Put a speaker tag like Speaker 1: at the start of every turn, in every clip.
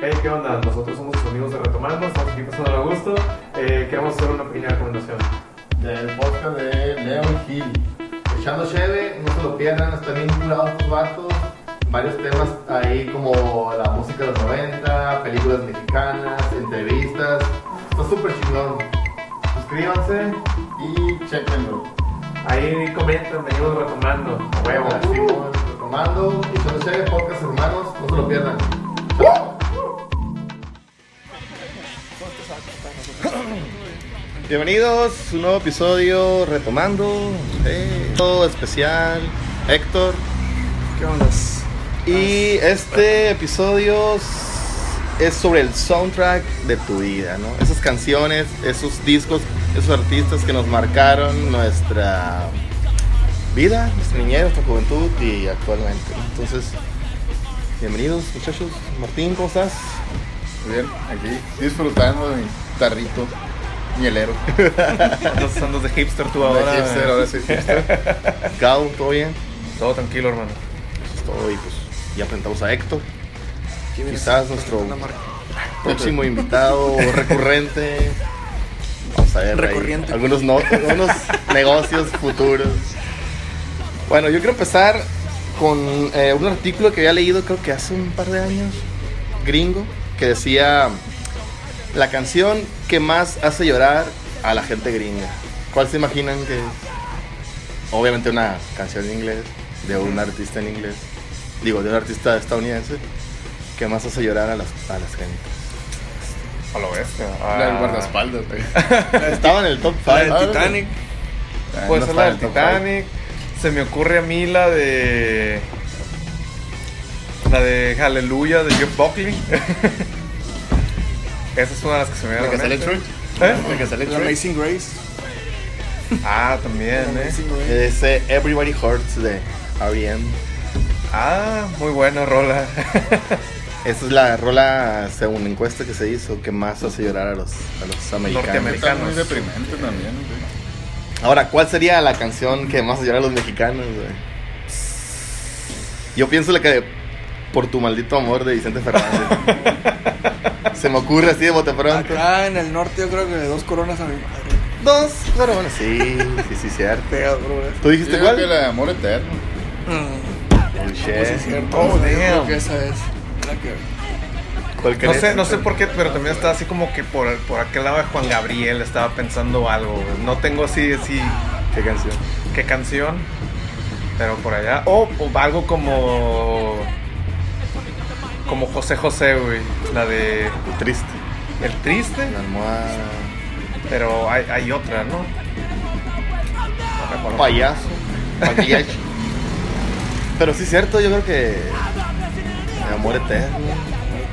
Speaker 1: Hey, ¿qué onda? Nosotros somos sus amigos de Retomando, estamos aquí pasando a gusto. Eh, queremos hacer una pequeña recomendación.
Speaker 2: del podcast de Leo y Gil. Echando cheve, no se lo pierdan, están bien curados los vatos. Varios temas ahí como la música de los 90, películas mexicanas, entrevistas. Está súper chingón. Suscríbanse y chequenlo.
Speaker 1: Ahí comentan, venimos retomando. A
Speaker 2: Huevo,
Speaker 1: huevo.
Speaker 3: Uh.
Speaker 2: sigo tomando. Echando cheve, podcast hermanos, no se lo pierdan. Chao.
Speaker 3: Bienvenidos, un nuevo episodio retomando, eh, todo especial, Héctor.
Speaker 4: ¿Qué onda?
Speaker 3: Y este episodio s- es sobre el soundtrack de tu vida, ¿no? Esas canciones, esos discos, esos artistas que nos marcaron nuestra vida, nuestra niñez, nuestra juventud y actualmente. Entonces, bienvenidos muchachos. Martín, ¿cómo estás?
Speaker 5: Bien, aquí disfrutando de mi tarrito mielero.
Speaker 4: Andas, andas de hipster tú ahora. eh.
Speaker 5: Ahora, hipster, ahora sí, hipster.
Speaker 3: Gao, eh. ¿todo bien?
Speaker 4: Todo tranquilo, hermano.
Speaker 3: Eso es todo y pues ya presentamos a Héctor.
Speaker 4: Aquí
Speaker 3: vienes Quizás nuestro- con una marca. próximo invitado recurrente. Vamos a ver. ahí
Speaker 4: Recurrente.
Speaker 3: Algunos, no- algunos negocios futuros. Bueno, yo quiero empezar con eh, un artículo que había leído creo que hace un par de años, gringo, que decía la canción que más hace llorar a la gente gringa. ¿Cuál se imaginan que es? Obviamente una canción en inglés, de un artista en inglés, digo, de un artista estadounidense, que más hace llorar a las, a las gente.
Speaker 4: A lo bestia. Ah,
Speaker 5: Era el guardaespaldas, güey.
Speaker 3: Estaba en el top Ah, 5.
Speaker 4: La del Titanic. Puede
Speaker 5: no
Speaker 4: ser
Speaker 5: está
Speaker 4: la
Speaker 5: en
Speaker 4: del
Speaker 5: el top five.
Speaker 4: Titanic. Se me ocurre a mí la de. La de Hallelujah de Jeff Buckley. Esa es una de las que se me viene a
Speaker 5: ¿La
Speaker 4: la
Speaker 5: que sale
Speaker 4: mente.
Speaker 5: Truth?
Speaker 4: ¿Eh?
Speaker 5: ¿La que sale
Speaker 4: La
Speaker 5: Truth?
Speaker 4: Amazing Grace. Ah, también, eh.
Speaker 3: Ese Everybody Hurts de E R.E.M.
Speaker 4: Ah, muy buena rola.
Speaker 3: Esa es la rola, según la encuesta que se hizo, que más hace llorar a los, a los americanos.
Speaker 4: Norteamericanos.
Speaker 5: Está muy deprimente también, güey.
Speaker 3: Ahora, ¿cuál sería la canción que más hace llorar a los mexicanos, güey? Yo pienso la que Por tu maldito amor de Vicente Fernández. se me ocurre así de bote pronto.
Speaker 6: Ah,
Speaker 4: Acá en el norte, yo creo que de dos coronas a mi madre.
Speaker 3: Dos, pero bueno, sí, sí, sí, cierto.
Speaker 6: ¿eh?
Speaker 3: ¿Tú
Speaker 5: Yo
Speaker 3: dijiste
Speaker 5: creo
Speaker 3: cuál?
Speaker 5: que la de amor eterno.
Speaker 3: Oh, shit.
Speaker 4: Oh, damn.
Speaker 2: esa es.
Speaker 3: ¿Cuál
Speaker 4: No
Speaker 3: crees?
Speaker 4: sé, no sé por qué, pero también estaba así como que por, por aquel lado de Juan Gabriel estaba pensando algo. güey. No tengo así, así
Speaker 3: ¿Qué canción?
Speaker 4: qué canción, pero por allá. O, o algo como. Como José José, güey. La de
Speaker 3: Triste.
Speaker 4: El Triste,
Speaker 3: La almohada.
Speaker 4: pero hay, hay otra, ¿no? No recuerdo.
Speaker 3: payaso, maquillaje. Pero sí es cierto, yo creo que amor eterno,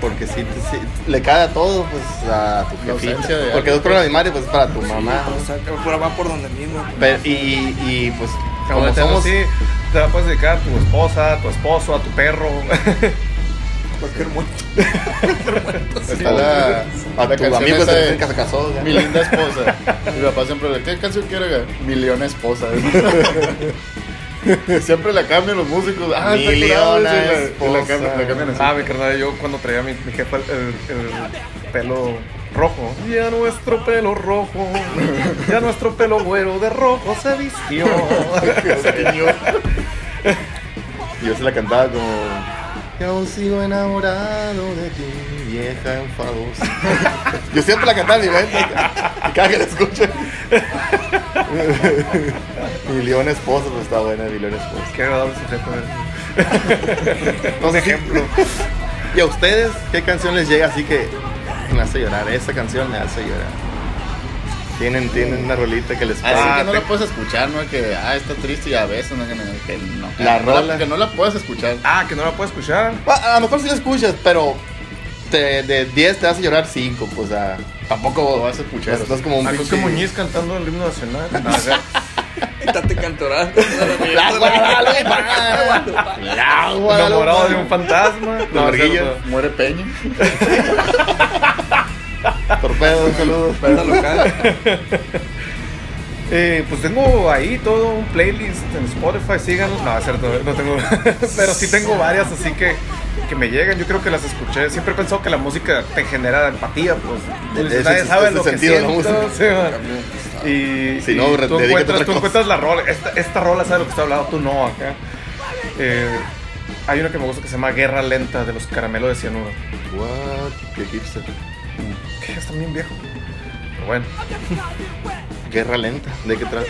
Speaker 3: porque sí, te- sí, le cae a todo, pues a tu
Speaker 5: La
Speaker 3: jefita.
Speaker 5: ausencia de
Speaker 3: Porque dos
Speaker 5: algo,
Speaker 3: problemas primarios, pues para tu mamá.
Speaker 6: O sea, que fuera va por donde mismo.
Speaker 3: Pero- y, y- y, pues
Speaker 4: Como
Speaker 3: como
Speaker 4: te digo,
Speaker 3: somos,
Speaker 4: sí, te la puedes dedicar a tu esposa, a tu esposo, a tu perro.
Speaker 6: Cualquier muerto.
Speaker 5: Está la,
Speaker 3: a
Speaker 5: la
Speaker 3: tu amigo que
Speaker 5: esa
Speaker 3: se
Speaker 5: de
Speaker 3: que se casó. ya.
Speaker 5: Mi linda esposa. Mi papá siempre le ¿qué canción quiere? güey? Mi leona esposa. siempre la cambian los músicos. Ah,
Speaker 3: Mi
Speaker 5: está curado,
Speaker 3: leona
Speaker 5: sí, la- y la,
Speaker 3: esposa.
Speaker 5: cambian, la cambian así.
Speaker 4: Ah, mi carnal, yo cuando traía mi, mi jefa el, el- el pelo rojo. Ya nuestro pelo rojo, ya nuestro pelo güero de rojo se vistió.
Speaker 3: Yo se la cantaba como yo aún sigo enamorado de ti, vieja enfadosa. Yo siempre la cantaba en mi mente. y Cada que la escucho. mi león esposa, pues está buena, mi león esposa.
Speaker 4: Qué agradable sujeto es.
Speaker 3: Un ejemplo. ¿Y a ustedes qué canción les llega así que me hace llorar? Esa canción me hace llorar. Tienen, tienen una rolita que les
Speaker 5: Así
Speaker 3: pasa.
Speaker 5: Ah, que no
Speaker 4: te-
Speaker 5: la puedes escuchar, ¿no? Que, ah, está triste y a veces, ¿no? Que no, que no.
Speaker 3: La
Speaker 5: Que no
Speaker 3: rola.
Speaker 5: Que no la puedes escuchar.
Speaker 4: Ah, que no la puedo escuchar.
Speaker 3: A, a lo mejor sí la escuchas, pero te- de 10 te hace llorar 5, pues o sea, tampoco
Speaker 5: Lo vas a escuchar.
Speaker 3: Estás como un
Speaker 4: A Coque
Speaker 3: pinche-
Speaker 4: Muñiz cantando el himno nacional. No, o sea,
Speaker 6: Tate cantoral.
Speaker 3: La Guadalupe. La Guadalupe.
Speaker 4: enamorado de un fantasma. No, o sea,
Speaker 3: Morrillo.
Speaker 4: no.
Speaker 5: Muere Peña.
Speaker 3: Torpedo, un saludo.
Speaker 6: Banda local.
Speaker 4: Eh, pues tengo ahí todo un playlist en Spotify, síganos. No, es cierto, no tengo. Pero sí tengo varias, así que que me llegan. Yo creo que las escuché. Siempre he pensado que la música te genera empatía, pues.
Speaker 3: De- de
Speaker 4: Pues, nadie
Speaker 3: ese-
Speaker 4: sabe
Speaker 3: ese
Speaker 4: lo que
Speaker 3: sentido de la
Speaker 4: siento.
Speaker 3: música.
Speaker 4: sí, man. y
Speaker 3: Si
Speaker 4: y
Speaker 3: no, re- dedícate a
Speaker 4: tú,
Speaker 3: otra
Speaker 4: encuentras, tú
Speaker 3: cosa.
Speaker 4: encuentras la rola. Esta, esta rola sabe lo que está hablando, tú no acá. Eh, hay una que me gusta que se llama Guerra Lenta de los Caramelos de Cianuro.
Speaker 3: What? Qué hipster.
Speaker 4: Que están bien viejo. Pero bueno.
Speaker 3: Guerra lenta. ¿De qué trata?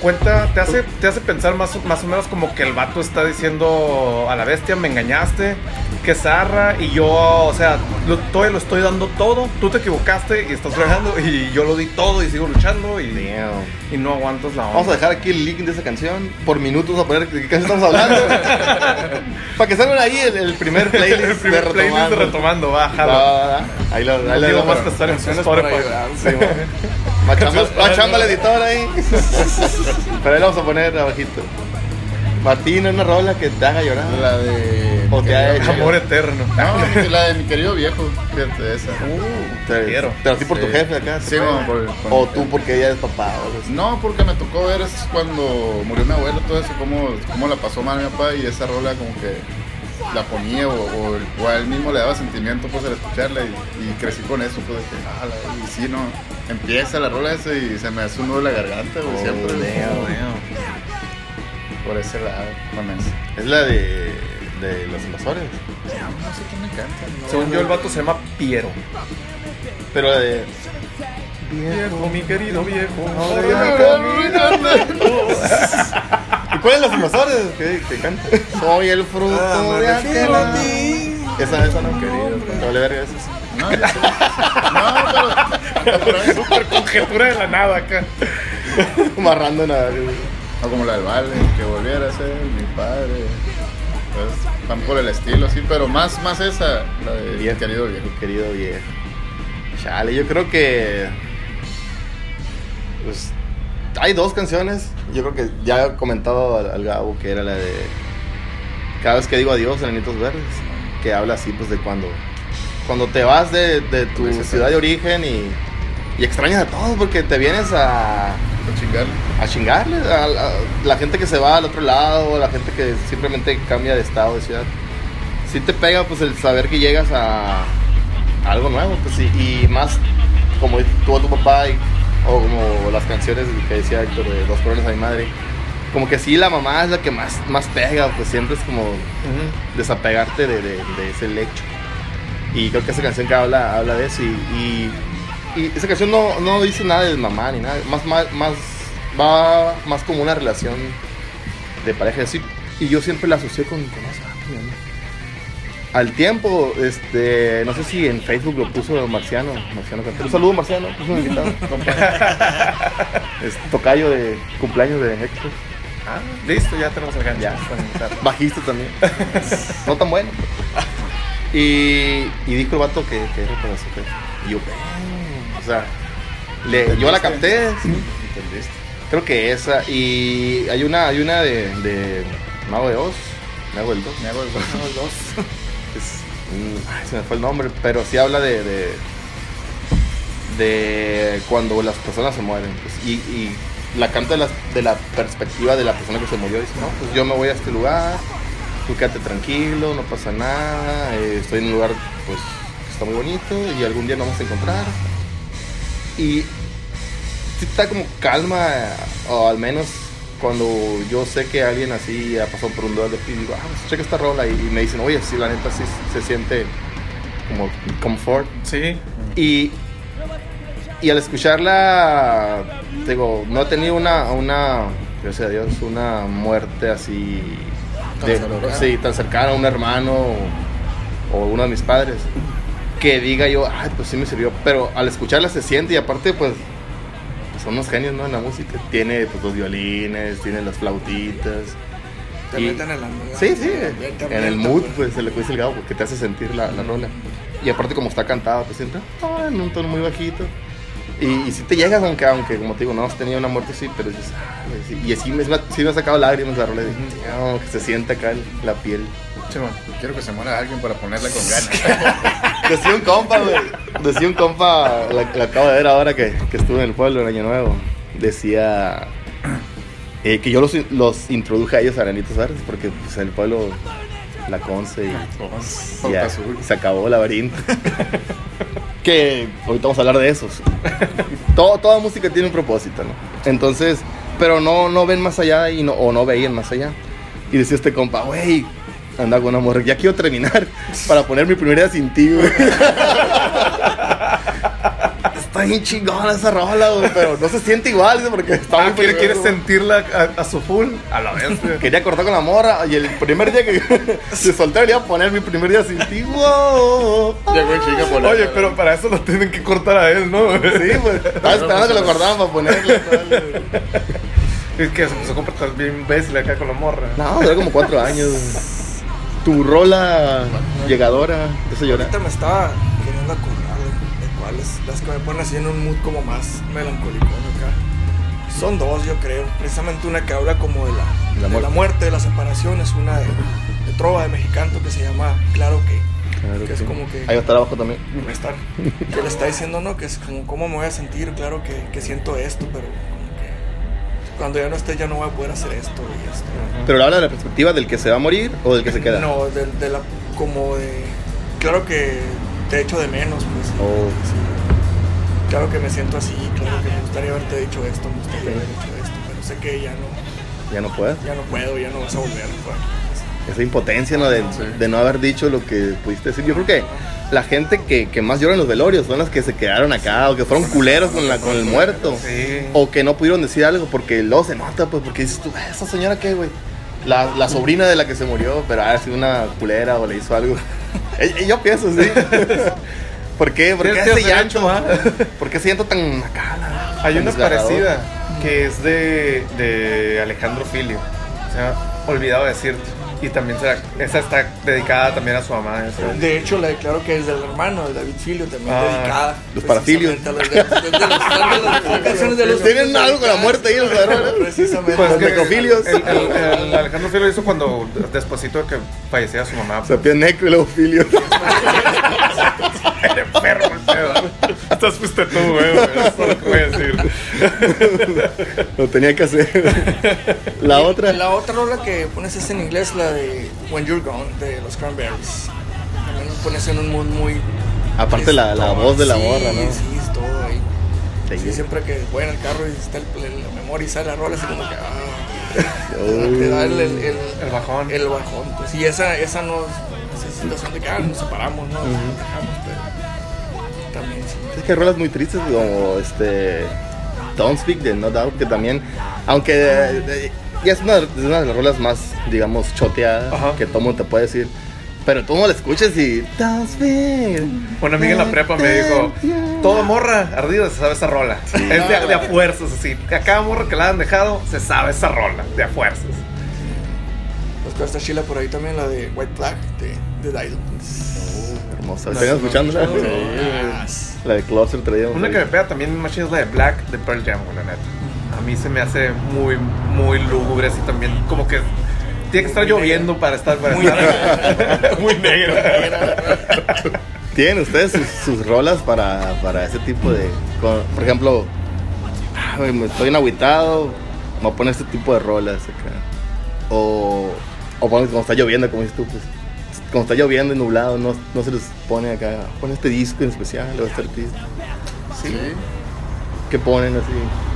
Speaker 4: cuenta, te hace, te hace pensar más, o- más o menos como que el vato está diciendo a la bestia, me engañaste, que zarra, y yo, o sea, lo, todavía lo estoy dando todo, tú te equivocaste y estás fregando, y yo lo di todo y sigo luchando y,
Speaker 3: Damn.
Speaker 4: y no aguantas la onda.
Speaker 3: Vamos a dejar aquí el link de esa canción. Por minutos vamos a poner de qué canción estamos hablando. Para que salgan ahí el, el primer playlist
Speaker 4: el primer
Speaker 3: de
Speaker 4: playlist
Speaker 3: retomando.
Speaker 4: de retomando,
Speaker 3: Va,
Speaker 4: bájalo.
Speaker 3: va, va. Ahí lo, ahí lo-
Speaker 4: Digo,
Speaker 3: lo-
Speaker 4: más que estar en
Speaker 6: Canciones
Speaker 4: Spotify.
Speaker 6: para llorar.
Speaker 3: Sí, va. Machamos- machamba al editor ahí. Pero ahí lo vamos a poner abajito. Martín, una rola que te haga llorar.
Speaker 5: La de.
Speaker 3: O
Speaker 5: mi
Speaker 3: te ha
Speaker 5: querido-
Speaker 3: hecho.
Speaker 4: Amor eterno.
Speaker 3: Ah.
Speaker 5: No, mi- la de mi querido viejo. Fíjate, esa.
Speaker 3: Uh, te,
Speaker 4: quiero.
Speaker 3: te la di por tu
Speaker 5: Sí.
Speaker 3: jefe acá.
Speaker 5: Sí, bueno, por- por-
Speaker 3: o tú porque ella es papá. o algo así.
Speaker 5: No, porque me tocó ver es cuando murió mi abuela, todo eso, cómo, cómo la pasó mal mi papá y esa rola como que la ponía o, o, o a él mismo le daba sentimiento pues al escucharla y, y crecí con eso, pues de que, ah, la- y sí, no, empieza la rola esa y se me hace un nudo en la garganta, güey,
Speaker 3: Oh,
Speaker 5: siempre.
Speaker 3: damn,
Speaker 5: Por ese lado, con eso.
Speaker 3: Es la de, de los invasores.
Speaker 5: No sé quién me canta.
Speaker 4: Según yo, el vato se llama Piero.
Speaker 3: Pero la de.
Speaker 4: Viejo, mi querido viejo.
Speaker 3: ¿Y cuál es los invasores? Que, que Ah, canta. Soy el fruto de aquel latín. Esa, esa no, querido. Te vale verga esa.
Speaker 5: No, ya sé. no, pero, pero es-
Speaker 4: Super conjetura de la nada acá.
Speaker 3: Marrando nada.
Speaker 5: O como la del Vale, que volviera a ser mi padre. Pues, van por el estilo, sí, pero más, más esa, la de
Speaker 3: Viejo.
Speaker 5: querido viejo.
Speaker 3: Querido viejo. Chale, yo creo que. Pues. Hay dos canciones. Yo creo que ya he comentado al, al Gabo que era la de. Cada vez que digo adiós, Enanitos Verdes. Que habla así, pues, de cuando. Cuando te vas de, de tu ciudad de origen y. Y extrañas a todos porque te vienes a.
Speaker 5: A chingarle.
Speaker 3: a chingarle a, la- la gente que se va al otro lado, a la gente que simplemente cambia de estado, de ciudad. Si te pega pues el saber que llegas a, a algo nuevo, pues y, y más como tú a tu papá y- o como las canciones que decía Héctor de Dos Coronas a mi madre. Como que sí, la mamá es la que más, más pega, pues siempre es como desapegarte de, de- de ese lecho. Y creo que esa canción que habla, habla de eso. Y, y- y esa canción no, no dice nada de mamá ni nada. Más, más, más, va más como una relación de pareja. así. y yo siempre la asocié con, con eso. ah, mi mamá. Al tiempo, este, no sé si en Facebook lo puso Marciano. Marciano Cantero. Un saludo, Marciano. Es un invitado. Es tocayo de cumpleaños de Héctor.
Speaker 4: Ah, listo, ya tenemos el gancho.
Speaker 3: Ya. Bajista también. no tan bueno. Y, y dijo el vato que, que era para su jefe. Y yo, "Ah", o sea, le- yo la capté. sí.
Speaker 5: ¿Entendiste?
Speaker 3: Creo que esa. Y hay una, hay una de, de Mago de Oz. Mago del Dos.
Speaker 5: Me hago el
Speaker 3: Es- mm, ay, se me fue el nombre, pero sí habla de. de, de cuando las personas se mueren. pues, y, y la canta de la, de la perspectiva de la persona que se murió. Dice, no, pues yo me voy a este lugar, tú quédate tranquilo, no pasa nada, eh, estoy en un lugar pues que está muy bonito y algún día nos vamos a encontrar. Y sí está como calma, o al menos cuando yo sé que alguien así ha pasado por un duelo y digo, ah, pues checa esta rola y, y me dicen, oye, sí, la neta sí se siente como confort.
Speaker 4: Sí,
Speaker 3: Y, y al escucharla, digo, no he tenido una, una gracias a Dios, una muerte así.
Speaker 5: Tan dolorosa.
Speaker 3: sí, tan cercana a un hermano o, o uno de mis padres. Que diga yo, ay, pues sí me sirvió. Pero al escucharla se siente y aparte, pues, son unos genios, ¿no? En la música. Tiene pues, los violines, tiene las flautitas.
Speaker 6: Te
Speaker 3: Y-
Speaker 6: meten en la amiga.
Speaker 3: Sí, sí,
Speaker 6: Te
Speaker 3: en el
Speaker 6: meten,
Speaker 3: mood,
Speaker 6: pues.
Speaker 3: pues, se le dice el gabo, porque te hace sentir la, la rola. Y aparte como está cantada, pues siempre ah, en un tono muy bajito. Y, y si te llegas, aunque, aunque como te digo, no has tenido una muerte, sí, pero dices, ah, güey, sí. y así me, sí me ha sacado lágrimas la rola, y digo, "Tío, que se siente acá en la piel.
Speaker 4: Simón.
Speaker 5: Quiero que se muera alguien para ponerla con ganas.
Speaker 3: Decía un compa, güey. Decía un compa, la, la acabo de ver ahora que, que estuve en el pueblo en Año Nuevo. Decía eh, que yo los, los introduje a ellos a Granitos Verdes porque pues, en el pueblo la Conce y
Speaker 5: Pauta
Speaker 3: ya,
Speaker 5: azul.
Speaker 3: se acabó el laberinto. que ahorita vamos a hablar de esos. Todo- toda música tiene un propósito, ¿no? Entonces, pero no, no ven más allá y no, o no veían más allá. Y decía este compa, wey, anda con una morra, ya quiero terminar para poner mi primera sin ti, güey". Está bien chingona esa rola, güey, pero no se siente igual, dice, porque está
Speaker 4: Ah,
Speaker 3: muy
Speaker 4: ¿quiere-
Speaker 3: primero,
Speaker 4: ¿Quieres
Speaker 3: güey.
Speaker 4: sentirla a, a su full? A la bestia.
Speaker 3: Quería cortar con la morra y el primer día que se soltó le iba a poner mi primer día sin ti. Wow.
Speaker 5: Llegó en chica por
Speaker 4: Oye, pero para eso lo tienen que cortar a él, ¿no?
Speaker 3: Sí, pues. Estaba esperando que lo cortaran para ponerlo. tal.
Speaker 4: Es que se empezó a comportar bien imbécil acá con la morra.
Speaker 3: No, duró como cuatro años. Tu rola llegadora, eso llora.
Speaker 6: Ahorita me estaba queriendo acordar de, de cuáles, las que me ponen así en un mood como más melancólico acá. Son dos, yo creo. Precisamente una que habla como de la,
Speaker 3: La
Speaker 6: de la
Speaker 3: muerte.
Speaker 6: muerte, de la separación, es una de, de trova de mexicanto que se llama Claro que.
Speaker 3: Claro
Speaker 6: que es como que-
Speaker 3: Ahí va a estar abajo también.
Speaker 6: me están- que le está diciendo, ¿no? Que es como, ¿cómo me voy a sentir? Claro que, que siento esto, pero como que cuando ya no esté, ya no voy a poder hacer esto y esto.
Speaker 3: Pero habla de la perspectiva del que se va a morir o del que se queda.
Speaker 6: No, de, de la, como de, claro que te echo de menos, pues. sí.
Speaker 3: Oh.
Speaker 6: Sí. Claro que me siento así, claro que me gustaría haberte dicho esto, me gustaría haber hecho esto, pero sé que ya no,
Speaker 3: Ya no puedes.
Speaker 6: ya no puedo, ya no vas a volver. pues.
Speaker 3: Esa impotencia, ¿no? De, de no haber dicho lo que pudiste decir. Yo creo que la gente que, que más llora en los velorios son las que se quedaron acá o que fueron culeros con, la, con el muerto.
Speaker 4: Sí.
Speaker 3: O que no pudieron decir algo porque luego se nota, pues, porque dices tú, ¿esa señora qué, güey? La, la sobrina de la que se murió, pero ha sido una culera o le hizo algo. Eh, eh, Yo pienso, sí. ¿Por qué? ¿Por qué
Speaker 4: Tienes que
Speaker 3: ese
Speaker 4: hacer
Speaker 3: llanto?
Speaker 4: ancho, ¿ah?
Speaker 3: ¿Por qué ese llanto tan acá? la-
Speaker 4: Hay
Speaker 3: tan
Speaker 4: una
Speaker 3: desgarrador?
Speaker 4: parecida que es de, de Alejandro Filio. Se ha olvidado decirte. Y también será, esa está dedicada también a su mamá. esa.
Speaker 6: De hecho, le declaro que es del hermano de David Filio, también
Speaker 4: Ah,
Speaker 6: dedicada.
Speaker 3: los parafilios.
Speaker 6: precisamente a los de- de- de los- de las canciones de los-
Speaker 3: Tienen algo con la muerte ahí, los ladrones.
Speaker 6: Precisamente.
Speaker 4: Pues
Speaker 3: Los
Speaker 4: que
Speaker 3: necrofilios.
Speaker 4: El, el- el Alejandro Filio hizo cuando, despuesito de que fallecía su mamá.
Speaker 3: Se pide necro y luego filio.
Speaker 4: Eres perro, el pedo. Estás fuiste tú, güey. güey. Eso es lo que voy a decir.
Speaker 3: Lo tenía que hacer. La otra.
Speaker 6: La otra rola que pones es en inglés, la de When You're Gone, de los Cranberries. También lo pones en un mood muy.
Speaker 3: Aparte la, la voz de la
Speaker 6: Sí,
Speaker 3: morra, ¿no?
Speaker 6: Sí, es todo ahí.
Speaker 3: Te
Speaker 6: Sí,
Speaker 3: llena.
Speaker 6: siempre que voy en el carro y está el, el- la memoria y sale la rola, así como que. ah,
Speaker 3: Oh.
Speaker 6: Te da el, el, el,
Speaker 4: El bajón.
Speaker 6: el bajón. Pues. Y esa, esa no. Esa situación de que ah, nos separamos, ¿no? Nos dejamos, pero. También sí.
Speaker 3: Es que hay rolas muy tristes como este Don't Speak de No Doubt que también aunque eh, eh, ya es una, es una de las rolas más digamos choteadas
Speaker 4: Ajá.
Speaker 3: que todo mundo te puede decir pero tú no la escuchas y Don't Speak
Speaker 4: Una amiga en la prepa me dijo, toda morra ardida se sabe esa rola. Es de, de a fuerzas, así. A cada morra que la han dejado, se sabe esa rola, de a fuerzas.
Speaker 6: Pues que está chila por ahí también, la de White Flag de, de Dido.
Speaker 3: hermosa ¿están escuchando? La de Closer traíamos
Speaker 4: Una
Speaker 3: ahí.
Speaker 4: que me pega también machine es la de Black de Pearl Jam, güey, la neta. A mí se me hace muy, muy lúgubre, así también. Como que tiene que estar lloviendo para estar. Para
Speaker 6: Muy
Speaker 4: estar muy negra.
Speaker 3: ¿Tienen ustedes sus, sus rolas para, para ese tipo de... con- por ejemplo, "Ah, güey, me estoy enagüitado, me voy a poner este tipo de rolas acá. O, o ponen cuando está lloviendo, como dices tú, pues, Cuando está lloviendo y nublado, no, no se les pone acá, pon este disco en especial, o este artista.
Speaker 5: Sí.
Speaker 3: ¿Qué ponen así?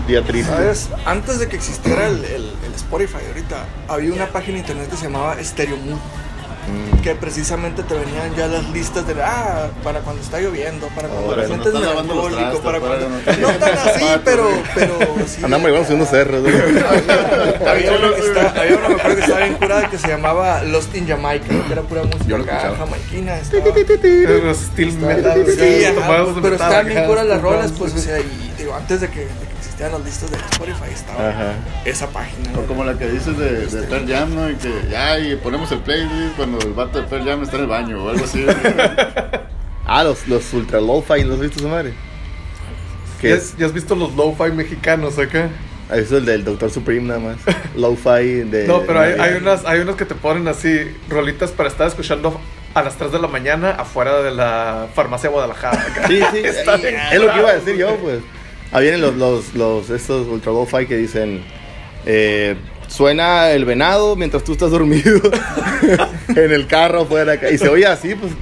Speaker 3: Día triste.
Speaker 6: ¿Sabes? Antes de que existiera el, el- el Spotify ahorita, había una página de internet que se llamaba Stereo Mood,
Speaker 5: Mm.
Speaker 6: que precisamente te venían ya las listas de, ah, para cuando está lloviendo, para cuando
Speaker 3: Órale,
Speaker 6: te sientes
Speaker 5: no estás lavando los
Speaker 6: melancólico, para
Speaker 5: trastos,
Speaker 6: cuando...
Speaker 5: para
Speaker 6: No
Speaker 5: no-
Speaker 6: tan así, pero, pero sí.
Speaker 3: Andamos igual haciendo cerros. güey.
Speaker 6: Había una, que está- había una mejor que estaba bien curada que se llamaba Lost in Jamaica, que era pura música
Speaker 5: Yo lo
Speaker 6: acá,
Speaker 5: escuchaba.
Speaker 6: jamaiquina. estaba- pues,
Speaker 4: Los steel metal.
Speaker 6: Sí, ajá,
Speaker 4: tomados de metal,
Speaker 6: pero estaban bien
Speaker 4: ajá,
Speaker 6: curas las
Speaker 4: tomados.
Speaker 6: rolas, pues, o sea, y digo, antes de que, de que existieran las listas de Spotify estaba
Speaker 3: Ajá.
Speaker 6: esa página.
Speaker 5: O como la que dices de, de Pearl Jam, ¿no? Y que ya, y ponemos el playlist cuando el vato de Pearl Jam está en el baño o algo así.
Speaker 3: Ah, los, los ultra lo-fi, ¿los viste su madre? Que
Speaker 4: ¿Ya
Speaker 3: es
Speaker 4: has, ya has visto los lo-fi mexicanos acá?
Speaker 3: Ah, Eso es el del Doctor Supreme nada más. Lo-fi de.
Speaker 4: No, pero hay,
Speaker 3: de-
Speaker 4: hay, unas, hay unas que te ponen así, rolitas para estar escuchando a las 3 de la mañana afuera de la farmacia Guadalajara. acá.
Speaker 3: Sí, sí.
Speaker 4: Está
Speaker 3: es
Speaker 4: bien
Speaker 3: lo que iba a
Speaker 4: raro,
Speaker 3: decir yo, pues. Ahí vienen los, los, los estos Ultra Lo-fi que dicen. eh, Suena el venado mientras tú estás dormido en el carro afuera. acá, Y se oye así, pues,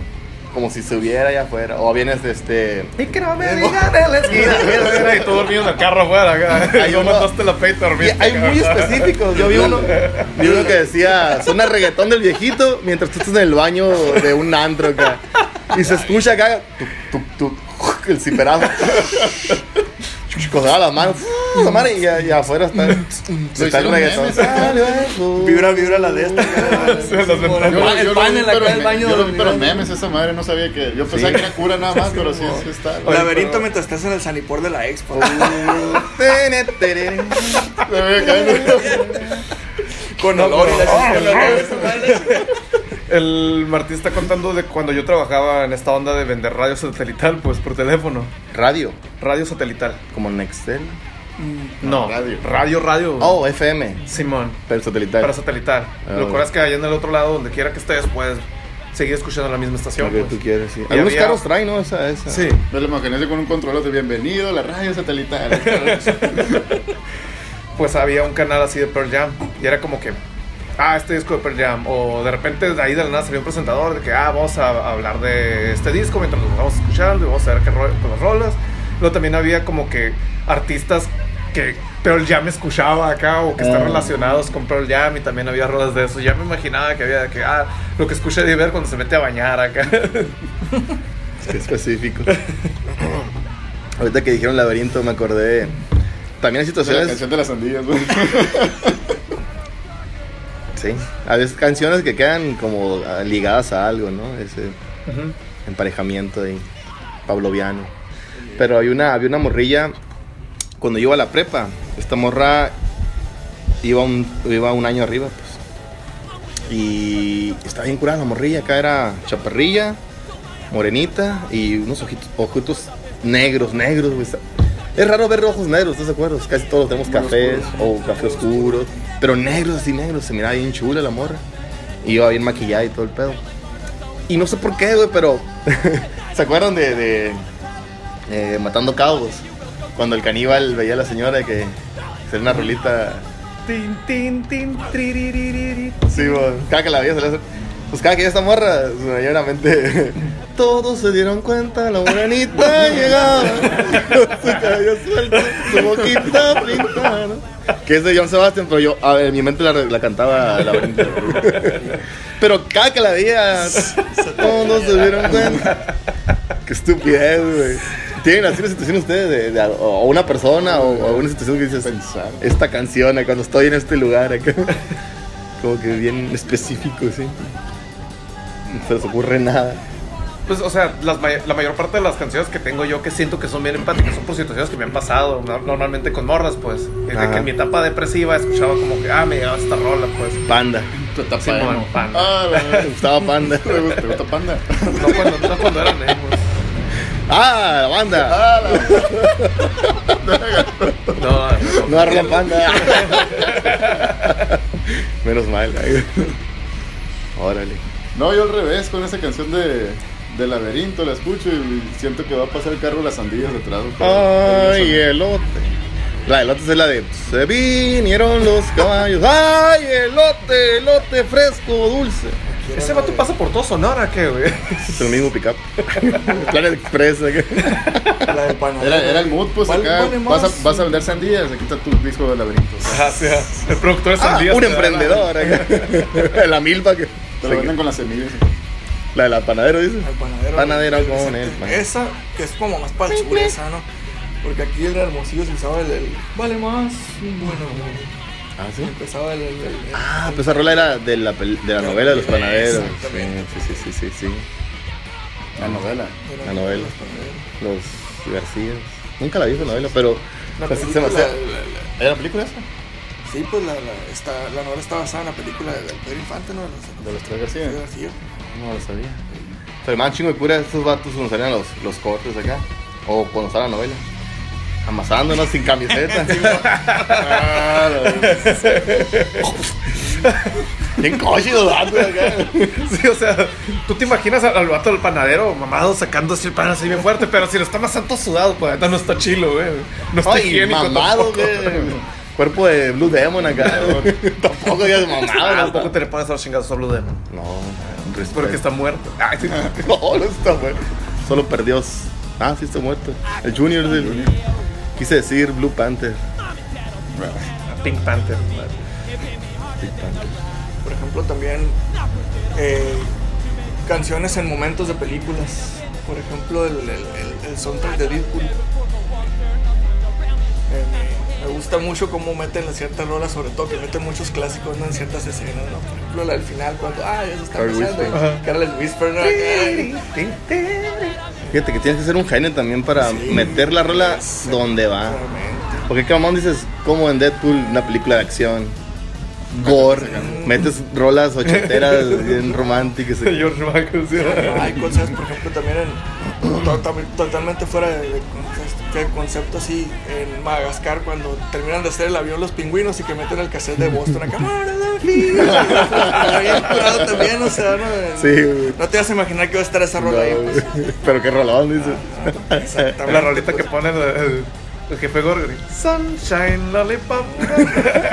Speaker 3: como si se hubiera allá afuera. O vienes de este.
Speaker 4: Y que no me digan en la esquina. Mira, mira, y tú dormido en el carro afuera. acá.
Speaker 3: Hay
Speaker 4: Yo
Speaker 3: uno-
Speaker 4: mandaste la fe y te
Speaker 3: Y
Speaker 4: dormiste.
Speaker 3: hay
Speaker 4: acá,
Speaker 3: muy
Speaker 4: ¿verdad?
Speaker 3: específicos. Yo vi uno, vi uno que decía, suena reggaetón del viejito mientras tú estás en el baño de un antro acá. Y se escucha acá tuc, tuc, tuc, el ciperazo. Cosaba las manos, la mano y, y afuera está, está el
Speaker 5: hicieron
Speaker 3: reggaetón.
Speaker 5: memes, ¿eh?
Speaker 6: Vibra, vibra la de esta. cara.
Speaker 4: Sí, las ventanas.
Speaker 5: Yo lo-
Speaker 6: el
Speaker 5: yo lo
Speaker 6: pan
Speaker 5: vi,
Speaker 6: en la
Speaker 5: pero
Speaker 6: cara del
Speaker 5: me-
Speaker 6: baño
Speaker 5: Yo lo
Speaker 6: de
Speaker 5: vi, pero en
Speaker 6: Universal.
Speaker 5: memes esa madre, no sabía que. Yo pensaba que era cura nada más, pero sí, sí está.
Speaker 6: Laberinto mientras estás en el sanipor de la expo.
Speaker 3: Tere, tere.
Speaker 5: Me voy a caer.
Speaker 6: Con olor y la
Speaker 4: El Martín está contando de cuando yo trabajaba en esta onda de vender radio satelital, pues por teléfono.
Speaker 3: Radio,
Speaker 4: Radio satelital.
Speaker 3: como Nextel.
Speaker 4: No,
Speaker 5: radio.
Speaker 4: Radio, radio.
Speaker 3: Ah, Oh, FM,
Speaker 4: Simón.
Speaker 3: pero satelital.
Speaker 4: Para satelital.
Speaker 3: Ah,
Speaker 4: Lo
Speaker 3: bueno.
Speaker 4: cual es que allá en el otro lado, donde quiera que estés, puedes seguir escuchando la misma
Speaker 3: Lo
Speaker 4: estación.
Speaker 3: que
Speaker 4: pues.
Speaker 3: tú quieres, sí.
Speaker 4: Y
Speaker 3: Algunos
Speaker 4: había-
Speaker 3: carros traen, ¿no? Esa, esa.
Speaker 4: Sí.
Speaker 5: Me lo imaginé con un control de bienvenido, la radio satelital.
Speaker 4: Pues había un canal así de Pearl Jam. Y era como que, ah, este disco de Pearl Jam. O de repente de ahí de la nada salió un presentador de que, ah, vamos a, a hablar de este disco mientras lo vamos escuchando y vamos a ver qué rollo con las rolas. Luego también había como que artistas que Pearl Jam escuchaba acá o que están
Speaker 3: Ah.
Speaker 4: relacionados con Pearl Jam y también había rolas de eso. Ya me imaginaba que había de que, ah, lo que escucha Eddie Vedder cuando se mete a bañar acá.
Speaker 3: Qué específico. Ahorita que dijeron laberinto me acordé. También hay
Speaker 5: O sea, la
Speaker 3: situaciones.
Speaker 5: canción de las sandías, güey.
Speaker 3: Sí. A veces canciones que quedan como ah, ligadas a algo, ¿no? Ese
Speaker 4: Ujú.
Speaker 3: emparejamiento ahí. Pavloviano. Pero había una, había una morrilla. Cuando yo iba a la prepa, esta morra iba un, iba un año arriba, pues. Y estaba bien curada la morrilla. Acá era chaparrilla, morenita y unos ojitos, ojitos negros, negros, güey. Está- Es raro ver ojos negros, ¿estás de acuerdo? Casi todos tenemos cafés o café oscuro. Pero negros, así negros. Se miraba bien chula la morra. Y iba bien maquillada y todo el pedo. Y no sé por qué, güey, pero. ¿Se acuerdan de, de, eh, Matando Cabos? Cuando el caníbal veía a la señora de que. Hacer una rolita.
Speaker 4: Tin, tin, tin, triririririri.
Speaker 3: Sí, güey. Cada que la veía se le hace. Pues cada que veía esta morra, se me venía a la mente. Todos se dieron cuenta, la morenita llegaba. su cabello suelto, su boquita pintada. Que es de John Sebastian, pero yo, a ver, en mi mente la, la cantaba la Brenda. Pero cada que la veía, todos se dieron cuenta. Qué estupidez, güey. ¿Tienen así una situación ustedes de, de- o una persona o, o una situación que dices,
Speaker 5: Pensar.
Speaker 3: esta canción, eh, cuando estoy en este lugar acá. Como que bien específico, sí. No se les ocurre nada.
Speaker 4: Pues, o sea, las may- la mayor parte de las canciones que tengo yo que siento que son bien empáticas son por situaciones que me han pasado, no- normalmente con morras, pues. Desde
Speaker 3: Ajá.
Speaker 4: que en mi etapa depresiva escuchaba como que, ah, me llegaba esta rola, pues.
Speaker 3: Panda.
Speaker 5: Tu tapa
Speaker 4: Simón,
Speaker 5: emo.
Speaker 4: panda.
Speaker 5: Ah, la
Speaker 3: Me
Speaker 5: verdad.
Speaker 3: gustaba Panda.
Speaker 5: ¿Te gusta- te gusta panda?
Speaker 4: No cuando, no cuando eran emos.
Speaker 3: ¡Ah! La banda.
Speaker 5: Ah, la
Speaker 4: No, no,
Speaker 3: No arrojan Panda. Menos mal. eh. ay. Órale.
Speaker 5: No, yo al revés, con esa canción de, de Laberinto la escucho y siento que va a pasar el carro de las sandías detrás. güey.
Speaker 3: ¡Ay, elote! La de elotes es la de Se vinieron los caballos. ¡Ay, elote! Elote fresco, dulce.
Speaker 4: Ese vato pasa por todo Sonora, ¿qué, güey?
Speaker 3: Es el mismo pickup. Planet Express. ¿eh? acá.
Speaker 6: La del panadero.
Speaker 5: Era, era el mood, pues
Speaker 6: ¿Cuál-
Speaker 5: acá.
Speaker 6: cuál es más?
Speaker 5: Vas a, vas a vender sandías, aquí está tu disco de laberinto.
Speaker 4: Gracias. El productor de
Speaker 3: Ah,
Speaker 4: Sandías.
Speaker 3: un
Speaker 4: te da la-
Speaker 3: emprendedor. acá. La milpa que.
Speaker 5: Te lo venden con las semillas.
Speaker 3: La de la panadero, dice.
Speaker 6: El panadero.
Speaker 3: Panadero con el pan.
Speaker 6: Esa que es como más para el sur, esa, ¿no? Porque aquí en Hermosillo se usaba el, el, Vale más. Bueno,
Speaker 3: Ah, sí.
Speaker 6: empezaba el. el- el- el-
Speaker 3: Ah, pues esa rola era de la, pel- de la novela de los panaderos.
Speaker 6: Exactamente.
Speaker 3: Sí, sí, sí, sí, sí.
Speaker 5: La novela.
Speaker 6: era
Speaker 3: la novela.
Speaker 6: los panaderos.
Speaker 3: Los García. Nunca la vi esa novela, pero.
Speaker 6: La
Speaker 3: pues, se me
Speaker 6: película,
Speaker 3: hace-
Speaker 6: la- la- la-
Speaker 3: ¿Era la película esa?
Speaker 6: sí, pues la, la, está, la novela está basada en la película del Pedro Infante, ¿no? La-
Speaker 5: De los tres
Speaker 6: la-
Speaker 5: García.
Speaker 6: de García.
Speaker 3: No la sabía. Pero más chingo de cura estos vatos cuando salían los, los cortes acá. O cuando sale la novela. Amasándonos sin camiseta. Ah, la- Bien coche los vatos acá.
Speaker 4: Sí, o sea, tú te imaginas al, al vato del panadero mamado sacando así el pan así bien fuerte, pero si lo está más santo sudado, pues ahorita no está chilo, güey. No está
Speaker 3: Ay,
Speaker 4: higiénico
Speaker 3: mamado,
Speaker 4: tampoco.
Speaker 3: güey. Cuerpo de Blue Demon acá. Tampoco ya de mamada.
Speaker 4: Ah,
Speaker 3: no,
Speaker 4: tampoco
Speaker 3: está-
Speaker 4: te le pagas a los chingados a Blue Demon.
Speaker 3: No, no,
Speaker 4: Porque está muerto. Ah, este Ay, sí.
Speaker 3: No, no está muerto. Solo perdió. s- Ah, sí está muerto. El Junior del- Quise decir Blue Panther.
Speaker 4: Pink Panther.
Speaker 6: Por ejemplo, también eh, canciones en momentos de películas. Por ejemplo, el, el- el- el soundtrack de Deadpool. Eh, me- me gusta mucho cómo meten las ciertas rolas, sobre todo que meten muchos clásicos ¿no? en ciertas escenas. ¿no? Por ejemplo, la del final, cuando ah, ya se está
Speaker 3: Carl
Speaker 6: besando.
Speaker 3: Whisper.
Speaker 6: y Carl Whisper. ¿no? Ay,
Speaker 3: Fíjate que tienes que ser un genio también para
Speaker 6: Sí.
Speaker 3: meter la rola donde va.
Speaker 6: claramente.
Speaker 3: Porque cabrón dices, como en Deadpool, una película de acción. Gore, metes rolas ochenteras bien románticas.
Speaker 4: George Michael, sí.
Speaker 6: Hay cosas, por ejemplo, también en, to- tam- totalmente fuera de, de concepto- de concepto así en Madagascar cuando terminan de hacer el avión los pingüinos y que meten el cassette de Boston acá. "Mara la vida". Bien curado también, o sea, ¿no?
Speaker 3: Sí, güey.
Speaker 6: No te vas a imaginar que va a estar esa rola ahí. pues.
Speaker 3: No, pero qué rolón, dices.
Speaker 4: La
Speaker 6: Exactamente.
Speaker 4: rolita que pone el, el- el jefe Gorgory. Sunshine Lollipop.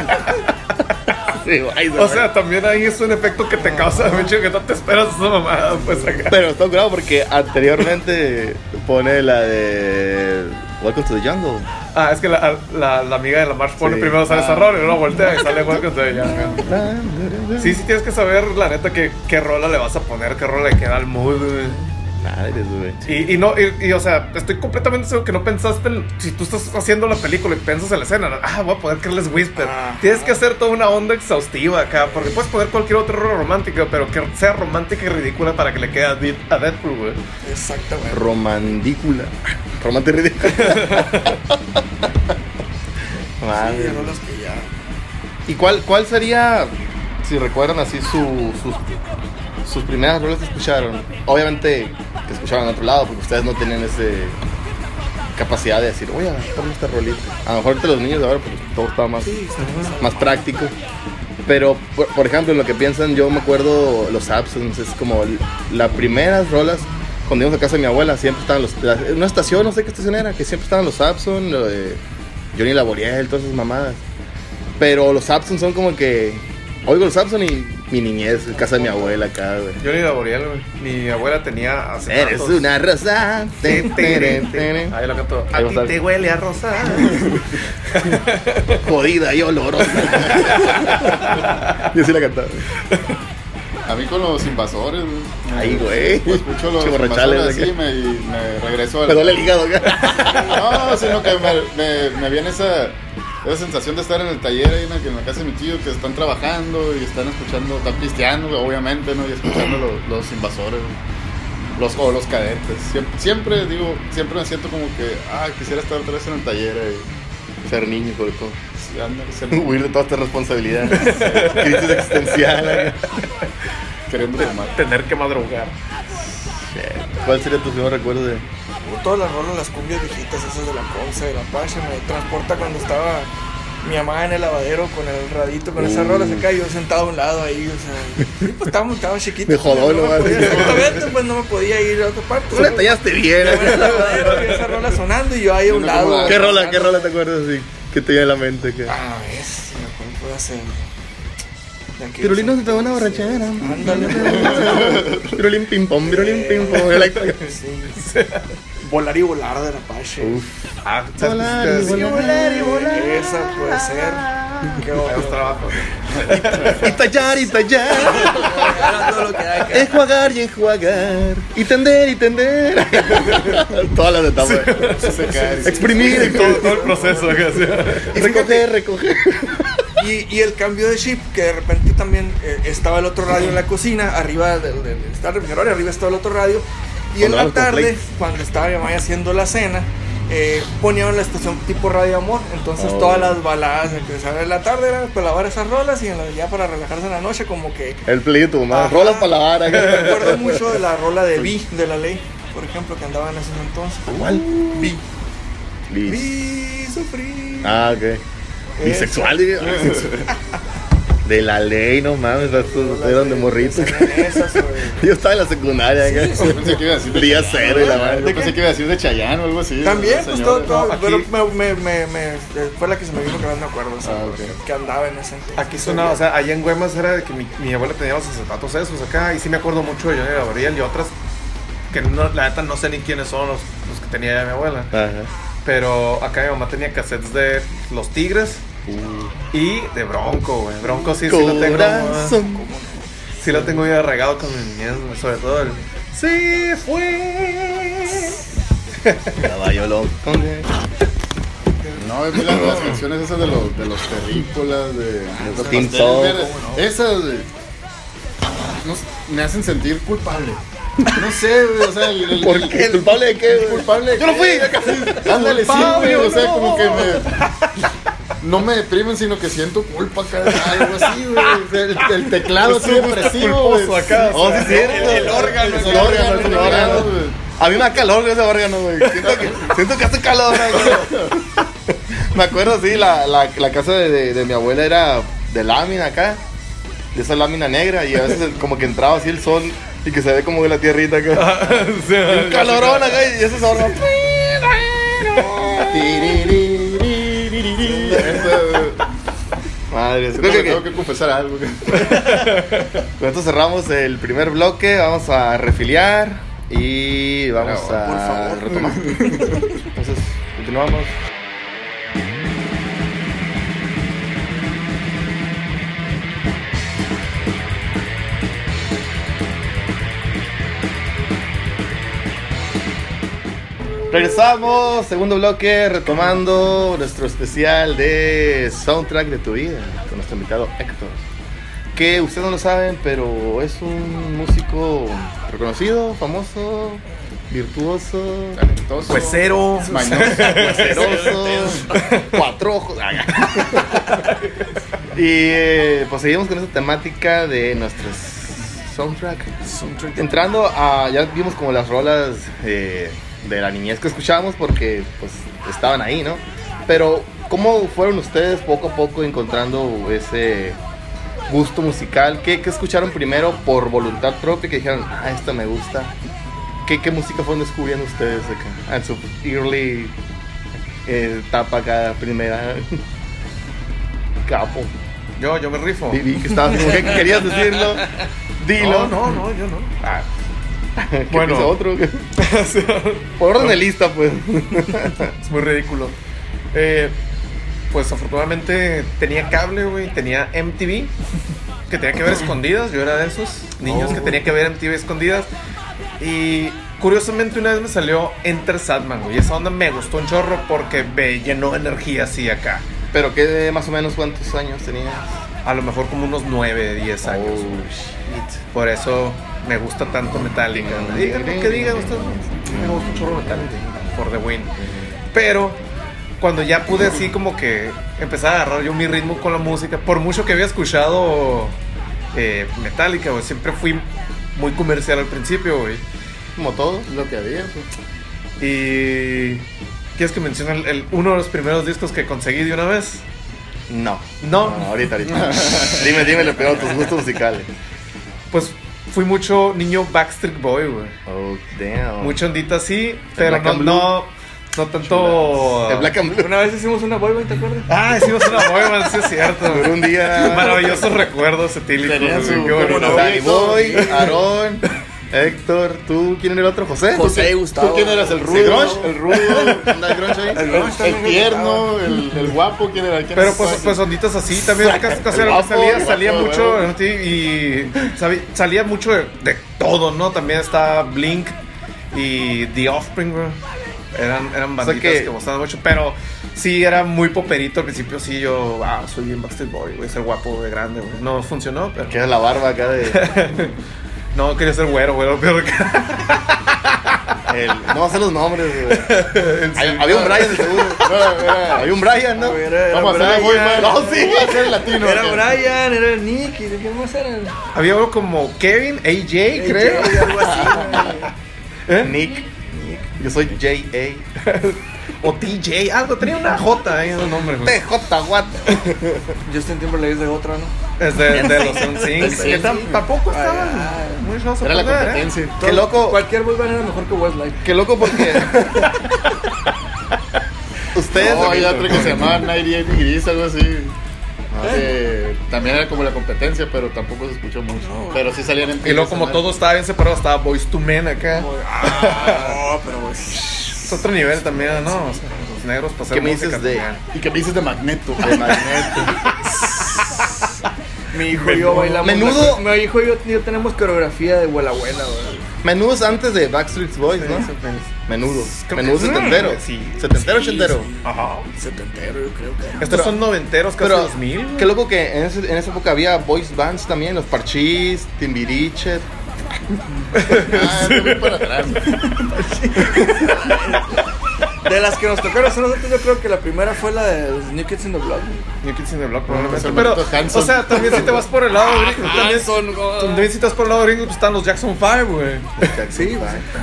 Speaker 6: Ah.
Speaker 3: Sí, güey,
Speaker 4: o sea, también ahí es un efecto que te causa mucho que no te esperas esa mamada. Pues acá.
Speaker 3: Pero está curado porque anteriormente pone la de Welcome to the Jungle.
Speaker 4: Ah, es que la, la, la amiga de la March pone
Speaker 3: Sí.
Speaker 4: primero sale esa rola y luego voltea y sale igual que usted ya. Sí, sí tienes que saber, la neta, que, qué rola le vas a poner, qué rola le queda al mood, güey.
Speaker 3: Madres, güey.
Speaker 4: Y, y no, y, y, o sea, estoy completamente seguro que no pensaste en. Si tú estás haciendo la película y piensas en la escena, ah, voy a poner Carles Whisper.
Speaker 6: Ajá.
Speaker 4: Tienes que hacer toda una onda exhaustiva acá, porque puedes poner cualquier otro rola romántica, pero que sea romántica y ridícula para que le quede a Dead- a Deadpool, güey.
Speaker 6: Exactamente.
Speaker 3: Romandícula. Romante ridícula.
Speaker 6: Sí,
Speaker 3: Madre.
Speaker 6: rolas que ya.
Speaker 3: ¿Y cuál, cuál sería, si recuerdan así, su- sus, sus primeras rolas que escucharon? Obviamente que escuchaban en otro lado, porque ustedes no tenían ese capacidad de decir, voy a poner esta rolita. A lo mejor ahorita los niños de ahora, porque todo estaba más, más práctico. Pero, por, por ejemplo, en lo que piensan, yo me acuerdo los Absence, es como l- las primeras rolas. Cuando íbamos a casa de mi abuela, siempre estaban los. la- en una estación, no sé qué estación era, que siempre estaban los Absence, lo de Johnny Laboriel, todas esas mamadas. Pero los Abson son como que. Oigo los Abson y mi niñez, casa de mi abuela acá, güey.
Speaker 4: Yo ni la Boreal, güey. Mi abuela tenía hace
Speaker 3: Eres una rosa. te, te, te, te,
Speaker 4: Ahí lo canto.
Speaker 3: Ahí va a estar.
Speaker 4: huele a rosa.
Speaker 3: Jodida y olorosa. Yo sí la cantaba.
Speaker 5: A mí con los invasores, güey.
Speaker 3: Ay, güey.
Speaker 5: Yo Escucho los
Speaker 3: Che, borrachales,
Speaker 5: invasores
Speaker 3: ¿de qué?
Speaker 5: así me, y me regreso al...
Speaker 3: Me duele el hígado acá.
Speaker 5: No, sino que me, me- me viene esa, esa sensación de estar en el taller ahí en la, en la casa de mi tío, que están trabajando y están escuchando, están pisteando, güey, obviamente, ¿no? Y escuchando lo- los invasores, güey. los, o los cadetes. Siempre, siempre, digo, siempre me siento como que, ah, quisiera estar otra vez en el taller ahí.
Speaker 3: Ser niño, sobre todo.
Speaker 5: Sí, ándale, ser-
Speaker 3: Huir de toda esta responsabilidad. Crisis existencial. acá.
Speaker 5: queriendo tomar.
Speaker 4: Tener que madrugar.
Speaker 3: ¿Cuál sería tu primer recuerdo de.?
Speaker 6: todas las rolas, las cumbias viejitas, esas de la Ponce, de la Pacha, me transporta cuando estaba mi mamá en el lavadero con el radito, con esas
Speaker 3: Uh.
Speaker 6: rolas acá, yo sentado a un lado ahí, o sea, y pues estaba, estaba chiquito.
Speaker 3: Me jodó
Speaker 6: pues, no me
Speaker 3: nomás.
Speaker 6: podía- Exactamente, pues no me podía ir a otra parte.
Speaker 3: Tú la tallaste bien.
Speaker 6: Estaba en el
Speaker 3: acá.
Speaker 6: lavadero y esa rola sonando y yo ahí a un
Speaker 5: Yo no
Speaker 6: lado.
Speaker 5: como-
Speaker 3: ¿Qué rola, qué rola te acuerdas así? Que te viene a la mente. acá?
Speaker 6: Ah, es, si me acuerdo, puedo hacer. de aquellos-
Speaker 3: Pirulino se tomó una borrachera.
Speaker 6: Ándale.
Speaker 3: Pirulín ping pong, pirulín ping pong. Era acá.
Speaker 6: Sí. Volar y volar de la Pache.
Speaker 4: Ah,
Speaker 3: Volar y
Speaker 4: sí,
Speaker 3: volar.
Speaker 6: Esa puede ser. Qué bueno.
Speaker 4: trabajo.
Speaker 3: Y tallar y tallar.
Speaker 6: Era todo lo que hay acá.
Speaker 3: Enjuagar y enjuagar. Y tender y tender. Todas las etapas. Exprimir y
Speaker 4: Todo, todo el proceso. que hacía.
Speaker 3: Recoger, recoger.
Speaker 6: Y, y el cambio de chip, que de repente también eh, estaba el otro radio en la cocina, arriba del, del- está el refrigerador, y arriba estaba el otro radio. Y en
Speaker 3: Cuando
Speaker 6: la
Speaker 3: eran
Speaker 6: tarde,
Speaker 3: cornflakes.
Speaker 6: cuando estaba mi mamá haciendo la cena, eh, ponían la estación tipo Radio Amor. Entonces
Speaker 3: Oh.
Speaker 6: todas las baladas empezaban en la tarde, era para lavar esas rolas y en la- ya para relajarse en la noche, como que.
Speaker 3: El pleito, más.
Speaker 6: Ajá.
Speaker 3: Rolas para lavar. ¿eh?
Speaker 6: Me
Speaker 3: acá.
Speaker 6: acuerdo mucho de la rola de Vi, de la ley, por ejemplo, que andaba en esos entonces.
Speaker 3: ¿Cuál?
Speaker 6: Vi.
Speaker 3: Bis.
Speaker 6: Vi, sufrí.
Speaker 3: Ah, ok. Bisexual, dije. Ah, De la ley, no mames, estos
Speaker 6: Las
Speaker 3: eran de
Speaker 6: de-
Speaker 3: morrito.
Speaker 6: las arenesas, güey.
Speaker 3: Yo estaba en la secundaria, acá.
Speaker 5: Yo pensé que iba a decir de
Speaker 3: Día
Speaker 5: Chayanne,
Speaker 3: cero y la
Speaker 5: güey.
Speaker 3: madre.
Speaker 5: Yo pensé que iba a decir de Chayanne o algo así.
Speaker 6: También,
Speaker 5: el
Speaker 6: pues todo,
Speaker 5: señor.
Speaker 6: todo.
Speaker 4: No, aquí-
Speaker 6: Pero me, me, me, me- fue la que se me vino que más me acuerdo. o sea,
Speaker 5: Ah, ok.
Speaker 6: Que andaba en ese. entonces.
Speaker 4: Aquí sonaba, o sea, allá en Güemas era de que mi, mi abuela tenía los acetatos esos acá, y sí me acuerdo mucho de Johnny Gabriel y otras que no- la neta no sé ni quiénes son los, los que tenía ya mi abuela.
Speaker 3: Ajá.
Speaker 4: Pero acá mi mamá tenía cassettes de Los Tigres y de Bronco, güey. Bronco sí, sí lo tengo. güey.
Speaker 3: Corazón.
Speaker 4: Sí lo tengo bien regado con mi niñez, güey, sobre todo el... Sí, fue.
Speaker 3: Caballo loco.
Speaker 5: No, es que las, las canciones esas de los, de los terrícolas, de, de los
Speaker 3: Ah, Teen
Speaker 5: pasteles
Speaker 3: Top.
Speaker 5: verdes, Esas, güey, no s- me hacen sentir culpable. No sé, güey, o sea, el, el-
Speaker 3: ¿Por
Speaker 5: el-
Speaker 3: qué? ¿El culpable de qué? güey?
Speaker 5: culpable.
Speaker 3: Yo no fui.
Speaker 5: Sí, Ándale, sí, güey, o sea, como que me. No me deprimen, sino que siento culpa acá, algo así, güey. O sea, El, el teclado así depresivo. güey.
Speaker 3: Pues culposo acá, o
Speaker 5: Oh,
Speaker 3: sea,
Speaker 5: sí, es cierto.
Speaker 3: el- el órgano,
Speaker 5: Es el
Speaker 3: el
Speaker 5: órgano,
Speaker 3: órgano,
Speaker 5: es el
Speaker 3: el
Speaker 5: órgano,
Speaker 3: órgano.
Speaker 5: güey.
Speaker 3: A mí me da calor ese órgano, güey. Siento que, siento que hace calor. güey. Me acuerdo, sí, la, la, la casa de, de- de mi abuela era de lámina acá. De esa lámina negra. Y a veces como que entraba así el sol y que se ve como que la tierrita acá. Y un calorón acá y ese sabor. Madre, creo que,
Speaker 5: Tengo que confesar algo. güey.
Speaker 3: con esto cerramos el primer bloque. Vamos a refiliar y vamos
Speaker 5: Bravo,
Speaker 3: a retomar. Entonces, continuamos. Regresamos, segundo bloque, retomando nuestro especial de soundtrack de tu vida con nuestro invitado Héctor. Que ustedes no lo saben, pero es un músico reconocido, famoso, virtuoso,
Speaker 5: Talentoso.
Speaker 4: Pues Huesero.
Speaker 5: Mañoso.
Speaker 3: poderoso, cuatro ojos. ah, y eh, pues seguimos con esta temática de nuestros soundtrack. Entrando a. Ya vimos como las rolas eh, de la niñez que escuchábamos porque pues estaban ahí, ¿no? Pero, ¿cómo fueron ustedes poco a poco encontrando ese gusto musical? ¿Qué, qué escucharon primero por voluntad propia que dijeron, ah, esta me gusta? ¿Qué, qué música fueron descubriendo ustedes acá? En su early eh, etapa acá, primera. Capo.
Speaker 4: Yo, yo me rifo.
Speaker 3: Vi, vi que estabas como que querías decirlo. Dilo.
Speaker 4: No, no, no, yo no.
Speaker 3: Ah. ¿Qué
Speaker 4: Bueno.
Speaker 3: piensa otro? Por orden de lista, pues.
Speaker 4: Es muy ridículo. Eh, pues afortunadamente tenía cable, güey. Tenía MTV. Que tenía que ver escondidas. Yo era de esos niños que tenía que ver MTV escondidas. Y curiosamente una vez me salió Enter Sadman, güey. Esa onda me gustó un chorro porque me llenó de energía así acá.
Speaker 3: Pero que más o menos cuántos años tenías.
Speaker 4: A lo mejor como unos 9, 10 años.
Speaker 3: Oh,
Speaker 4: güey. Por eso me gusta tanto Metallica. Digan lo que digan ustedes. Me gusta un chorro Metallica. For the win. Pero cuando ya pude así como que empezar a agarrar yo mi ritmo con la música, por mucho que había escuchado eh, Metallica, güey, siempre fui muy comercial al principio, güey.
Speaker 3: Como todos.
Speaker 5: Lo que había, pues.
Speaker 4: Y quieres que mencione el- el- uno de los primeros discos que conseguí de una vez.
Speaker 3: No.
Speaker 4: No.
Speaker 3: ahorita, ahorita. dime, dime lo peor, tus gustos musicales.
Speaker 4: Pues fui mucho niño Backstreet Boy, güey.
Speaker 3: Oh, damn.
Speaker 4: Mucha ondita así, pero
Speaker 3: Black
Speaker 4: no,
Speaker 3: and Blue.
Speaker 4: no, no tanto.
Speaker 3: De Black and Blue.
Speaker 6: Oh. Una vez hicimos una boyband, ¿te acuerdas?
Speaker 4: Ah, hicimos una boyband, sí es cierto.
Speaker 3: Por un día.
Speaker 4: Maravillosos recuerdos etílicos.
Speaker 5: Tenía su-
Speaker 4: güey, qué
Speaker 5: como
Speaker 4: bonito.
Speaker 5: novia
Speaker 3: Danny Boy, Aarón, Héctor, tú, ¿quién era el otro? José.
Speaker 6: José
Speaker 5: ¿Tú
Speaker 6: Gustavo.
Speaker 5: quién eras? ¿El
Speaker 3: Sí,
Speaker 5: rudo?
Speaker 3: grunge.
Speaker 5: ¿El rudo? ¿Anda el grunge ahí?
Speaker 6: El grunge también
Speaker 5: ¿El
Speaker 6: me
Speaker 5: tierno? ¿El, el guapo? ¿Quién era? ¿Quién
Speaker 4: Pero
Speaker 5: era?
Speaker 4: pues, pues onditas así también, casi, casi
Speaker 5: el
Speaker 4: era lo que
Speaker 5: guapo,
Speaker 4: salía,
Speaker 5: el guapo,
Speaker 4: salía
Speaker 5: güey.
Speaker 4: mucho en ti y sabi- salía mucho de, de todo, ¿no? También estaba Blink y The Offspring, güey. Eran, eran
Speaker 3: sea
Speaker 4: banditas
Speaker 3: que-
Speaker 4: que... gustaban mucho, pero sí era muy poperito al principio, sí yo, ah, soy bien Backstreet Boy, güey, ser guapo de grande, güey. No funcionó, pero...
Speaker 3: Que era la barba acá de.
Speaker 4: No, quería ser güero, güey, lo peor que...
Speaker 3: el- no sé los nombres, güey. Hay- Había un Brian, de seguro. Había un Brian, ¿no?
Speaker 6: A ver, era-
Speaker 5: Vamos a hacerle
Speaker 6: Brian.
Speaker 5: boy,
Speaker 3: No, sí.
Speaker 5: Vamos a hacerle latino.
Speaker 6: Era
Speaker 5: ¿qué?
Speaker 6: Brian, era el Nick, ¿y de quién más eran?
Speaker 4: Había algo como Kevin, AJ, creo.
Speaker 6: AJ, algo así, güey.
Speaker 4: ¿Eh?
Speaker 3: Nick. Yo soy J.A.
Speaker 4: O ah, eh, TJ, algo, tenía una J ahí en el nombre, güey.
Speaker 3: TJ Watt.
Speaker 6: Justin Timberlake es de otra, ¿no?
Speaker 4: Es de, de los Unsings.
Speaker 3: Sí,
Speaker 4: Que tam-
Speaker 3: sí.
Speaker 4: tampoco estaban
Speaker 6: Ay, ay.
Speaker 4: muy raros.
Speaker 3: Era la
Speaker 4: perder, ¿eh?
Speaker 3: competencia.
Speaker 6: Todo-
Speaker 3: Qué
Speaker 5: Oh.
Speaker 3: loco.
Speaker 6: Cualquier boyband era mejor que Westlife.
Speaker 3: Qué loco porque. Ustedes.
Speaker 5: No, había otro que se llamaba 98 Degrees, algo así.
Speaker 3: Ah.
Speaker 5: Que también era como la competencia, pero tampoco se escuchó mucho. Pero sí salían en
Speaker 4: Y luego, como todo estaba bien separado, estaba Boys to Men acá.
Speaker 6: Como, ah, no, pero pues.
Speaker 4: Es otro nivel también, ¿no? O sea, los negros para hacer
Speaker 3: ¿Qué me
Speaker 4: música
Speaker 3: dices de-
Speaker 4: también.
Speaker 5: Y que me dices de Magneto.
Speaker 3: De Magneto.
Speaker 6: Mi hijo y yo bailamos.
Speaker 3: Menudo.
Speaker 6: Mi hijo y yo, yo tenemos coreografía de abuela abuela, güey.
Speaker 3: Menudos antes de Backstreet Boys, ¿no? Menudo. Menudo
Speaker 4: que sí.
Speaker 3: setentero.
Speaker 4: Sí.
Speaker 3: Setentero,
Speaker 6: Sí,
Speaker 3: ochentero.
Speaker 4: Ajá.
Speaker 6: Setentero, yo creo que.
Speaker 4: Estos son noventeros, casi
Speaker 3: Pero,
Speaker 4: dos mil.
Speaker 3: qué loco que en, ese- en esa época había boys bands también, los Parchís, Timbiriche.
Speaker 5: Ah, esto voy para atrás.
Speaker 6: De las que nos tocaron a nosotros, yo creo que la primera fue la de los New Kids in the Block.
Speaker 4: New Kids in the Block, probablemente.
Speaker 5: Pues,
Speaker 4: Pero,
Speaker 5: Alberto Hanson.
Speaker 4: o sea, también si te vas por el lado gringo, también,
Speaker 6: Hanson, güey.
Speaker 4: también si te vas por el lado gringo, pues están los Jackson 5, güey.
Speaker 6: Sí,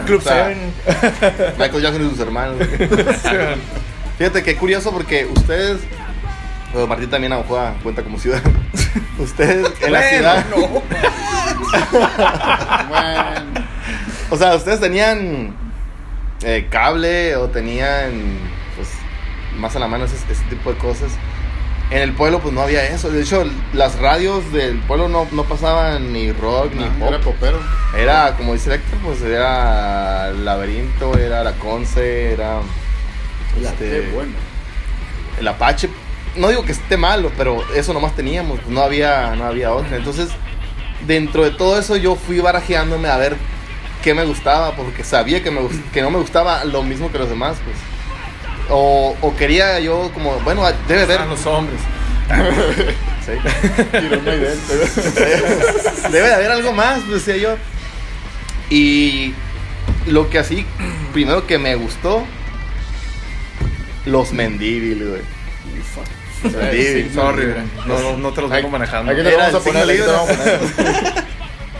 Speaker 6: Club
Speaker 3: O sea,
Speaker 6: Seven.
Speaker 3: Michael Jackson y sus hermanos. Fíjate qué curioso porque ustedes. Bueno, Martín también Aguja cuenta como ciudad. Ustedes en la
Speaker 4: Bueno,
Speaker 3: ciudad.
Speaker 4: no.
Speaker 5: Bueno,
Speaker 3: O sea, ustedes tenían eh, cable o tenían pues más a la mano ese, ese tipo de cosas. En el pueblo pues no había eso. De hecho, las radios del pueblo no, no pasaban ni rock ni
Speaker 5: no,
Speaker 3: pop.
Speaker 5: era popero.
Speaker 3: Era, como dice Héctor, pues era Laberinto, era La Conce, era este,
Speaker 5: Qué bueno.
Speaker 3: el Apache. No digo que esté malo, pero eso nomás teníamos, no había, no había otra. Entonces, dentro de todo eso yo fui barajeándome a ver qué me gustaba, porque sabía que, me, gus- que no me gustaba lo mismo que los demás, pues. O, o quería yo como, bueno, debe haber,
Speaker 4: Están Ah, los hombres.
Speaker 3: sí.
Speaker 5: Tiró una idea, pero-
Speaker 3: debe de haber algo más, pues, decía yo. Y lo que así, primero que me gustó, los Mendíbil, güey. Los Mendíbil.
Speaker 4: Sorry, güey. No, no, no te los vengo manejando.
Speaker 5: Aquí te
Speaker 3: Era
Speaker 5: vamos a
Speaker 3: el
Speaker 5: poner
Speaker 3: signo
Speaker 5: ahí te vamos a poner.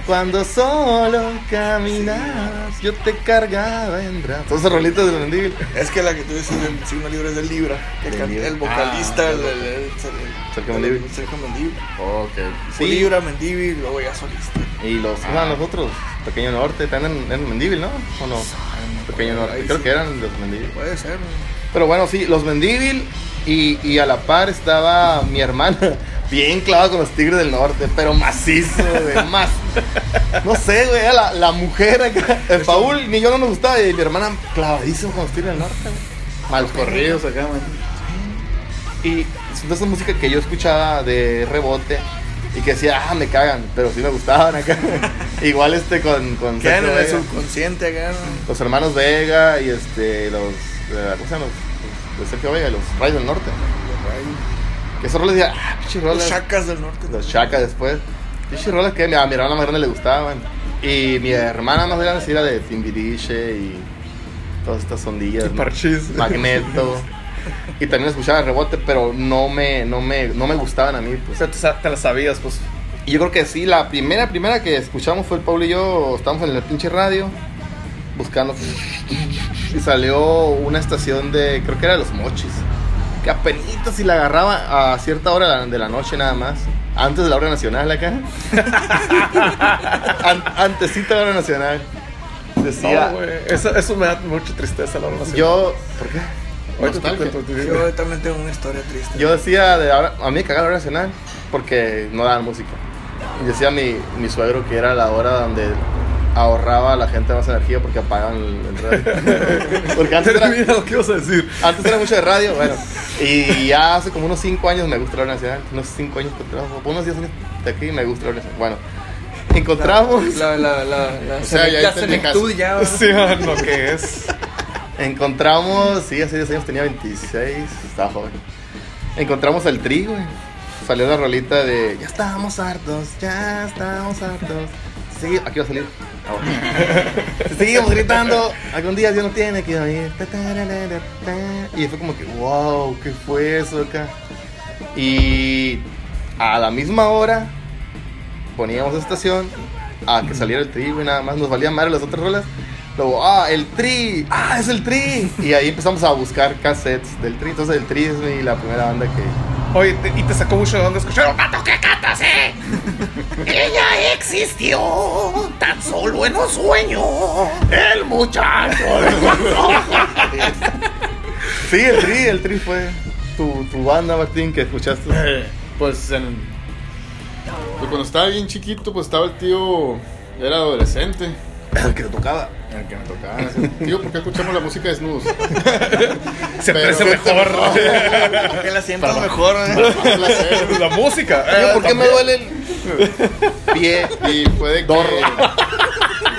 Speaker 3: Cuando solo caminabas, yo te cargaba en brazos. Todos esos rolitos de Mendíbil.
Speaker 6: Es que la que tú dices del signo libre es de Libra. que
Speaker 3: De
Speaker 6: can-
Speaker 3: Libra.
Speaker 6: El vocalista,
Speaker 5: Ah,
Speaker 6: el, el- el- el-
Speaker 3: Sergio
Speaker 6: el-
Speaker 3: Mendívil.
Speaker 6: Sergio Mendívil.
Speaker 5: Ok.
Speaker 6: Fue Libra, Mendívil, luego ya solista.
Speaker 3: Y los,
Speaker 5: Ah.
Speaker 3: eran Ah, los otros, Pequeño Norte, también eran, eran Mendíbil, ¿no? ¿O no? Pequeño Norte, creo que eran los Mendíbil.
Speaker 6: pues, Puede ser. güey.
Speaker 3: Pero bueno, sí, los Mendíbil y, y a la par estaba mi hermana, bien clavada con los Tigres del Norte, pero macizo, güey, más. No sé, güey, era la, la mujer acá. El Paul ni yo no me gustaba y mi hermana clavadísima con los Tigres del Norte, güey. Mal corridos acá, man. Y entonces es música que yo escuchaba de rebote y que decía, ah, me cagan, pero sí me gustaban acá. Igual este con... con
Speaker 6: Quedan
Speaker 3: Sergio
Speaker 6: en el
Speaker 3: Vega
Speaker 6: subconsciente, acá. ¿no?
Speaker 3: los hermanos Vega y este los eh, ¿cómo se llaman? Los- los de Sergio Vega, los Rayos del Norte. Que esos roles decía, ah, pinche
Speaker 6: Los
Speaker 3: rolas.
Speaker 6: chacas del norte.
Speaker 3: Los Chacas después. Pinche rolas que a mi hermana más grande le gustaban. Y mi hermana más grande sí era de Timbiriche y todas estas ondillas. ¿no?
Speaker 4: Parchís.
Speaker 3: Magneto. Y también escuchaba rebote, pero no me, no me, no me gustaban a mí.
Speaker 4: O
Speaker 3: Pues.
Speaker 4: sea, te, sa- te las sabías, pues.
Speaker 3: Y yo creo que sí, la primera, primera que escuchamos fue el Pablo y yo, estábamos en la pinche radio, buscando. Y salió una estación de, creo que era Los Mochis, que apenas si la agarraba a cierta hora de la- de la noche nada más, antes de la hora nacional acá. An- antesita de la hora nacional. Decía,
Speaker 4: No, güey. Eso, eso me da mucha tristeza, la verdad.
Speaker 3: yo, ¿por qué?
Speaker 4: Ahorita te
Speaker 5: nostalgia.
Speaker 4: cuento, te digo.
Speaker 6: Yo también tengo una historia triste.
Speaker 3: Yo decía, de ahora, a mí me cagaba la hora nacional porque no daban música. Y decía mi, mi suegro que era la hora donde ahorraba a la gente más energía porque apagaban el, el radio. porque antes era,
Speaker 4: Termina lo que ibas a decir.
Speaker 3: antes era mucho de radio, bueno. Y ya hace como unos 5 años me gusta la hora nacional. Unos 5 años, o unos 10 años de aquí me gusta la hora nacional. Bueno, encontramos,
Speaker 6: La, la, la, la,
Speaker 5: O sea, ya
Speaker 6: la
Speaker 5: te dejas.
Speaker 6: senectud ya. ¿verdad?
Speaker 4: Sí, man, lo que es.
Speaker 3: encontramos, sí, hace 10 años tenía 26, estaba joven. Encontramos al tri, güey. Salió la rolita de Ya estábamos hartos, ya estábamos hartos. Sí, aquí va a salir. Ahora. Seguimos gritando. Algún día Dios no tiene que venir. Ta, ta, ra, ra, ra, ta. Y fue como que, wow, ¿qué fue eso acá? Y a la misma hora poníamos estación a que saliera el tri, güey, nada más. Nos valían madre las otras rolas. Luego, ah, el tri, ah, es el tri. Y ahí empezamos a buscar cassettes del tri. Entonces, el tri es mi- la primera banda que,
Speaker 4: Oye, te- y te sacó mucho de donde escuchar. "Ah,
Speaker 7: Pato que catas, eh! Ella existió tan solo en un sueño. El muchacho de los ojos.
Speaker 3: Sí, el tri, el tri fue tu, tu banda, Martín, que escuchaste.
Speaker 5: Eh, Pues en. pues cuando estaba bien chiquito, pues estaba el tío. Era adolescente.
Speaker 3: El que te tocaba.
Speaker 5: El que me tocaba. Tío, ¿por qué escuchamos la música desnudos?
Speaker 4: Se
Speaker 5: Pero-
Speaker 4: parece mejor.
Speaker 6: Que la sientas mejor,
Speaker 5: Ah,
Speaker 6: ¿eh?
Speaker 4: La música.
Speaker 3: Tío,
Speaker 4: eh,
Speaker 3: ¿por qué
Speaker 4: también.
Speaker 3: me duele el pie?
Speaker 5: Y fue de que.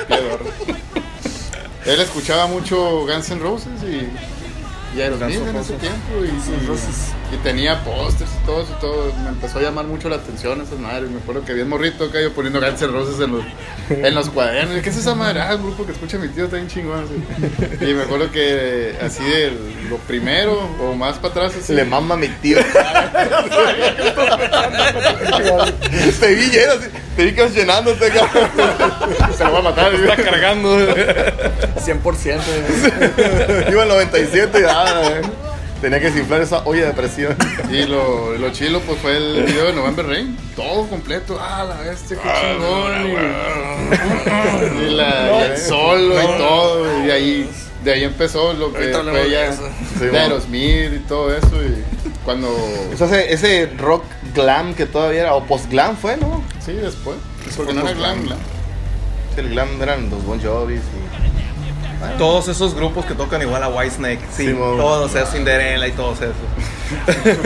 Speaker 5: Qué dorro. Él escuchaba mucho Guns N' Roses y. Y Aerosmith en ese tiempo. Y, y- y tenía pósters y todo eso y todo. Me empezó a llamar mucho la atención esas madres. Me acuerdo que bien morrito acá yo poniendo Guns N' Roses en los, en los cuadernos. ¿Qué es esa madre? Ah, el grupo que escucha mi tío está bien chingón. así. Y me acuerdo que así de lo primero o más para atrás. Así,
Speaker 3: Le mama a mi tío. te vi lleno, así, te vi que llenándote, cabrón.
Speaker 5: Se lo va a matar.
Speaker 4: Está cargando.
Speaker 6: 100%. ¿eh?
Speaker 3: Iba al 97 y ah, eh. Tenía que desinflar esa olla de presión.
Speaker 5: Y lo, lo chilo pues fue el video de November Rain, todo completo. Ah, la bestia, qué chingón. Y, y la, y
Speaker 3: eh.
Speaker 5: el solo y todo. Y ahí, de ahí empezó lo que
Speaker 6: Ahorita hablamos
Speaker 5: fue ya
Speaker 6: de eso.
Speaker 3: Sí,
Speaker 5: de
Speaker 3: bueno.
Speaker 5: Aerosmith y todo eso. Y cuando.
Speaker 3: O sea, ese, ese rock glam que todavía era, o post-glam fue, ¿no?
Speaker 5: Sí, después. Porque no era glam, glam.
Speaker 3: El glam eran los Bon Jovis y...
Speaker 4: Todos esos grupos que tocan igual a White Snake. Sí,
Speaker 3: Simón.
Speaker 4: todos esos, Cinderella y todos esos.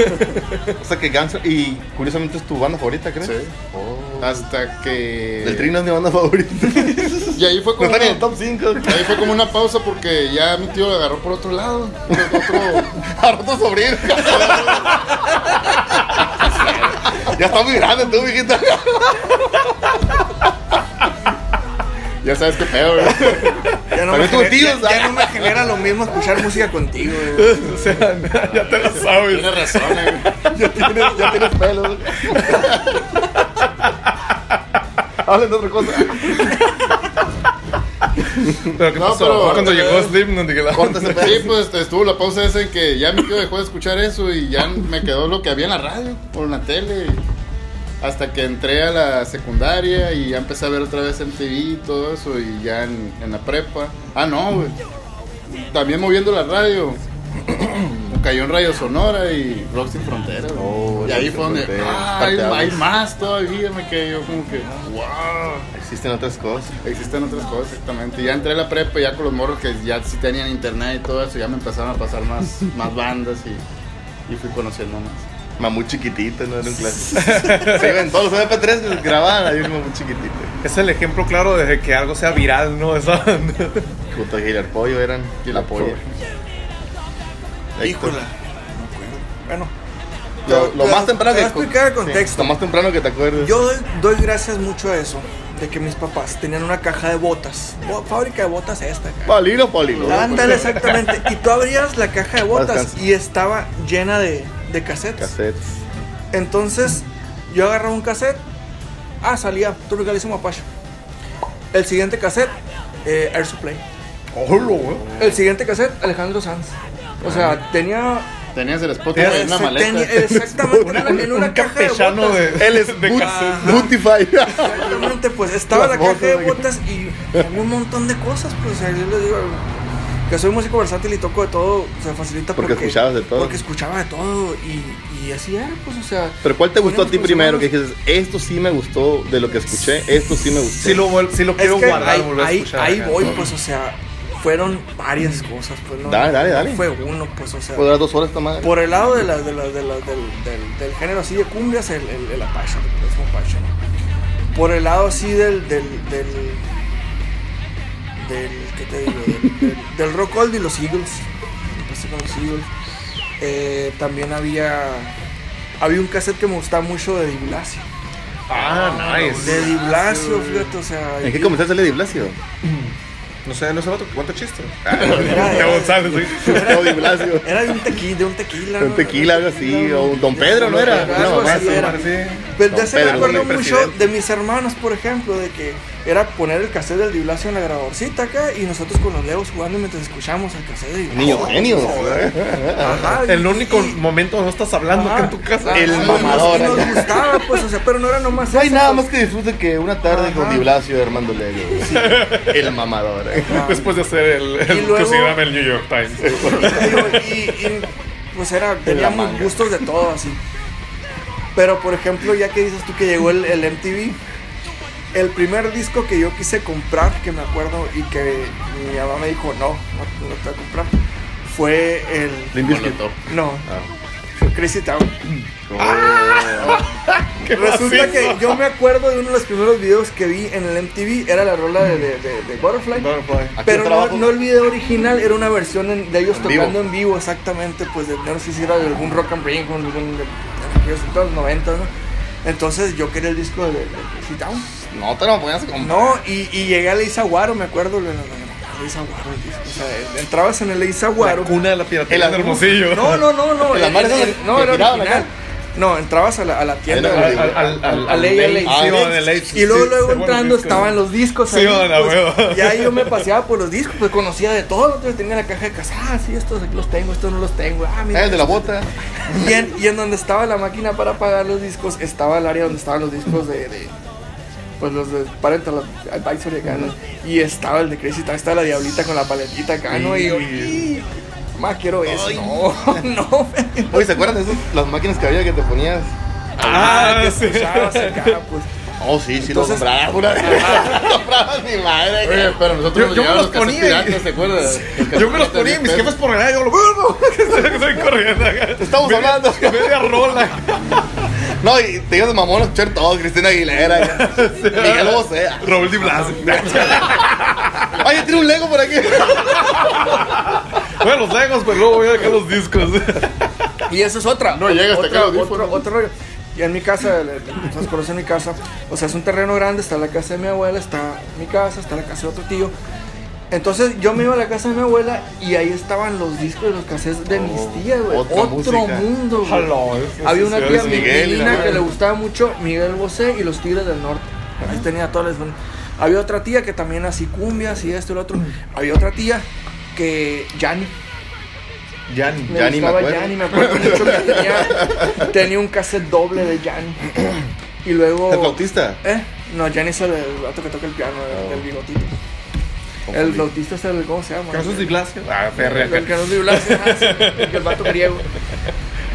Speaker 3: O sea, que Guns... Y curiosamente es tu banda favorita, ¿crees?
Speaker 5: Sí.
Speaker 3: Oh.
Speaker 5: Hasta que.
Speaker 3: El Trino es mi banda favorita.
Speaker 5: Y ahí fue
Speaker 3: No
Speaker 5: como.
Speaker 3: está ni en el
Speaker 5: una-
Speaker 3: top 5.
Speaker 5: Ahí fue como una pausa porque ya mi tío lo agarró por otro lado. Por otro.
Speaker 3: Ahora tu sobrino. ya está muy grande tú, mijita.
Speaker 5: Ya sabes qué pedo, ¿verdad?
Speaker 6: Ya no,
Speaker 3: También
Speaker 6: me
Speaker 3: tus
Speaker 6: genera,
Speaker 3: tíos,
Speaker 6: ya- ya
Speaker 3: ¿ah?
Speaker 6: no me genera lo mismo escuchar música contigo, güey.
Speaker 4: O sea, ya te lo sabes.
Speaker 5: Tienes razón, eh.
Speaker 3: ya, tienes, ya tienes pelos. Hablen de otra cosa.
Speaker 4: Pero ¿qué
Speaker 5: No,
Speaker 4: pasó?
Speaker 5: pero-
Speaker 4: Cuando llegó Slim, donde que la-
Speaker 3: Corta ese pedo.
Speaker 5: Sí, pues este, estuvo la pausa esa en que ya mi tío dejó de escuchar eso y ya me quedó lo que había en la radio o en la tele. Hasta que entré a la secundaria y ya empecé a ver otra vez MTV y todo eso y ya en, en la prepa. Ah, no, güey. También moviendo la radio. cayó en Radio Sonora y Rock Sin Fronteras. güey.
Speaker 3: Oh,
Speaker 5: y ahí
Speaker 3: Rock
Speaker 5: fue
Speaker 3: Sin
Speaker 5: donde
Speaker 3: Fronteras,
Speaker 5: ah, hay,
Speaker 3: parteaguas.
Speaker 5: hay más todavía. Me quedé yo como que, wow.
Speaker 3: Existen otras cosas.
Speaker 5: Existen otras cosas, exactamente. Y ya entré a la prepa ya con los morros que ya sí tenían internet y todo eso, ya me empezaron a pasar más, más bandas y, y fui conociendo más.
Speaker 3: Mamú chiquitita, no era un clásico. Se iban todos los MP3 pues, grababan ahí un mamú chiquitito.
Speaker 4: Es el ejemplo claro de que algo sea viral, ¿no? Esa-
Speaker 3: Junto a Giler Pollo eran
Speaker 5: Giler
Speaker 3: la polla.
Speaker 5: Pollo.
Speaker 3: Héctor.
Speaker 6: Híjola. No me acuerdo. Bueno.
Speaker 3: Lo, lo
Speaker 6: Pero-
Speaker 3: más temprano
Speaker 6: te
Speaker 3: que.
Speaker 6: voy a explicar el contexto.
Speaker 3: Lo más temprano que te acuerdes.
Speaker 6: Yo doy, doy gracias mucho a eso, de que mis papás tenían una caja de botas. Bo- fábrica de botas esta, cara.
Speaker 3: Palilo, palilo.
Speaker 6: Ándale, exactamente. Y tú abrías la caja de botas
Speaker 3: Descansa.
Speaker 6: y estaba llena de, de cassettes.
Speaker 3: Cassettes.
Speaker 6: Entonces, yo agarraba un cassette. Ah, salía Tropicalismo Apache. El siguiente cassette, eh, Air Supply.
Speaker 4: eh.
Speaker 6: El siguiente cassette, Alejandro Sanz. O
Speaker 4: Ah.
Speaker 6: sea, tenía.
Speaker 5: Tenías el Spotify en una
Speaker 6: ese-
Speaker 5: maleta.
Speaker 6: tenía- exactamente, en una caja de
Speaker 4: campechano
Speaker 6: botas.
Speaker 4: de-
Speaker 3: Él es Bootify.
Speaker 6: Exactamente, pues estaba
Speaker 3: Las
Speaker 6: la caja de
Speaker 3: botas,
Speaker 6: botas y un montón de cosas, pues o sea, yo les digo que soy músico versátil y toco de todo, se facilita
Speaker 3: Porque escuchabas de todo.
Speaker 6: Porque escuchaba de todo y, y así era, pues o sea.
Speaker 3: Pero ¿cuál te gustó a ti
Speaker 6: Poníamos
Speaker 3: primero? Que
Speaker 6: los
Speaker 3: dices, esto sí me gustó de lo que escuché, esto sí me gustó.
Speaker 4: Sí lo, vuel- sí lo
Speaker 6: Es
Speaker 4: quiero
Speaker 6: que
Speaker 4: guardar,
Speaker 6: ahí,
Speaker 4: volver a
Speaker 6: ahí-
Speaker 4: escuchar
Speaker 6: ahí
Speaker 4: acá.
Speaker 6: voy, pues o sea, fueron varias cosas, pues no.
Speaker 3: Dale, dale,
Speaker 6: no
Speaker 3: dale.
Speaker 6: Fue uno, pues o sea.
Speaker 3: Puedo durar dos horas esta madre.
Speaker 6: Por el lado de la, de la- de la- del, del- del género así de cumbias, el, el, el Apache, el mismo Apache, ¿no? Por el lado así del. del. del. del ¿qué te digo? Del, del- del rock old y los Eagles. Empecé con los Eagles. Eh, también había. Había un cassette que me gustaba mucho de Di Blasio.
Speaker 4: Ah,
Speaker 6: De
Speaker 4: nice.
Speaker 6: Di Blasio, fíjate, o sea.
Speaker 3: ¿En qué
Speaker 6: y-
Speaker 3: comenzaste Lady Blasio?
Speaker 4: No sé, no sé vato, cuánto chiste.
Speaker 6: Era-
Speaker 4: De González, sí.
Speaker 3: Lady Blasio.
Speaker 6: Era de un tequila, de un tequila.
Speaker 3: Un
Speaker 6: ¿no?
Speaker 3: tequila, algo así. O un Don Pedro, ¿no era?
Speaker 6: Algo
Speaker 3: No,
Speaker 6: así
Speaker 3: eso.
Speaker 6: Pues era.
Speaker 4: Sí.
Speaker 6: Pero
Speaker 3: Don
Speaker 6: de ese me
Speaker 3: Pedro,
Speaker 6: acuerdo
Speaker 3: el
Speaker 6: mucho
Speaker 4: presidente.
Speaker 6: de mis hermanos, por ejemplo, de que era poner el cassette del Diblacio en la grabadorcita acá y nosotros con los leos jugando mientras escuchamos el cassette Oh, del
Speaker 3: Niño genio.
Speaker 6: Ajá, y-
Speaker 4: El único
Speaker 6: y-
Speaker 4: momento donde no estás hablando
Speaker 6: Ajá.
Speaker 4: que en tu casa.
Speaker 3: El
Speaker 6: y nos-
Speaker 3: mamador
Speaker 6: y nos
Speaker 3: acá.
Speaker 6: gustaba, pues, o sea, pero no era nomás
Speaker 3: No hay
Speaker 6: eso,
Speaker 3: nada
Speaker 6: pues.
Speaker 3: más que disfrute que una tarde con
Speaker 6: Ajá.
Speaker 3: Di Blasio y Armando Lego. güey. El mamador. eh.
Speaker 4: Después de hacer el, el
Speaker 6: Ah. Y luego-
Speaker 4: crucigrama del New York Times.
Speaker 6: Digo, y, y, pues era, teníamos
Speaker 3: manga.
Speaker 6: gustos de todo así. Pero por ejemplo, ya que dices tú que llegó el, el MTV, el primer disco que yo quise comprar, que me acuerdo y que mi mamá me dijo, no, no, no te voy a comprar, fue el...
Speaker 5: Limp Bizkit.
Speaker 6: No,
Speaker 3: Ah,
Speaker 6: fue Crazy Town.
Speaker 4: ¿Qué
Speaker 6: Resulta
Speaker 4: macizo.
Speaker 6: que yo me acuerdo de uno de los primeros videos que vi en el MTV, era la rola de, de- de- de Butterfly.
Speaker 3: Aquí
Speaker 6: Pero no,
Speaker 3: trabajo.
Speaker 6: no el video original, era una versión en- de ellos
Speaker 3: En vivo.
Speaker 6: tocando en vivo, exactamente, pues de, no sé si era de algún rock and ring, algún, de, de aquellos de los 90, ¿no? Entonces yo quería el disco de, de, de Sit Down.
Speaker 3: No te lo podías comprar.
Speaker 6: No, y, y llegué al Eizaguaro, me acuerdo, le- le- le- Eizaguaro, el disco, o sea, eh, entrabas en el
Speaker 4: La
Speaker 6: Eizaguaro.
Speaker 4: cuna de la piratería
Speaker 3: El
Speaker 4: de Hermosillo.
Speaker 6: No, no, no, no,
Speaker 3: La
Speaker 6: el-
Speaker 3: madre
Speaker 6: el-
Speaker 3: esa
Speaker 6: el- no,
Speaker 3: que
Speaker 6: era
Speaker 3: tiraban
Speaker 6: original.
Speaker 3: acá.
Speaker 6: No, entrabas a la, a la tienda.
Speaker 3: Ahí
Speaker 4: Al,
Speaker 3: no-
Speaker 4: al, al, al,
Speaker 6: Al ley, al ley.
Speaker 4: Ah,
Speaker 3: Sí,
Speaker 4: no, en el ley,
Speaker 6: Y luego,
Speaker 4: sí,
Speaker 6: luego
Speaker 4: se vuelve
Speaker 6: entrando
Speaker 4: disco.
Speaker 6: estaban los discos.
Speaker 4: Sí,
Speaker 6: ahí,
Speaker 4: van a
Speaker 6: pues,
Speaker 4: huevo.
Speaker 6: Ya yo me paseaba por los discos, pues conocía de todo. Yo tenía la caja de casa. Ah, sí, estos aquí los tengo, estos no los tengo. Ah,
Speaker 3: Ah,
Speaker 6: mira.
Speaker 3: El de la bota.
Speaker 6: Y en, y en donde estaba la máquina para pagar los discos, estaba el área donde estaban los discos de. de- pues los de Parental Advisory acá, ¿no? Y estaba el de Crazy Town, estaba la diablita con la paletita acá, ¿no? Y yo, "Y, mamá, quiero eso. No, no,
Speaker 3: Oye, ¿se acuerdan de esas, las máquinas que había que te ponías?
Speaker 4: Ah,
Speaker 6: que
Speaker 4: sí.
Speaker 6: escuchabas acá, pues.
Speaker 3: Oh, sí, sí, lo
Speaker 6: Entonces-
Speaker 3: compraba. Una comprabas mi madre. güey.
Speaker 5: Oye, pero nosotros
Speaker 4: Yo-
Speaker 5: nos
Speaker 4: yo me
Speaker 5: llegaban
Speaker 4: los
Speaker 5: los cassettes
Speaker 4: ponía y-
Speaker 5: piratas, ¿te acuerdas?
Speaker 4: Yo me los ponía y mis jefes por allá, yo lo bueno, que estoy corriendo acá.
Speaker 3: Estamos
Speaker 4: Media-
Speaker 3: hablando.
Speaker 4: Media rola.
Speaker 3: No, y te ibas de mamón a escuchar todo. Cristina Aguilera. Miguel Bosé.
Speaker 4: Raúl Di Blas.
Speaker 3: Oye, tiene un Lego por aquí.
Speaker 4: bueno, los legos, pero luego voy a dejar los discos.
Speaker 6: Y eso es otra.
Speaker 5: No llega hasta acá el
Speaker 6: otra,
Speaker 5: audífono.
Speaker 6: otro, otro rollo. Y en mi casa, le- le- ustedes conocen mi casa, o sea, es un terreno grande, está la casa de mi abuela, está mi casa, está la casa de otro tío. Entonces yo me iba a la casa de mi abuela y ahí estaban los discos y los cassettes de
Speaker 5: Oh,
Speaker 6: mis tías, güey.
Speaker 3: otra
Speaker 6: Otro
Speaker 3: música.
Speaker 6: mundo, güey.
Speaker 4: Hello, eso
Speaker 6: Había
Speaker 4: sí,
Speaker 6: una
Speaker 4: sí,
Speaker 6: tía
Speaker 4: es
Speaker 3: Miguel,
Speaker 6: Miguelina
Speaker 3: ¿no?
Speaker 6: que le gustaba mucho Miguel Bosé y los Tigres del Norte. Ahí tenía todas las bandas. Había otra tía que también así cumbias y esto y lo otro. Había otra tía que Yanni.
Speaker 4: Ya
Speaker 6: Me
Speaker 3: Ya ni me
Speaker 6: gustaba
Speaker 3: acuerdo.
Speaker 6: Yanni, me acuerdo mucho que tenía, tenía un cassette doble de Yanni. Y luego.
Speaker 3: ¿El flautista?
Speaker 6: ¿Eh? No, Yanni es el, el vato que toca el piano,
Speaker 3: Oh.
Speaker 6: el, el bigotito. El flautista es el. ¿Cómo se llama?
Speaker 4: Casos de Blasio. Ah, ferre
Speaker 6: El
Speaker 4: acá.
Speaker 6: que nos dio la- ah, sí, el vato griego.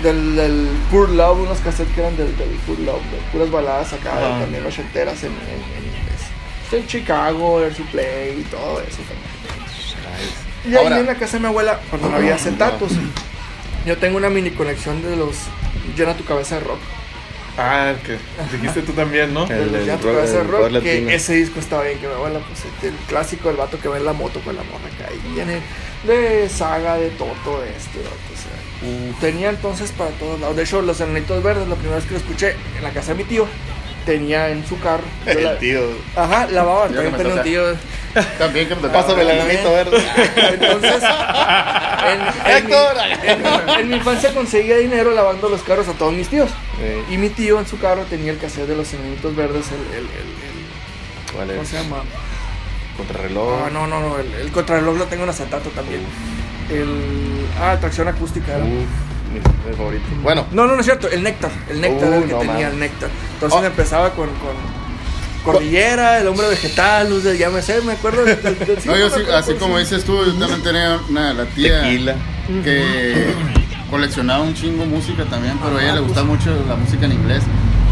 Speaker 6: Del, del Pure Love, unos cassettes que eran del, del Pure Love, de puras baladas acá,
Speaker 4: Ajá.
Speaker 6: también ochenteras en, en, en inglés. En Chicago, el Play y todo eso también. Y ahí
Speaker 3: Ahora-
Speaker 6: en la casa de mi abuela, cuando no había acetatos, yo tengo una mini colección de los Llena tu cabeza de rock.
Speaker 4: Ah, el que dijiste tú también, ¿no?
Speaker 3: El-
Speaker 6: de los
Speaker 3: el
Speaker 6: Llena tu
Speaker 3: rock-
Speaker 6: cabeza de
Speaker 3: el
Speaker 6: rock,
Speaker 3: rock latino.
Speaker 6: que ese disco estaba bien, que mi abuela, pues el, el clásico del vato que va en la moto con la morra acá. Y viene de saga, de Toto, de este, de otro, o sea, Tenía entonces para todos lados. De hecho, los enanitos verdes, la primera vez que lo escuché en la casa de mi tío, tenía en su carro. yo la-
Speaker 3: El tío.
Speaker 6: Ajá, lavaba,
Speaker 5: Yo que me
Speaker 6: tenía un
Speaker 5: toca.
Speaker 6: tío.
Speaker 5: También que me tocaba.
Speaker 3: Pásame el enanito verde.
Speaker 6: Entonces, en, en mi-
Speaker 3: Héctor.
Speaker 6: en- en mi infancia conseguía dinero lavando los carros a todos mis tíos.
Speaker 3: Sí.
Speaker 6: Y mi tío en su carro tenía el cassette de los enanitos verdes, el, el, el-
Speaker 3: ¿Cuál
Speaker 6: el- ¿cómo
Speaker 3: es?
Speaker 6: se llama? Ah,
Speaker 3: Contrarreloj.
Speaker 6: no, no, no, el, el contrarreloj lo tengo en acetato también. El, ah, tracción acústica era.
Speaker 3: Uf, mi- mi favorito. Bueno,
Speaker 6: No, no, no es cierto, el néctar, el néctar era el
Speaker 3: Uh,
Speaker 6: que
Speaker 3: no
Speaker 6: tenía,
Speaker 3: mames.
Speaker 6: el néctar. Entonces
Speaker 3: Ah.
Speaker 6: empezaba con, con Cordillera, el hombre vegetal, luz del llámese, me acuerdo del, del- del-
Speaker 5: No, yo sí,
Speaker 6: me
Speaker 5: así
Speaker 6: acuerdo,
Speaker 5: como
Speaker 6: sí.
Speaker 5: dices tú, yo también tenía una, la tía
Speaker 3: tequila.
Speaker 5: que coleccionaba un chingo música también, pero a ella le gustaba mucho la música en inglés.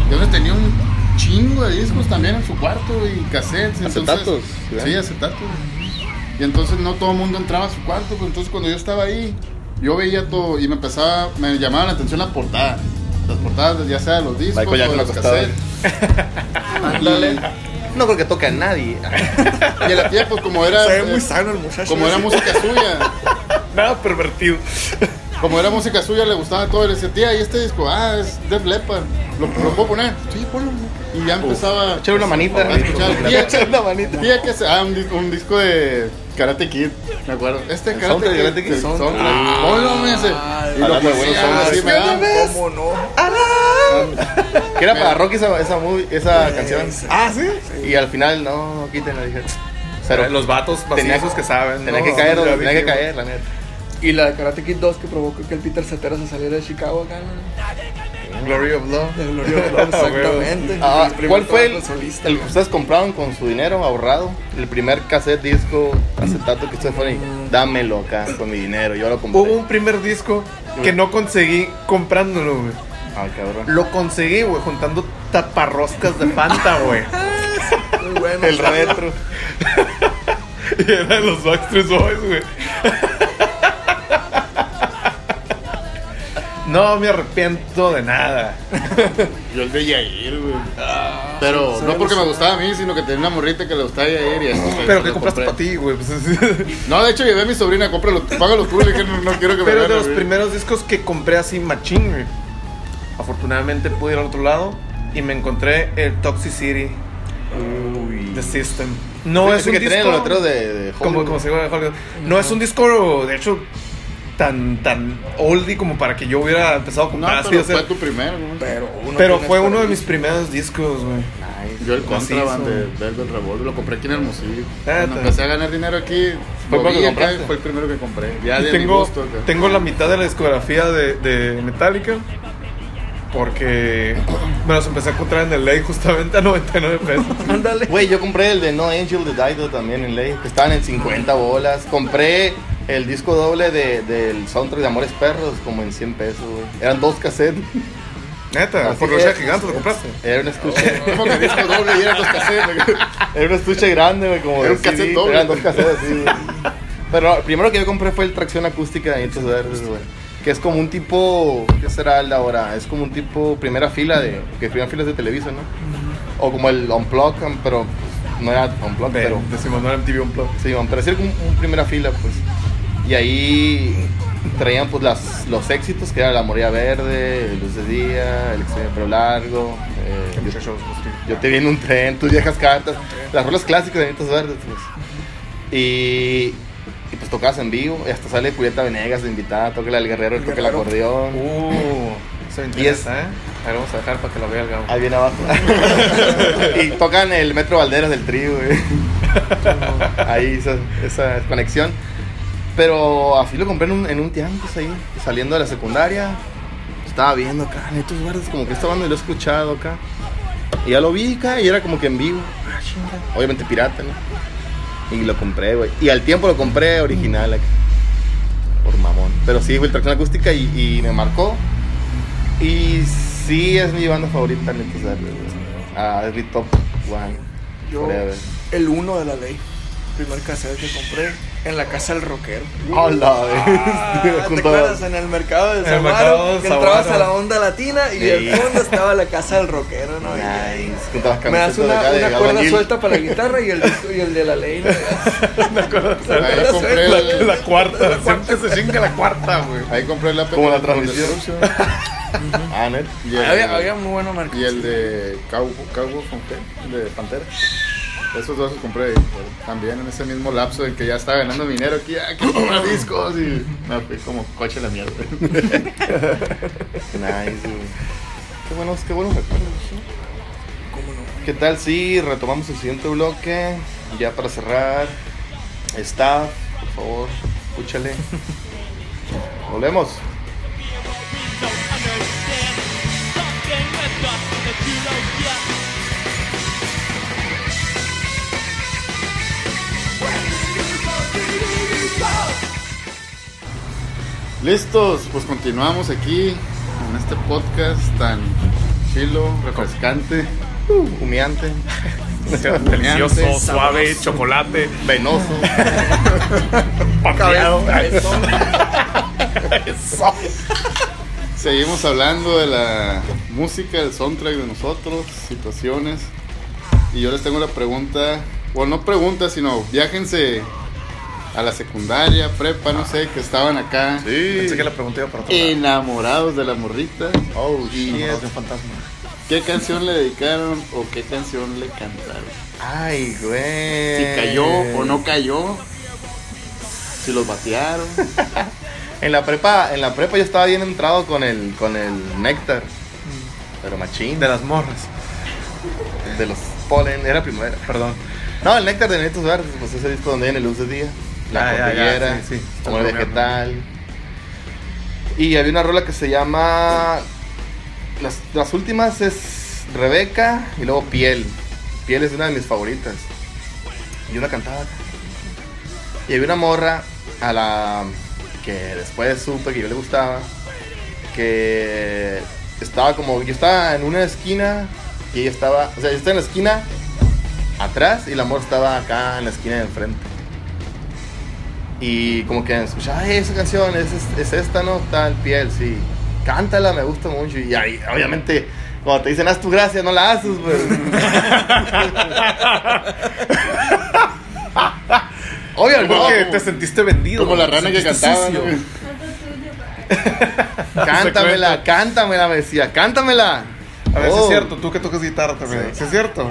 Speaker 5: Entonces tenía un chingo de discos también en su cuarto y cassettes. entonces-
Speaker 3: Acetatos, ¿verdad?
Speaker 5: Sí, acetatos. Y entonces no todo el mundo entraba a su cuarto, pues, entonces cuando yo estaba ahí, yo veía todo y me empezaba, me llamaba la atención la portada. Las portadas, ya sea de los discos,
Speaker 3: Michael
Speaker 5: o de
Speaker 3: Jackson
Speaker 5: los
Speaker 3: acostado.
Speaker 5: cassettes.
Speaker 3: Ándale. No creo que toque a nadie.
Speaker 5: Y a la tía, pues como era,
Speaker 6: Se ve muy
Speaker 5: eh,
Speaker 6: sano el muchacho.
Speaker 5: como era música suya,
Speaker 4: Nada pervertido.
Speaker 5: Como era música suya, le gustaba todo. Le decía, tía, ¿y este disco? Ah, es Def Leppard. ¿Lo, lo puedo poner? Sí, ponlo. Y ya empezaba.
Speaker 3: Echar una manita.
Speaker 5: a escuchar. Tía,
Speaker 3: Echar una manita.
Speaker 5: Tía, que se. Ah, un, dis- un disco de Karate Kid. Me acuerdo. Este
Speaker 3: ¿El
Speaker 5: Karate
Speaker 3: soundtrack de
Speaker 5: Kid.
Speaker 3: Karate Kid? Ah,
Speaker 5: Ah. el soundtrack. Ponlo, me dice. Y lo
Speaker 3: hablando de buenos
Speaker 6: Ah,
Speaker 5: ponía,
Speaker 3: soundtracks.
Speaker 5: así me daban.
Speaker 6: ¿Cómo no?
Speaker 3: Que era para Rocky esa, esa, movie- esa canción.
Speaker 4: Ah, sí.
Speaker 3: Y al final, no, quítenla, dije. Pero
Speaker 4: los vatos
Speaker 3: tenía-
Speaker 4: macizos que saben.
Speaker 3: tenía
Speaker 4: ¿no?
Speaker 3: que caer,
Speaker 4: Ya
Speaker 3: donde
Speaker 4: vi
Speaker 3: tenía que
Speaker 4: que-
Speaker 3: caer, la neta.
Speaker 6: Y la de Karate Kid 2 que provocó que el Peter Cetera se saliera de Chicago acá, ¿no?
Speaker 3: Glory of Love.
Speaker 6: De Gloria Gloria, exactamente.
Speaker 3: Ah,
Speaker 6: El primer
Speaker 3: ¿Cuál fue el,
Speaker 6: trabajo solista,
Speaker 3: el que
Speaker 6: güey.
Speaker 3: ustedes compraron con su dinero ahorrado? El primer cassette, disco, acetato que ustedes fueron y dámelo acá con mi dinero. Yo lo compré.
Speaker 4: Hubo un primer disco que no conseguí comprándolo, güey.
Speaker 3: Ay, Ah, cabrón.
Speaker 4: Lo conseguí, güey, juntando taparroscas de Fanta, güey.
Speaker 6: Muy bueno.
Speaker 3: El retro.
Speaker 4: y eran los Backstreet Boys, güey. no me arrepiento de nada.
Speaker 5: Yo el de Yair, güey.
Speaker 4: Ah,
Speaker 5: Pero no porque me gustaba a mí, sino que tenía una morrita que le gustaba a Yair y así.
Speaker 4: Pero que
Speaker 5: lo
Speaker 4: compraste
Speaker 5: compré.
Speaker 4: para ti, güey. pues, es-
Speaker 5: No, de hecho llevé a mi sobrina, cómpralo, págalo tú, le dije, no, no quiero que me
Speaker 4: Pero de
Speaker 5: vean,
Speaker 4: los
Speaker 5: güey.
Speaker 4: primeros discos que compré así machín, güey. Afortunadamente pude ir al otro lado y me encontré el Toxic City The System. No
Speaker 3: Ese
Speaker 4: es un
Speaker 3: que
Speaker 4: disco
Speaker 3: tiene el retro de, de
Speaker 4: como,
Speaker 3: Hollywood.
Speaker 4: como se llama de Hollywood. No es un disco, de hecho, tan tan oldie como para que yo hubiera empezado a
Speaker 5: No,
Speaker 4: comprar así.
Speaker 5: pero
Speaker 4: o sea,
Speaker 5: fue tu primero, güey.
Speaker 6: Pero, uno
Speaker 4: pero
Speaker 6: tiene
Speaker 4: fue uno de
Speaker 6: expertise.
Speaker 4: mis primeros discos, güey.
Speaker 5: Yo el
Speaker 4: Macizo.
Speaker 5: contraband de Velvet Revolver lo compré aquí en Hermosillo. Cuando
Speaker 4: Neta.
Speaker 5: empecé a ganar dinero aquí,
Speaker 3: ¿Fue
Speaker 5: lo
Speaker 3: cuando
Speaker 5: vi acá,
Speaker 3: compraste?
Speaker 5: fue el primero que compré. Ya
Speaker 4: Y
Speaker 5: de mi
Speaker 4: tengo,
Speaker 5: gusto. acá.
Speaker 4: tengo la mitad de la discografía de, de Metallica. Porque me los empecé a encontrar en el Ley justamente a 99 pesos.
Speaker 6: Ándale.
Speaker 3: Güey, yo compré el de No Angel de Dido también en ley, que estaban en 50 bolas. Compré el disco doble de- del soundtrack de Amores Perros, como en 100 pesos, güey. Eran dos cassettes.
Speaker 4: Neta,
Speaker 3: Así
Speaker 4: por
Speaker 3: es.
Speaker 4: los gigantes lo compraste.
Speaker 3: Era un estuche,
Speaker 5: Como que disco doble y eran dos casetes. güey.
Speaker 3: era un estuche grande, güey, como
Speaker 5: Era
Speaker 3: de
Speaker 5: un cassette
Speaker 3: CD,
Speaker 5: doble.
Speaker 3: Eran dos cassettes así, güey. Pero el primero que yo compré fue el Tracción Acústica de Nietos Verdes, güey. Que es como un tipo, ¿qué será el de ahora? Es como un tipo primera fila de, que primera fila es de Televisa, ¿no? O como el Unplugged, pero pues, no era Unplugged, pero...
Speaker 4: Decimos, no era MTV Unplugged.
Speaker 3: Sí, van, pero hacía como un, un primera fila, pues. Y ahí traían pues las, los éxitos, que era La Moría Verde, Luz de Día, El Extraño Pero Largo, eh, yo,
Speaker 4: Muchachos, pues,
Speaker 3: Yo te vi en un tren, tus viejas cartas, las rolas clásicas de Nietos Verdes, pues. Y, y, pues tocabas en vivo, y hasta sale Julieta Venegas de invitada, toca la del Guerrero, toca el
Speaker 6: Guerrero.
Speaker 3: acordeón.
Speaker 4: Uh, eso me
Speaker 3: Y es-
Speaker 4: interesa, ¿eh? A ver, vamos a dejar para que lo vea el gabo.
Speaker 3: Ahí viene abajo. y tocan el Metro Valderas del trío, güey. Ahí esa, esa conexión. Pero así lo compré en un, en un tianguis ahí, saliendo de la secundaria. Estaba viendo acá, en estos guardas, como que esta banda lo he escuchado acá. Y ya lo vi acá y era como que en vivo. Ah, chinga. Obviamente pirata, ¿no? Y lo compré, güey. Y al tiempo lo compré original acá. Por mamón. Pero sí, güey, tracción acústica y, y me marcó. Y sí es mi banda favorita, neta, o sea, güey. Ah, es mi top one.
Speaker 6: Yo,
Speaker 3: Forever.
Speaker 6: el uno de la ley. Primer cassette que compré en la casa del rockero.
Speaker 3: Hola, güey.
Speaker 6: Ah, ¿Te
Speaker 3: Junto-
Speaker 6: acuerdas? En el mercado de
Speaker 4: el
Speaker 6: San
Speaker 4: mercado
Speaker 6: Maro,
Speaker 4: de
Speaker 6: que
Speaker 4: San
Speaker 6: entrabas
Speaker 4: Maro.
Speaker 6: a la onda latina y
Speaker 3: Sí.
Speaker 6: al fondo estaba la casa del rockero, ¿no? Y-
Speaker 3: Nice. Junto a las
Speaker 6: Me das
Speaker 3: camisetas
Speaker 6: una,
Speaker 3: acá de
Speaker 6: una cuerda
Speaker 3: albañil.
Speaker 6: suelta para la guitarra y el, disco- y el de la ley. ¿no?
Speaker 5: Ahí compré
Speaker 4: La,
Speaker 5: el-
Speaker 4: la cuarta, siempre se chinga la cuarta, güey.
Speaker 5: Ahí compré el
Speaker 3: Como la
Speaker 5: Apple Control
Speaker 3: transmisión.
Speaker 5: Destruction
Speaker 3: Ah, net.
Speaker 5: Y el-
Speaker 6: había, había muy buenos mercados.
Speaker 5: Y el de Cowboy, Cowboy con qué? de Pantera. Esos dos los compré ahí, pero también en ese mismo lapso en que ya estaba ganando dinero aquí, ah, quiero comprar discos y me fui como coche a la mierda.
Speaker 3: Nice, güey. Qué buenos, qué buenos recuerdos. ¿sí? ¿Qué tal si retomamos el siguiente bloque? Ya para cerrar. Staff, por favor, escúchale. Volvemos.
Speaker 5: Listos, pues continuamos aquí en este podcast tan chilo, refrescante,
Speaker 3: Humeante,
Speaker 4: Delicioso, suave, chocolate,
Speaker 3: venoso.
Speaker 4: pateado.
Speaker 5: Seguimos hablando de la música, el soundtrack de nosotros, situaciones. Y yo les tengo la pregunta, bueno, no pregunta, sino viajense a la secundaria, prepa, no sé, que estaban acá
Speaker 4: Pensé que la pregunté iba para
Speaker 5: Eh,
Speaker 4: otro lado.
Speaker 5: enamorados de la morrita.
Speaker 3: Oh,
Speaker 5: Y-
Speaker 3: shit.
Speaker 5: ¿Qué canción le dedicaron o qué canción le cantaron?
Speaker 3: Ay, güey.
Speaker 5: Si cayó o no cayó, si los batearon.
Speaker 3: En la prepa, en la prepa yo estaba bien entrado con el, con el néctar. Pero machín.
Speaker 4: Mm. De las morras.
Speaker 3: de los polen, era primavera.
Speaker 4: Perdón.
Speaker 3: No, el néctar de Netos Verdes, pues ese disco donde viene luz de día, la
Speaker 4: Ah, ya, ya,
Speaker 3: cordillera,
Speaker 4: sí, sí, está
Speaker 3: como el
Speaker 4: bromeando.
Speaker 3: vegetal. Y había una rola que se llama. Las, las últimas es Rebeca y luego Piel. Piel es una de mis favoritas. Y una cantaba. Y había una morra a la que después supe que yo le gustaba. Que estaba como. Yo estaba en una esquina y ella estaba. O sea, yo estaba en la esquina atrás y la morra estaba acá en la esquina de enfrente. Y como que escuchaba, "Ay, esa canción es, es- es esta, ¿no? Tal piel, sí. Cántala, me gusta mucho. Y ahí, obviamente, cuando te dicen, haz tu gracia, no la haces, pues. Obvio,
Speaker 5: Como
Speaker 3: no,
Speaker 5: que
Speaker 4: Te sentiste vendido.
Speaker 5: Como la rana que
Speaker 4: Sentiste
Speaker 5: cantaba,
Speaker 4: sucio.
Speaker 5: ¿no? güey?
Speaker 3: Cántamela, cántamela, me decía, cántamela.
Speaker 4: A ver si es
Speaker 3: Oh.
Speaker 4: cierto, tú que tocas guitarra también. Si es cierto.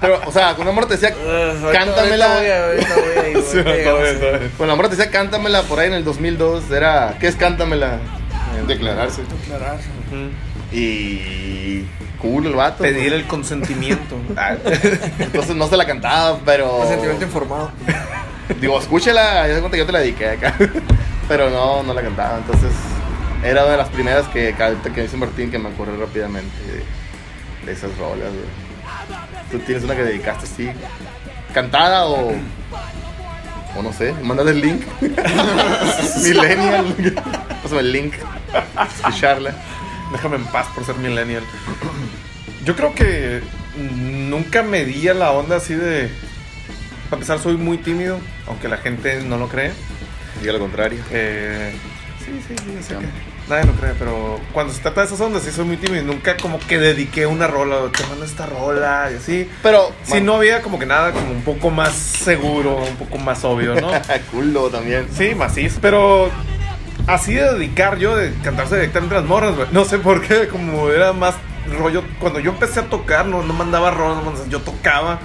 Speaker 3: Pero, o sea, con amor te
Speaker 5: Eh,
Speaker 3: decía, cántamela.
Speaker 4: Sí, no, está bien, está bien.
Speaker 3: Con amor te decía, cántamela por ahí en el 2002. Era, ¿qué es cántamela?
Speaker 5: Declararse.
Speaker 3: Y. Cool el vato.
Speaker 4: Pedir el consentimiento. Ah,
Speaker 3: Entonces no se la cantaba, pero.
Speaker 6: Consentimiento informado.
Speaker 3: Digo, escúchela, ya se cuenta que yo te la dediqué acá. Pero no, no la cantaba. Entonces, era una de las primeras que, cal- que dice Martín que me ocurrió rápidamente de, de esas rolas, güey. ¿Tú tienes una que dedicaste así? ¿Cantada o.? O no sé, mándale el link. Millennial. Pásame el link. Escucharla.
Speaker 4: Déjame en paz por ser millennial. Yo creo que nunca me di a la onda así de. Para empezar, soy muy tímido, aunque la gente no lo cree.
Speaker 3: Diga lo contrario.
Speaker 4: Eh, sí, sí, sí, yo sé que nadie lo cree, pero cuando se trata de esas ondas, sí soy muy tímido. y Nunca como que dediqué una rola, o te mando esta rola y así.
Speaker 3: Pero.
Speaker 4: Si no había como que nada, como un poco más seguro, un poco más obvio, ¿no?
Speaker 3: Culo también.
Speaker 4: Sí, macizo. Pero así de dedicar yo, de cantarse directamente las morras, güey. No sé por qué, como era más rollo. Cuando yo empecé a tocar, no, no mandaba rolas, no mandaba- yo tocaba.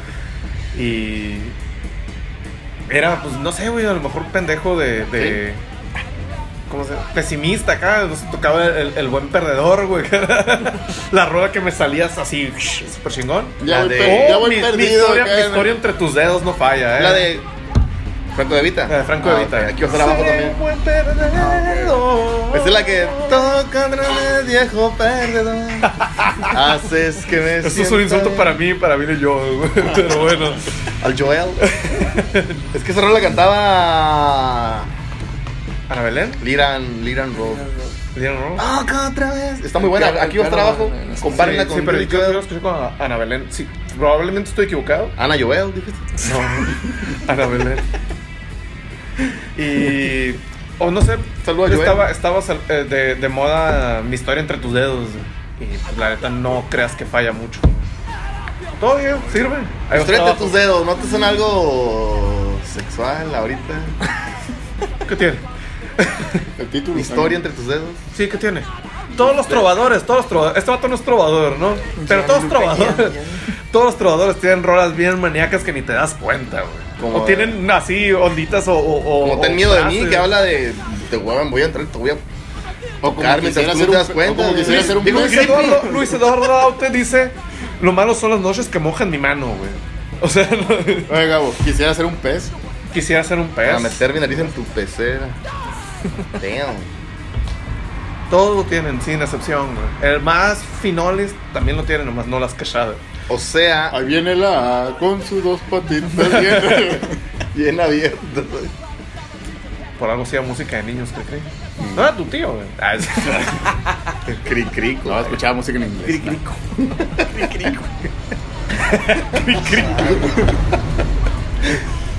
Speaker 4: Y. Era, pues, no sé, güey, a lo mejor pendejo de. de- ¿Cómo se llama? Pesimista acá, no sé, tocaba el, el buen perdedor, güey. que era La rola que me salías así, súper chingón.
Speaker 5: Ya
Speaker 3: La
Speaker 5: voy,
Speaker 3: de-
Speaker 5: per- ya
Speaker 4: Oh,
Speaker 5: voy
Speaker 4: mi, mi
Speaker 5: perdido.
Speaker 4: historia,
Speaker 5: acá,
Speaker 4: mi
Speaker 5: ¿no?
Speaker 4: historia entre tus dedos no falla, ¿eh?
Speaker 3: La de. Franco de Vita.
Speaker 4: La de Eh, Franco
Speaker 3: Ah,
Speaker 4: Evita.
Speaker 3: ok, Aquí va a estar abajo también. Esa es la que toca el viejo perdedor. Haces que me.
Speaker 4: Eso es un insulto para mí, para mí y yo, güey,
Speaker 3: Ah.
Speaker 4: pero bueno.
Speaker 3: Al Joel. es que esa rola cantaba.
Speaker 4: ¿Ana Belén?
Speaker 3: Liran, Liran Road.
Speaker 4: ¿Dieron no?
Speaker 3: Toca otra vez. Está muy buena. Aquí va a estar abajo. Compárenla
Speaker 4: sí,
Speaker 3: con.
Speaker 4: sí, pero
Speaker 3: Billy
Speaker 4: yo yo la
Speaker 3: Joel.
Speaker 4: escuché con Ana Belén. Sí, probablemente estoy equivocado.
Speaker 3: Ana Joel, dijiste.
Speaker 4: No, Ana Belén. Y. O no sé,
Speaker 3: Saluda a
Speaker 4: yo
Speaker 3: Joel.
Speaker 4: estaba, estaba sal- eh, de, de moda mi historia entre tus dedos. Y pues, la neta no creas que falla mucho. Todo bien, sirve. Ahí va a estar
Speaker 3: Estrete
Speaker 4: abajo.
Speaker 3: tus dedos. ¿No te suena algo sexual ahorita?
Speaker 4: ¿Qué tiene?
Speaker 5: El título.
Speaker 3: Historia entre tus dedos.
Speaker 4: Sí, ¿qué tiene? Todos los trovadores, todos los trovadores. Este vato no es trovador, ¿no? Pero todos los
Speaker 6: Lupe, ya,
Speaker 4: trovadores.
Speaker 6: ya.
Speaker 4: Todos los trovadores tienen rolas bien maníacas que ni te das cuenta, güey.
Speaker 3: Como
Speaker 4: O tienen así onditas o. o- o-
Speaker 3: Como
Speaker 4: o
Speaker 3: ten miedo de mí,
Speaker 4: frases.
Speaker 3: que habla de. Te huevan, voy a entrar, te voy a.
Speaker 5: O como
Speaker 3: Carmen,
Speaker 5: quisiera
Speaker 3: tú no te
Speaker 5: ser un-
Speaker 3: das cuenta,
Speaker 5: o como
Speaker 3: güey.
Speaker 5: quisiera ser un
Speaker 3: Digo,
Speaker 5: pez.
Speaker 4: Luis Eduardo, Luis Eduardo Daute dice: Lo malo son las noches que mojan mi mano, güey. O sea, no-
Speaker 5: Oye, Gabo, quisiera ser un pez.
Speaker 4: quisiera ser un pez.
Speaker 3: Para meter mi nariz en tu pecera. Damn.
Speaker 4: Todos lo tienen, sin excepción, güey. El más finoles también lo tienen, nomás no las cachadas.
Speaker 3: O sea,
Speaker 5: Ahí viene la con sus dos patitas. viene.
Speaker 3: bien abierto.
Speaker 4: Por algo hacía música de niños, ¿te crees?
Speaker 3: Mm.
Speaker 4: No era tu tío, güey. Ah, es-
Speaker 3: Cri crico.
Speaker 5: no, escuchaba música en inglés.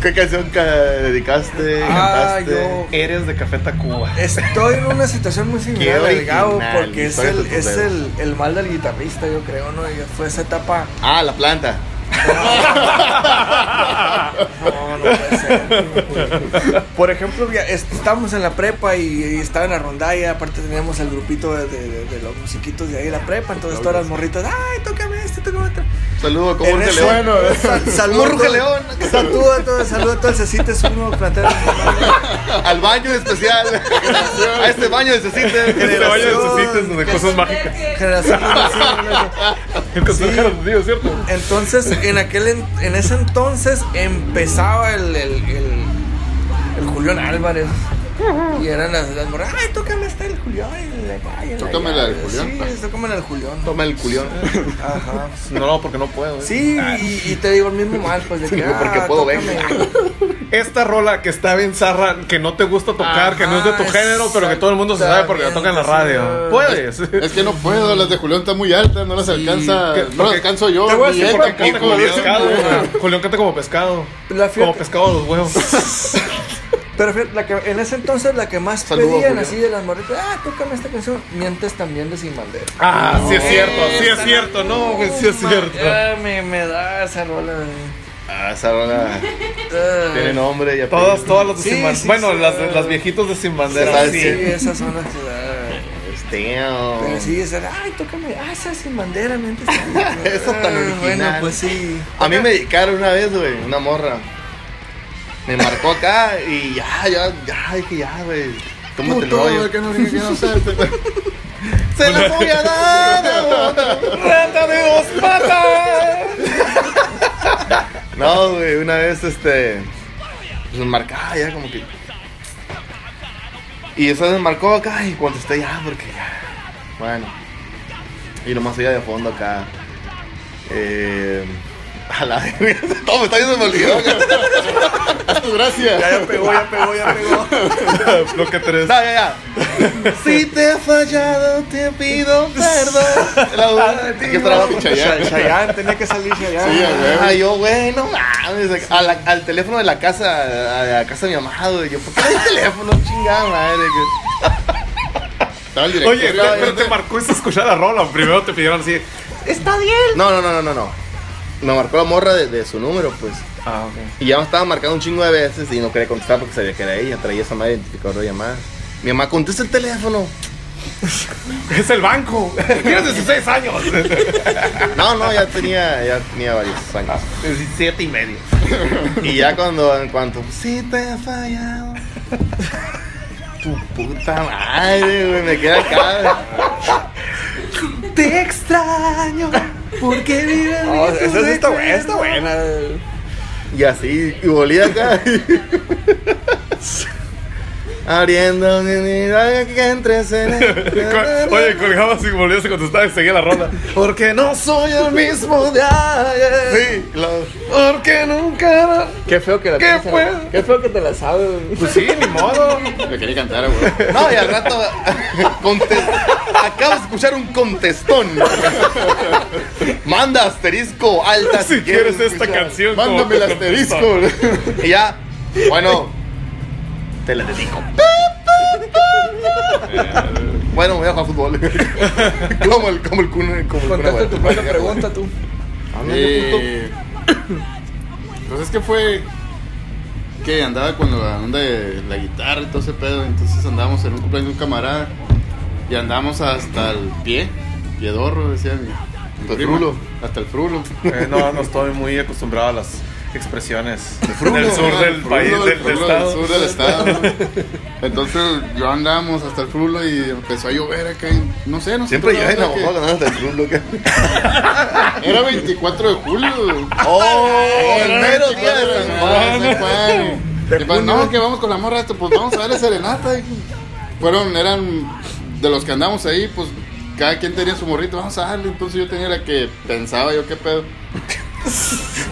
Speaker 3: ¿Qué canción ca- dedicaste?
Speaker 6: Ah,
Speaker 3: cantaste?
Speaker 6: yo-
Speaker 4: Eres de Café Tacuba.
Speaker 6: Estoy en una situación muy
Speaker 3: Qué
Speaker 6: similar a la de Gabo
Speaker 3: original,
Speaker 6: porque es,
Speaker 3: historia
Speaker 6: el,
Speaker 3: de tus
Speaker 6: es
Speaker 3: dedos.
Speaker 6: el, el mal del guitarrista, yo creo, ¿no? Y fue esa etapa.
Speaker 3: Ah, la planta.
Speaker 6: No, no, no puede ser. Por ejemplo, ya est- estábamos en la prepa y, y estaba en la rondalla. Aparte, teníamos el grupito de, de- de- de los musiquitos de ahí de la prepa. Entonces, todas las morritas, ay, tócame este, tócame otro.
Speaker 3: Saludo, ¿cómo
Speaker 6: En
Speaker 3: urge
Speaker 6: ese-
Speaker 3: León?
Speaker 4: eh.
Speaker 6: sa- saludo
Speaker 3: ¿Cómo urge
Speaker 6: a todo-
Speaker 3: León?
Speaker 6: Saludo a todo, saludo a todo el Cecite, es un nuevo plantel.
Speaker 3: Al baño especial. A este baño necesita.
Speaker 4: Este baño de sus
Speaker 6: Generación-
Speaker 4: ítems de cosas mágicas.
Speaker 6: Generación generación.
Speaker 4: El
Speaker 6: Sí.
Speaker 4: jardín, ¿cierto?
Speaker 6: Entonces, en aquel en, en ese entonces empezaba el, el, el- el Julián Álvarez. Y eran las, las morras, ay, tócame esta el Julián.
Speaker 5: Tócame la del Julián.
Speaker 6: Sí, tócame la del Julián.
Speaker 3: Toma el culión.
Speaker 6: Ajá.
Speaker 4: No, no, porque no puedo. ¿eh?
Speaker 6: Sí, y, y te digo el mismo mal, pues de que.
Speaker 3: No, porque
Speaker 6: ah,
Speaker 3: puedo ver.
Speaker 6: tócame.
Speaker 4: Esta rola que está bien zarra, que no te gusta tocar, que no es de tu
Speaker 6: Ajá,
Speaker 4: género, pero que todo el mundo se sabe porque la toca en la radio.
Speaker 6: exactamente,
Speaker 4: Puedes.
Speaker 5: Es que no puedo, las de Julián están muy altas, no las alcanza,
Speaker 4: que-
Speaker 5: no las
Speaker 4: porque-
Speaker 5: alcanzo yo.
Speaker 4: Te voy a
Speaker 5: ni
Speaker 4: decir
Speaker 5: él
Speaker 4: por qué canta
Speaker 5: tampoco,
Speaker 4: como
Speaker 5: Julián.
Speaker 4: pescado. güey. Julián canta como pescado.
Speaker 6: La fíjate-
Speaker 4: Como pescado de los huevos.
Speaker 6: Pero fíjate, la que, en ese entonces la que más
Speaker 3: Saludo,
Speaker 6: pedían
Speaker 3: Julián.
Speaker 6: así de las morritas, ah, tócame esta canción. Mientes también de Sin Bandera.
Speaker 4: Ah, sí es cierto, sí es
Speaker 6: Esa
Speaker 4: cierto. No, güey, sí es
Speaker 6: ma-
Speaker 4: cierto.
Speaker 6: ah, me, me da esa rola. eh. güey.
Speaker 3: Ah, esa rola
Speaker 6: Ah.
Speaker 3: tiene nombre y apellido.
Speaker 4: Todas, todas las de
Speaker 6: Sí,
Speaker 4: Sin Ban-
Speaker 6: sí,
Speaker 4: Bueno,
Speaker 6: sí.
Speaker 4: las, de- las viejitos de Sin
Speaker 3: Se
Speaker 4: Bandera.
Speaker 3: sabe,
Speaker 6: Sí,
Speaker 4: Sí.
Speaker 6: esas son las que da. Pero
Speaker 3: Damn.
Speaker 6: sí, esa, ay, tócame, ah, esa sin bandera, mientes. también.
Speaker 3: Eso tan
Speaker 6: Ah, Bueno,
Speaker 3: original.
Speaker 6: pues sí.
Speaker 3: A mí me dedicaron una vez, güey, una morra. Me marcó acá y ya, ya, ya, dije ya, güey. Tómate el
Speaker 5: Puto,
Speaker 3: rollo.
Speaker 5: que no dije que no hacerte, güey.
Speaker 3: Se la voy a dar a otro rata de dos patas. No, güey, una vez este. Pues me marcaba ya como que. Y eso me marcó acá y contesté ya porque ya. Bueno. Y nomás ella de fondo acá. Eh. A la verga. Todo me está viendo me olvidó. Gracias.
Speaker 6: Ya pegó, ya pegó, ya pegó.
Speaker 4: Lo que te
Speaker 3: No, ya, ya. Si te he fallado, te pido perdón. La verdad, ¿qué trabajo?
Speaker 5: Chayanne.
Speaker 6: pues, Chayanne, tenía que salir Chayanne.
Speaker 5: Sí, güey.
Speaker 3: Ah, yo, güey, no mames. A la- al teléfono de la casa, a la casa de mi amado. güey. Yo, ¿por qué el teléfono? Chingada madre. que-
Speaker 5: Estaba el director.
Speaker 4: Oye, te- pero te marcó esa escuchar la rola. Primero te pidieron así.
Speaker 3: No, no, no, no, no. no. Me marcó la morra de, de su número, pues.
Speaker 4: Ah, ok.
Speaker 3: Y ya me estaba marcando un chingo de veces y no quería contestar porque sabía que era ella. Traía esa madre identificador de llamada. Mi mamá, contesta el teléfono.
Speaker 4: Es el banco. Tienes 16 años.
Speaker 3: No, no, ya tenía, ya tenía varios años.
Speaker 4: 17 y medio.
Speaker 3: Y ya cuando, en cuanto, si te he fallado. Tu puta madre, güey, me queda acá.
Speaker 6: Te extraño. Porque vives
Speaker 3: No,
Speaker 6: mi
Speaker 3: esa sí está
Speaker 6: recuerdo.
Speaker 3: buena, está buena.
Speaker 6: Eh,
Speaker 3: Y así, y volví acá. Abriendo mi mirada que entres en el-
Speaker 4: Oye, colgabas y volvías a contestar y seguía la rola.
Speaker 3: Porque no soy el mismo de ayer. Sí, Porque nunca.
Speaker 6: Qué feo que la
Speaker 3: ¿Qué
Speaker 6: piensas.
Speaker 3: fue?
Speaker 6: Qué feo que te la sabes.
Speaker 4: Pues sí, ni modo.
Speaker 5: Le quería cantar, güey.
Speaker 3: No, y al rato. contes- Acabo de escuchar un contestón. Manda asterisco alta
Speaker 4: Si quieres esta
Speaker 3: escuchar.
Speaker 4: canción, como
Speaker 5: Mándame el
Speaker 4: que contestó.
Speaker 5: asterisco. güey.
Speaker 3: Y ya, bueno, te la dedico. Bueno, voy a jugar fútbol. como el, como el Kun- como el Kun
Speaker 6: Contaste
Speaker 3: Agüero.
Speaker 6: tu propia pregunta tú.
Speaker 5: Eh, Pues es que fue que andaba con la onda de la guitarra y todo ese pedo. Entonces andábamos en un cumpleaños de un camarada y andábamos hasta el pie, piedorro, decía mi. mi
Speaker 3: Hasta el
Speaker 5: prima.
Speaker 3: frulo.
Speaker 5: Hasta el frulo.
Speaker 4: Eh, no, no estoy muy acostumbrado a las expresiones del sur
Speaker 5: Ah,
Speaker 4: del
Speaker 5: frulo,
Speaker 4: país,
Speaker 5: el
Speaker 4: del, del
Speaker 5: frulo
Speaker 4: estado.
Speaker 5: sur del estado. Entonces yo andábamos hasta el frulo y empezó a llover acá. y no sé, no sé.
Speaker 3: Siempre yo
Speaker 5: era
Speaker 3: en abogado
Speaker 5: que-
Speaker 3: ganando hasta el club, loca.
Speaker 5: Era 24 de julio.
Speaker 3: ¡Oh!
Speaker 5: El mero día de San Juan. Y pues,
Speaker 6: junio.
Speaker 5: no, que vamos con la morra, esto, pues vamos a darle serenata. Y Fueron, eran de los que andamos ahí, pues cada quien tenía su morrito, vamos a darle. Entonces yo tenía la que pensaba, yo qué pedo.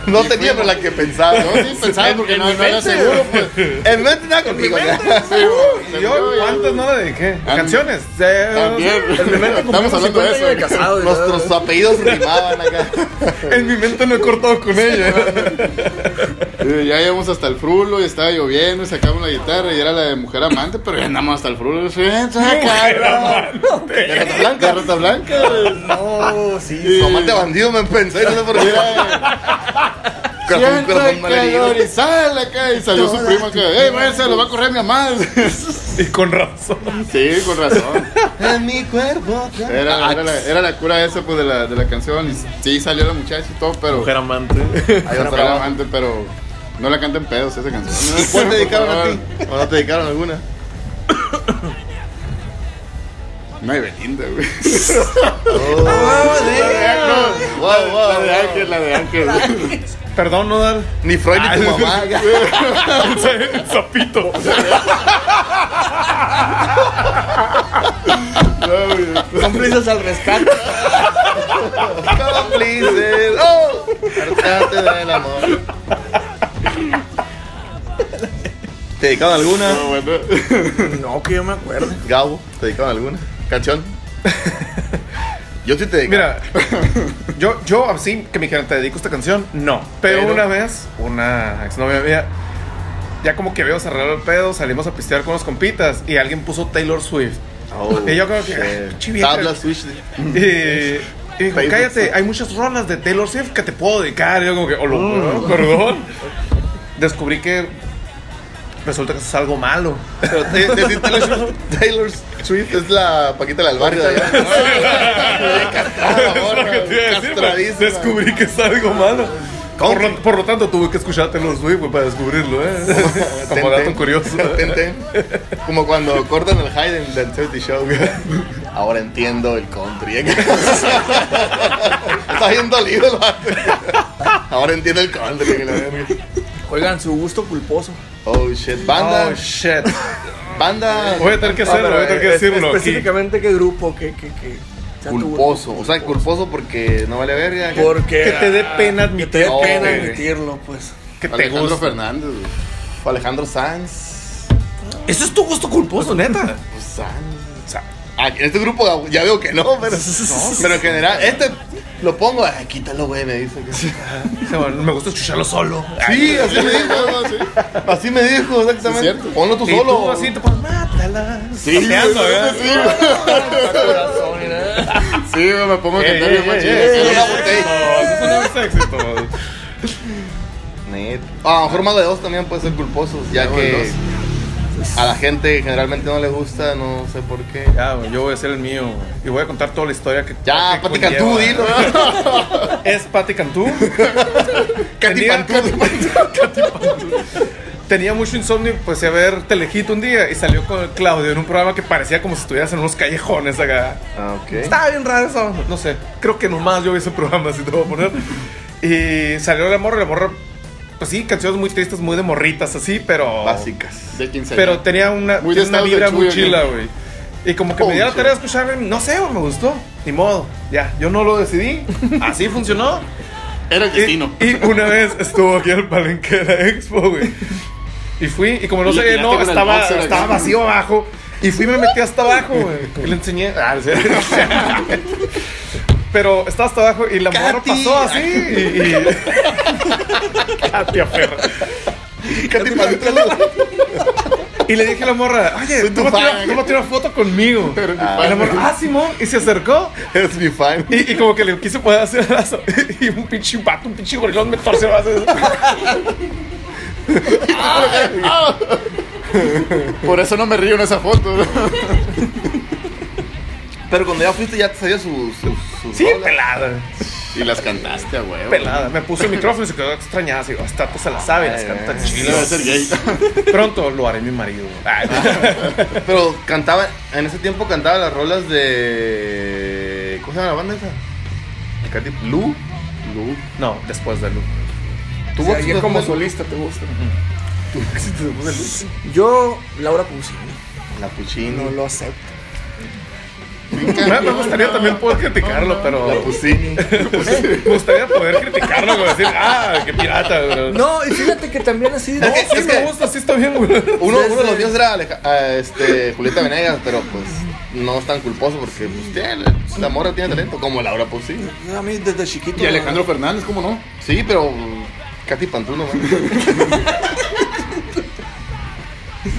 Speaker 3: No tenía pero la que pensaba.
Speaker 5: Yo sí pensaba porque no, no era seguro, pues.
Speaker 3: En mente nada conmigo ¿eh? ya.
Speaker 5: Sí,
Speaker 4: Y
Speaker 5: se
Speaker 4: Yo,
Speaker 5: murió, ya,
Speaker 4: ¿cuántas no le dejé?
Speaker 5: Ah,
Speaker 4: Canciones. Eh,
Speaker 5: También. Estamos hablando de eso.
Speaker 6: años de casado.
Speaker 3: Nuestros apellidos rimaban acá.
Speaker 4: En mi mente no he cortado con ella.
Speaker 5: Eh, Ya llegamos hasta el frulo y estaba lloviendo y sacamos la guitarra y era la de mujer amante, pero ya andamos hasta el frulo. Sí, saca,
Speaker 3: Garrota blanca.
Speaker 5: Garrota blanca.
Speaker 6: No, sí.
Speaker 5: Y-
Speaker 3: Tomate bandido me pensé, no sé por qué.
Speaker 5: Era, Siento
Speaker 3: Corazón, corazón malherido.
Speaker 5: el calor y acá y salió su primo acá. ¡Ey, váyanse, lo va a correr mi mamá!
Speaker 4: Y con razón.
Speaker 5: sí, con razón.
Speaker 3: En mi cuerpo. Ah,
Speaker 5: Era, era, la, era la cura esa pues, de, la, de la canción. Y sí, salió la muchacha y todo, pero.
Speaker 8: Mujer amante.
Speaker 2: Hay una
Speaker 5: Mujer
Speaker 2: brava.
Speaker 5: amante, pero. No la canten pedos esa canción.
Speaker 3: ¿Y cuál te dedicaron a ti?
Speaker 5: Por
Speaker 3: ¿O no te dedicaron alguna?
Speaker 5: favor. No hay Belinda, güey.
Speaker 3: Oh, Wow,
Speaker 5: La
Speaker 3: wow.
Speaker 5: de Ángel, la de Ángel.
Speaker 4: Perdón, no dar.
Speaker 3: Ni Freud ni tu
Speaker 4: Ay,
Speaker 3: mamá. ya.
Speaker 4: El sapito.
Speaker 8: Cómplices al rescate.
Speaker 3: Cómplices. Oh. Parte del amor. ¿Te dedicaron alguna?
Speaker 5: No, bueno.
Speaker 8: No, que yo me acuerdo.
Speaker 3: Gabo, ¿te dedicaron alguna? ¿Canción? Yo sí te dedico.
Speaker 4: Mira, yo, yo así que me dijeron, te dedico a esta canción. No. Pero,
Speaker 3: Pero-
Speaker 4: una vez, una exnovia mía, ya como que veo cerrar el pedo, salimos a pistear con los compitas y alguien puso Taylor Swift.
Speaker 3: Oh,
Speaker 4: Y yo creo que,
Speaker 3: shit.
Speaker 4: ah, pinche vieja.
Speaker 3: Tabla Switch.
Speaker 4: Y, y dijo,
Speaker 3: Facebook.
Speaker 4: Eh, cállate, hay muchas rolas de Taylor Swift que te puedo dedicar. Y yo como que, hola, perdón. Descubrí que resulta que eso es algo malo.
Speaker 3: Pero te- decir Taylor Swift, Taylor Swift es la Paquita del Barrio de allá. Castrada,
Speaker 4: Es lo que
Speaker 3: morra,
Speaker 4: te iba a decir, güey.
Speaker 3: castradísima.
Speaker 4: Descubrí que es algo malo. Por lo, por lo tanto, tuve que escuchar a Taylor Swift güey, para descubrirlo, ¿eh? Como
Speaker 3: Ten,
Speaker 4: dato
Speaker 3: ten.
Speaker 4: curioso.
Speaker 3: Ten, ten. Como cuando cortan el high del, del 70 Show. güey. Ahora entiendo el country. ¿eh? Está bien dolido el vato. Ahora entiendo el country. güey, la verga.
Speaker 8: Oigan, su gusto culposo.
Speaker 3: Oh shit. Banda.
Speaker 4: Oh, shit.
Speaker 3: banda.
Speaker 4: Voy a tener que hacerlo, voy a tener que
Speaker 8: eh, Es-
Speaker 4: decirlo aquí.
Speaker 8: específicamente, ¿qué grupo? ¿Qué, qué, qué? sea, tu-
Speaker 3: Culposo. O sea, culposo porque no vale verga.
Speaker 8: Porque.
Speaker 4: Que te dé pena
Speaker 8: Que te dé
Speaker 4: admitirlo.
Speaker 8: pena
Speaker 3: güey.
Speaker 8: admitirlo, pues.
Speaker 4: Que te
Speaker 5: Alejandro
Speaker 4: gusta.
Speaker 5: Fernández, güey.
Speaker 3: Alejandro Sanz.
Speaker 8: Eso es tu gusto culposo, neta.
Speaker 3: Pues, Sanz. O sea, ah, en este grupo ya veo que no, pero, pero en general, este lo pongo, ah, quítalo, güey, me dice. que-
Speaker 4: Me gusta escucharlo solo.
Speaker 3: Sí, así me dijo,
Speaker 5: No, sí.
Speaker 3: así me dijo, exactamente.
Speaker 5: Es cierto.
Speaker 3: Ponlo tú
Speaker 4: Y
Speaker 3: solo.
Speaker 4: tú así te pones, mátala.
Speaker 5: Sí,
Speaker 4: Pateando,
Speaker 5: güey,
Speaker 4: ¿verdad?
Speaker 5: sí, güey. Sí, güey, me pongo a cantar bien machín.
Speaker 3: eh,
Speaker 5: Sí,
Speaker 3: eh.
Speaker 4: No, eso no es éxito.
Speaker 3: Neta. A lo mejor Mago de Oz también puede ser culposo, ya
Speaker 5: Mago de
Speaker 3: que a la gente generalmente no le gusta, no sé por qué.
Speaker 4: Ya, güey, yo voy a ser el mío. güey. Y voy a contar toda la historia que.
Speaker 3: Ya,
Speaker 4: que
Speaker 3: Pati Cantú,
Speaker 4: conlleva.
Speaker 3: dilo.
Speaker 4: Es Pati Cantú.
Speaker 3: Katy
Speaker 4: Tenía-
Speaker 3: Pantú.
Speaker 4: Tenía mucho insomnio, pues a ver Telejito un día y salió con Claudio en un programa que parecía como si estuvieras en unos callejones acá.
Speaker 3: Ah, ok.
Speaker 4: Estaba bien raro eso. No sé, creo que nomás yo vi ese programa, si te voy a poner. Y salió la morra, la morra. Pues sí, canciones muy tristes, muy de morritas, así, pero.
Speaker 3: Ah, Básicas.
Speaker 5: De 15
Speaker 4: Pero tenía una,
Speaker 5: Muy
Speaker 4: tiene
Speaker 5: de
Speaker 4: una
Speaker 5: estado de
Speaker 4: vibra muy
Speaker 5: Chuy,
Speaker 4: chila,
Speaker 5: ¿no?
Speaker 4: güey. Y como que me dio la
Speaker 5: Oh,
Speaker 4: tarea de escucharla, y no sé, güey, me gustó. Ni modo, ya, yo no lo decidí. Así funcionó.
Speaker 5: Era
Speaker 3: eh,
Speaker 4: Y,
Speaker 5: el destino.
Speaker 4: y una vez estuvo aquí en el Palenquera Expo, güey. Y fui, y como no
Speaker 5: Y le
Speaker 4: sabía,
Speaker 5: tiraste
Speaker 4: no,
Speaker 5: con el
Speaker 4: estaba,
Speaker 5: boxer acá.
Speaker 4: estaba vacío abajo. Y fui y me metí hasta abajo, güey. Y le enseñé. Ah, no sé. Pero estaba hasta abajo y la morra
Speaker 3: Katy.
Speaker 4: pasó así. Y. y... Katy, perra.
Speaker 3: Katy Pantú.
Speaker 4: Y le dije a la morra, oye,
Speaker 3: Soy
Speaker 4: tú
Speaker 3: tu
Speaker 4: me
Speaker 3: fan.
Speaker 4: tiras una foto conmigo.
Speaker 5: Pero
Speaker 4: Y
Speaker 5: mi
Speaker 4: la morra, ah, Simón, y se acercó.
Speaker 3: Es mi fan.
Speaker 4: Y, y como que le quise poder hacer el lazo. Y un pinche vato, un pinche gorilón me torció el brazo.
Speaker 5: Por eso no me río en esa foto.
Speaker 3: Pero cuando ya fuiste, ya te sabía sus. sus, sus
Speaker 4: Sí,
Speaker 3: rolas.
Speaker 4: pelada.
Speaker 5: Y las cantaste a huevo.
Speaker 4: Pelada. Me puso el micrófono y se quedó extrañada. Así, hasta tú se la sabe, las canta
Speaker 5: Sí, le va a ser
Speaker 4: chidas.
Speaker 5: gay.
Speaker 4: Pronto lo haré mi marido. Ay.
Speaker 3: Pero cantaba, en ese tiempo cantaba las rolas de. ¿Cómo se llama la banda esa? Katy Lu. Lu.
Speaker 4: No, después de Lu.
Speaker 3: Tuvo
Speaker 8: alguien
Speaker 3: éxito
Speaker 8: como
Speaker 3: después de-
Speaker 8: solista te gusta.
Speaker 3: Tuvo éxito después de
Speaker 8: Yo, Laura Pausini.
Speaker 3: Lu. La Puccini.
Speaker 8: No lo acepto.
Speaker 4: Me, me gustaría también poder criticarlo, pero.
Speaker 3: La Puccini.
Speaker 4: Me gustaría poder criticarlo, güey. Decir, ah, qué pirata, güey.
Speaker 8: No, y fíjate que también así.
Speaker 4: No,
Speaker 3: que-
Speaker 4: sí
Speaker 3: es
Speaker 4: me
Speaker 3: que-
Speaker 4: gusta, sí está bien, güey.
Speaker 3: Uno,
Speaker 8: Sí,
Speaker 3: uno de los
Speaker 8: sí.
Speaker 3: míos era Aleja- ah, este, Julieta Venegas, pero pues no es tan culposo porque pues, tiene- la morra tiene talento, como Laura Puccini.
Speaker 8: A mí desde chiquito.
Speaker 5: Y Alejandro Fernández, ¿cómo no?
Speaker 3: Sí, pero. Katy Pantuno, man.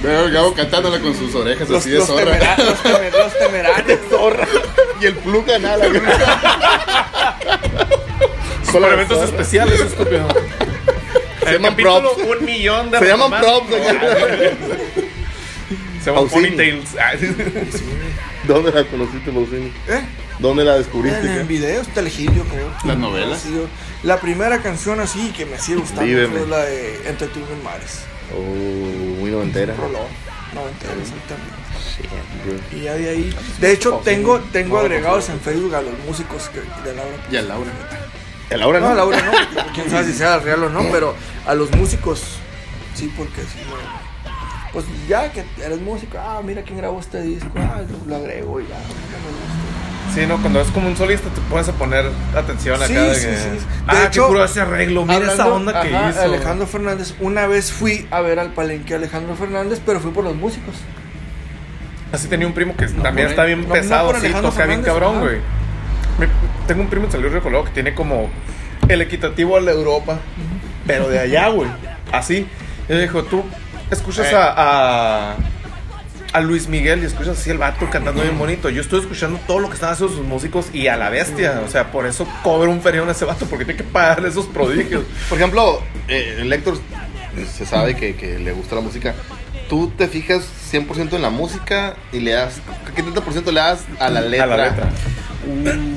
Speaker 5: Veo el Gabo cantándola con sus orejas
Speaker 8: Los,
Speaker 5: así de
Speaker 8: los,
Speaker 5: zorra.
Speaker 8: temera- los, temer- los temerarios.
Speaker 3: y el Pluca nada, güey.
Speaker 4: Con eventos especiales, estúpido.
Speaker 3: Se llaman
Speaker 4: capítulo
Speaker 3: props.
Speaker 4: Un millón de
Speaker 3: Se llaman
Speaker 4: Rotomán.
Speaker 3: props. acá.
Speaker 4: Se llaman
Speaker 3: Pausini.
Speaker 4: ponytails. Ah, sí.
Speaker 3: ¿Dónde la conociste, Pausini?
Speaker 6: ¿Eh?
Speaker 3: ¿Dónde la
Speaker 6: En,
Speaker 3: descubriste?
Speaker 6: en
Speaker 3: qué?
Speaker 6: videos, Telegil, yo creo.
Speaker 5: Las novelas.
Speaker 6: Sí, yo- la primera canción así que me sigue gustando
Speaker 3: Víveme.
Speaker 6: fue la de Entertainment Mares.
Speaker 3: Oh, muy noventera.
Speaker 6: Rolón. 90 exactamente.
Speaker 3: Bro.
Speaker 6: Y ya de ahí. De hecho, tengo, tengo agregados en Facebook a los músicos que, de Laura.
Speaker 5: Y a Laura.
Speaker 3: ¿Y a Laura
Speaker 6: No,
Speaker 3: no?
Speaker 6: a Laura no. Quién sabe si sea real o no, pero a los músicos sí, porque sí. bueno. Pues ya que eres músico, ah, mira quién grabó este disco, ah, lo- lo agrego y ya.
Speaker 4: Sí, no, cuando es como un solista te pones a poner atención acá.
Speaker 6: Sí,
Speaker 4: de
Speaker 6: sí,
Speaker 4: que,
Speaker 6: sí. De
Speaker 4: ah,
Speaker 6: hecho,
Speaker 4: qué curó ese arreglo. Mira esa
Speaker 6: Hablando-
Speaker 4: onda que
Speaker 6: ajá,
Speaker 4: hizo.
Speaker 6: Alejandro Fernández, una vez fui a ver al palenque Alejandro Fernández, pero fui por los músicos.
Speaker 4: Así tenía un primo que también
Speaker 6: por
Speaker 4: está
Speaker 6: él.
Speaker 4: bien
Speaker 6: No, no
Speaker 4: pesado,
Speaker 6: por
Speaker 4: sí,
Speaker 6: Alejandro
Speaker 4: toca bien
Speaker 6: Fernández,
Speaker 4: cabrón,
Speaker 6: ajá.
Speaker 4: güey. Mi- Tengo un primo en San Luis Río Colorado que tiene como el equitativo a la Europa, pero de allá, güey. Así. Y me dijo, tú escuchas
Speaker 6: Eh.
Speaker 4: a, a, a Luis Miguel y escuchas así el vato cantando bien bonito. Yo estoy escuchando todo lo que están haciendo sus músicos y a la bestia. O sea, por eso cobro un ferión a ese vato, porque tiene que pagarle esos prodigios.
Speaker 3: Por ejemplo, eh, el Héctor eh, se sabe que, que le gusta la música. ¿Tú te fijas 100% en la música y le das... ¿Qué tanto por ciento le das a la letra? Uh,
Speaker 4: A la letra.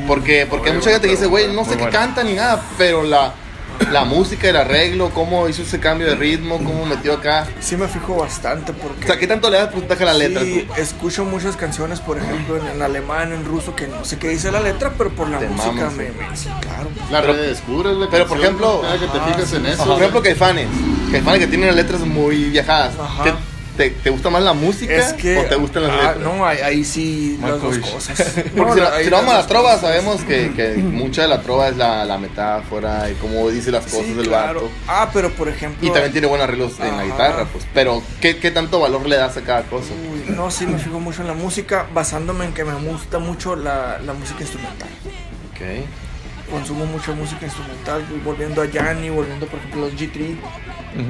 Speaker 3: Porque, porque
Speaker 5: Muy
Speaker 3: mucha gente
Speaker 5: buena
Speaker 3: dice, güey, no
Speaker 5: pregunta,
Speaker 3: sé
Speaker 4: muy
Speaker 3: qué
Speaker 4: buena.
Speaker 3: canta ni nada, pero la, la música, el arreglo, cómo hizo ese cambio de ritmo, cómo metió acá.
Speaker 6: Sí me fijo bastante porque
Speaker 3: O sea, ¿qué tanto le das puntaje a la letra?
Speaker 6: sí,
Speaker 3: tú?
Speaker 6: escucho muchas canciones, por ejemplo, en, en alemán, en ruso, que no sé qué dice la letra, pero por la
Speaker 3: Te
Speaker 6: música
Speaker 3: mamas,
Speaker 6: me,
Speaker 3: eh.
Speaker 6: me- sí, claro.
Speaker 5: La
Speaker 3: Pero-
Speaker 5: redescubres la
Speaker 3: pero, por
Speaker 5: canción,
Speaker 3: ejemplo-
Speaker 5: cada que te
Speaker 6: Ah,
Speaker 5: fijas
Speaker 6: sí.
Speaker 5: en eso.
Speaker 3: Por ejemplo, Caifanes. Caifanes que tienen letras muy viajadas.
Speaker 6: Ajá.
Speaker 3: ¿Qué- te, te gusta más la música
Speaker 6: Es que
Speaker 3: o te gustan las
Speaker 6: ah,
Speaker 3: letras?
Speaker 6: No, ahí, ahí sí las dos
Speaker 4: Malkovich.
Speaker 6: cosas.
Speaker 3: Porque
Speaker 6: No,
Speaker 3: si, la-
Speaker 6: ahí
Speaker 3: si no vamos a la
Speaker 6: las dos
Speaker 3: trova,
Speaker 6: cosas.
Speaker 3: sabemos que, que mucha de la trova es la, la metáfora y cómo dice las
Speaker 6: Sí,
Speaker 3: cosas del
Speaker 6: claro.
Speaker 3: vato.
Speaker 6: Ah, pero por ejemplo,
Speaker 3: Y también tiene buenos arreglos en la
Speaker 6: Ajá.
Speaker 3: guitarra, pues. Pero, ¿qué, qué tanto valor le das a cada cosa?
Speaker 6: Uy, no, sí me fijo mucho en la música, basándome en que me gusta mucho la, la música instrumental.
Speaker 3: Ok.
Speaker 6: Consumo mucha música instrumental, voy volviendo a Yanni, volviendo por ejemplo a los G3,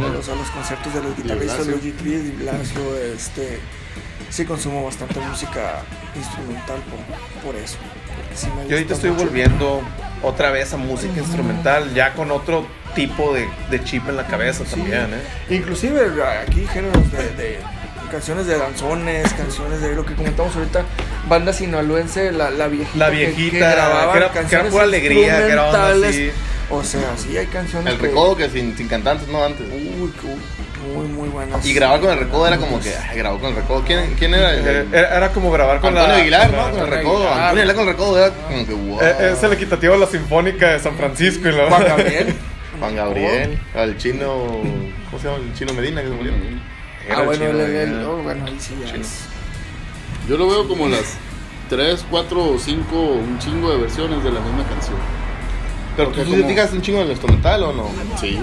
Speaker 6: a, los, a los conciertos de los guitarristas de los G3, y Blasio, este, sí consumo bastante música instrumental por, por eso. porque sí me
Speaker 4: Yo ahorita
Speaker 6: gusta
Speaker 4: estoy
Speaker 6: mucho.
Speaker 4: volviendo otra vez a música instrumental, ya con otro tipo de, de chip en la cabeza también, ¿eh?
Speaker 6: Inclusive aquí géneros de, de canciones de danzones, canciones de lo que comentamos ahorita, banda sinaloense, la, la viejita.
Speaker 4: La
Speaker 6: que-
Speaker 4: viejita,
Speaker 6: que, grababa
Speaker 4: que era- que era
Speaker 6: canciones
Speaker 4: pura alegría, que era onda
Speaker 6: instrumentales.
Speaker 4: así.
Speaker 6: O sea, sí hay canciones.
Speaker 3: El
Speaker 6: que-
Speaker 3: recodo que sin, sin cantantes, no antes.
Speaker 6: Uy, que- muy, muy buenas.
Speaker 3: Y grabar con el recodo era como que, ay, grabó con el recodo. ¿Quién, quién era? El,
Speaker 4: Eh, Era, era como grabar con
Speaker 3: Antonio
Speaker 4: la.
Speaker 3: Aguilar,
Speaker 4: con la-
Speaker 3: ¿no? Ah, Con el
Speaker 6: Antonio
Speaker 3: recodo.
Speaker 6: Aguilar.
Speaker 3: Antonio Aguilar con el recodo era como que, wow.
Speaker 4: Eh, es el equitativo de la Sinfónica de San Francisco y la
Speaker 6: Juan Gabriel.
Speaker 3: Juan Gabriel, al chino. ¿Cómo se llama? El chino Medina que se murió.
Speaker 4: Era
Speaker 6: Ah,
Speaker 4: el
Speaker 6: bueno,
Speaker 4: chino
Speaker 6: el,
Speaker 4: de-
Speaker 6: el- oh, bueno, ahí sí ya es.
Speaker 5: Yo lo veo como las 3, 4 o 5, un chingo de versiones de la misma canción.
Speaker 3: Pero tú
Speaker 5: Porque
Speaker 3: sí te
Speaker 5: como-
Speaker 3: fijas un chingo en el instrumental o no?
Speaker 5: Sí.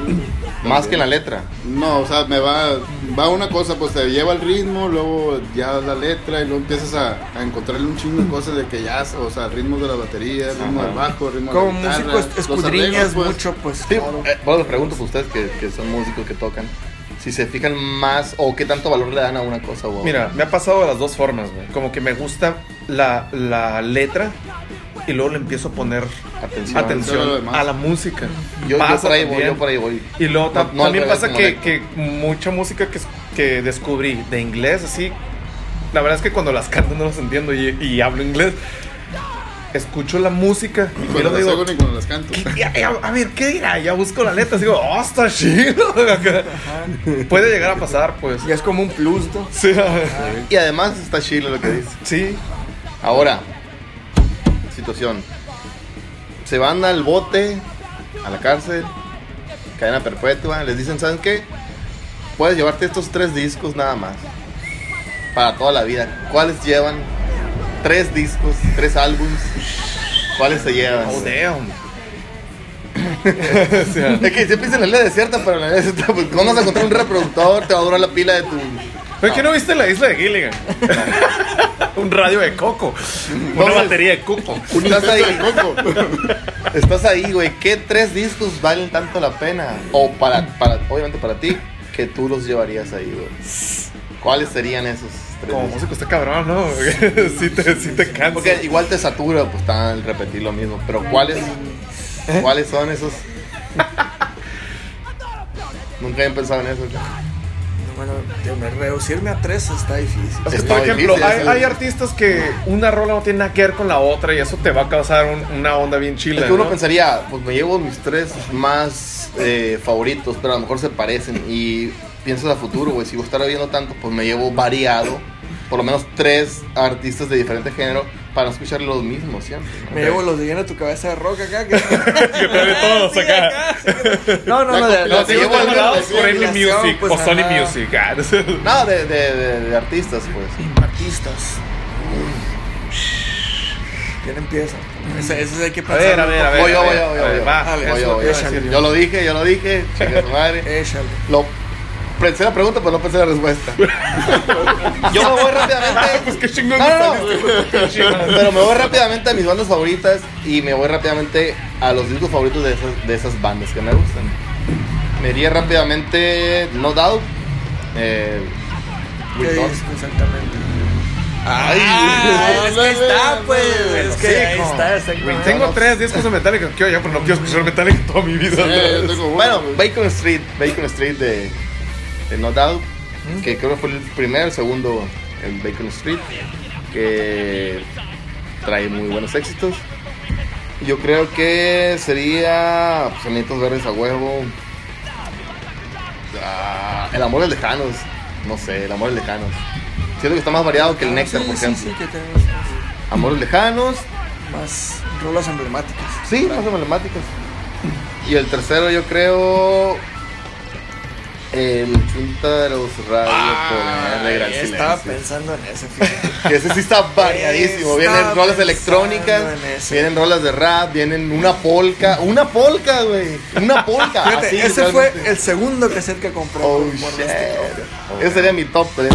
Speaker 3: Más que en la letra.
Speaker 5: No, o sea, me va, va una cosa, pues te lleva el ritmo, luego ya la letra y luego empiezas a, a encontrarle un chingo de cosas de que ya, o sea, ritmos de la batería, ritmo del bajo, ritmo
Speaker 6: Como
Speaker 5: de la guitarra.
Speaker 6: músico es-
Speaker 5: los arreglos,
Speaker 6: escudriñas
Speaker 5: pues.
Speaker 6: mucho, pues.
Speaker 3: Sí,
Speaker 6: todo.
Speaker 3: eh, bueno, les pregunto a ustedes que, que son músicos que tocan. Si se fijan más o qué tanto valor le dan a una cosa o a otra.
Speaker 4: Mira, me ha pasado de las dos formas, güey. Como que me gusta la, la letra y luego le empiezo a poner
Speaker 3: Atención.
Speaker 4: atención
Speaker 5: Todo lo demás.
Speaker 4: a la música.
Speaker 3: Yo, yo
Speaker 4: Pasa
Speaker 3: por ahí voy,
Speaker 4: también.
Speaker 3: yo por ahí voy.
Speaker 4: Y luego ta-
Speaker 3: No, no,
Speaker 4: también
Speaker 3: al revés,
Speaker 4: pasa
Speaker 3: como
Speaker 4: que,
Speaker 3: de-
Speaker 4: que mucha música que, es- que descubrí de inglés, así. La verdad es que cuando las canto no las entiendo y, y hablo inglés. Escucho la música y
Speaker 5: Cuando
Speaker 4: luego
Speaker 5: las hago
Speaker 4: digo.
Speaker 5: ni cuando las canto.
Speaker 4: "¿Qué- qué- a, a ver, ¿qué dirá? Ya busco la letra, así digo, ¡oh, está chido! Acá. Puede llegar a pasar, pues.
Speaker 6: Ya es como un plus, ¿no?
Speaker 4: Sí,
Speaker 3: Y además está chilo lo que dice.
Speaker 4: sí.
Speaker 3: Ahora, situación. Se van al bote, a la cárcel, cadena perpetua. Les dicen, ¿saben qué? Puedes llevarte estos tres discos nada más. Para toda la vida. ¿Cuáles llevan? Tres discos, tres álbums. ¿Cuáles se llevan?
Speaker 4: Oh, damn.
Speaker 3: Es que siempre dicen la isla desierta, pero la isla desierta, pues ¿cómo vas a encontrar un reproductor? Te va a durar la pila de tu.
Speaker 4: ¿Por qué no viste la isla de Gilligan? Un radio de coco. Una
Speaker 3: Entonces-
Speaker 4: batería de coco.
Speaker 3: Estás ahí, Estás ahí, güey. ¿Qué tres discos valen tanto la pena? O para, para, obviamente para ti, que tú los llevarías ahí, güey. ¿Cuáles serían esos tres?
Speaker 4: Como
Speaker 3: discos?
Speaker 4: músico está cabrón, ¿no? sí te, sí te cansa.
Speaker 3: Porque igual te satura, pues tan repetir lo
Speaker 4: ¿Eh?
Speaker 3: mismo. Pero ¿cuáles? ¿Cuáles son esos? Nunca habían pensado en eso.
Speaker 8: Bueno, de- de reducirme a tres está difícil.
Speaker 3: Es
Speaker 4: Por
Speaker 3: todo
Speaker 4: ejemplo,
Speaker 3: difícil,
Speaker 4: hay,
Speaker 3: es-
Speaker 4: hay artistas que una rola no tiene nada que ver con la otra y eso te va a causar un- una onda bien chila.
Speaker 3: Es que uno
Speaker 4: ¿no?
Speaker 3: pensaría, pues me llevo mis tres más eh, favoritos, pero a lo mejor se parecen. Y piensas a futuro, güey. Si voy a estar viendo tanto, pues me llevo variado. Por lo menos tres artistas de diferente género para no escuchar los mismos siempre. ¿no?
Speaker 8: Me llevo los de lleno tu cabeza de rock acá. Que...
Speaker 4: Que trae todos
Speaker 8: Sí,
Speaker 4: acá.
Speaker 8: No, no,
Speaker 3: La
Speaker 8: no. de-
Speaker 3: compilación,
Speaker 8: la-
Speaker 3: te llevo
Speaker 4: Están
Speaker 3: la
Speaker 4: jalados por Any
Speaker 8: compilación,
Speaker 4: Music
Speaker 8: pues,
Speaker 4: o Sony
Speaker 8: ajá.
Speaker 4: Music. ah, no sé.
Speaker 3: No, de, de- de- de artistas, pues.
Speaker 8: Artistas. ¿Quién empieza? Ese, ese hay que
Speaker 4: A ver,
Speaker 8: pensar.
Speaker 4: a ver, a ver.
Speaker 3: Voy yo,
Speaker 4: a
Speaker 3: voy
Speaker 4: ver,
Speaker 3: yo, voy yo,
Speaker 4: a ver,
Speaker 3: voy yo.
Speaker 4: va.
Speaker 8: Dale,
Speaker 3: Voy
Speaker 8: eso
Speaker 3: yo,
Speaker 8: lo
Speaker 3: voy
Speaker 8: voy a
Speaker 3: yo.
Speaker 8: decir yo.
Speaker 3: Yo lo dije, yo lo dije. Chingue su
Speaker 4: Eh.
Speaker 3: madre.
Speaker 8: Échale.
Speaker 3: Lo, pensé la pregunta, pero no pensé la respuesta. Yo me voy rápidamente.
Speaker 4: Pues qué chingón.
Speaker 3: No, no, no. Pero me voy rápidamente a mis bandas favoritas y me voy rápidamente a los discos favoritos de esas, de esas bandas que me gustan. Me iría rápidamente No Doubt. Eh,
Speaker 8: ¿Qué
Speaker 3: With Guns.
Speaker 8: dices exactamente?
Speaker 3: Ay,
Speaker 8: Ah, es que está, pues. Es que ahí
Speaker 4: hijo.
Speaker 8: está,
Speaker 4: Güey,
Speaker 8: exactamente.
Speaker 4: Tengo tres discos de Metallica que quiero yo, pero no quiero escuchar Metallica toda mi vida.
Speaker 5: Eh, yo tengo uno,
Speaker 3: Bueno,
Speaker 5: güey.
Speaker 3: Bacon Street, Bacon Street de, de No Doubt, que creo que fue el primero, el segundo en Bacon Street, que trae muy buenos éxitos. Yo creo que sería pues, Anitos Verdes a huevo. Ah, el amor de lejanos, no sé, el amor de lejanos. Siento que está más variado
Speaker 5: Ah,
Speaker 3: que el Néctar,
Speaker 8: Sí,
Speaker 3: por
Speaker 8: sí,
Speaker 3: ejemplo.
Speaker 8: sí, que tenemos
Speaker 3: Amores lejanos,
Speaker 8: más rolas emblemáticas.
Speaker 3: Sí, más emblemáticas. Y el tercero, yo creo. El Quintaros Radio por el Gran
Speaker 8: Ahí estaba
Speaker 3: Silencio.
Speaker 8: pensando en ese, fíjate.
Speaker 3: Que ese sí está variadísimo.
Speaker 8: Estaba
Speaker 3: Vienen rolas
Speaker 8: pensando
Speaker 3: electrónicas,
Speaker 8: en ese.
Speaker 3: vienen rolas de rap, vienen una polca. ¡Una polca, güey! ¡Una polca!
Speaker 8: Fíjate,
Speaker 3: Así,
Speaker 8: ese fue
Speaker 3: realmente.
Speaker 8: el segundo cassette que compré.
Speaker 3: Oh,
Speaker 8: por- por
Speaker 3: shit.
Speaker 8: este nombre.
Speaker 3: Ese sería mi top 3.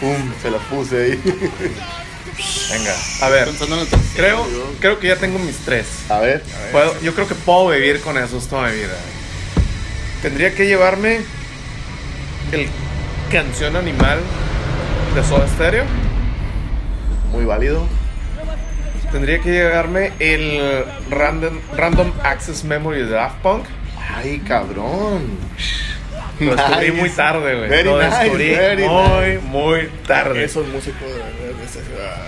Speaker 3: Pum, se la puse ahí.
Speaker 4: Venga, a ver.
Speaker 5: Pensando en el tercero,
Speaker 4: Creo,
Speaker 5: yo.
Speaker 4: creo que ya tengo mis tres.
Speaker 3: A ver.
Speaker 4: Puedo- yo creo que puedo vivir con esos toda mi vida. Tendría que llevarme el canción animal de Soda Stereo.
Speaker 3: Muy válido.
Speaker 4: Tendría que llevarme el random, random access memory de Daft Punk.
Speaker 3: Ay, cabrón.
Speaker 4: Lo descubrí
Speaker 3: Nice.
Speaker 4: muy tarde, güey.
Speaker 3: Very
Speaker 4: Lo
Speaker 3: nice,
Speaker 4: descubrí
Speaker 3: very
Speaker 4: muy, muy tarde.
Speaker 8: Esos músicos de, de- de esa ciudad.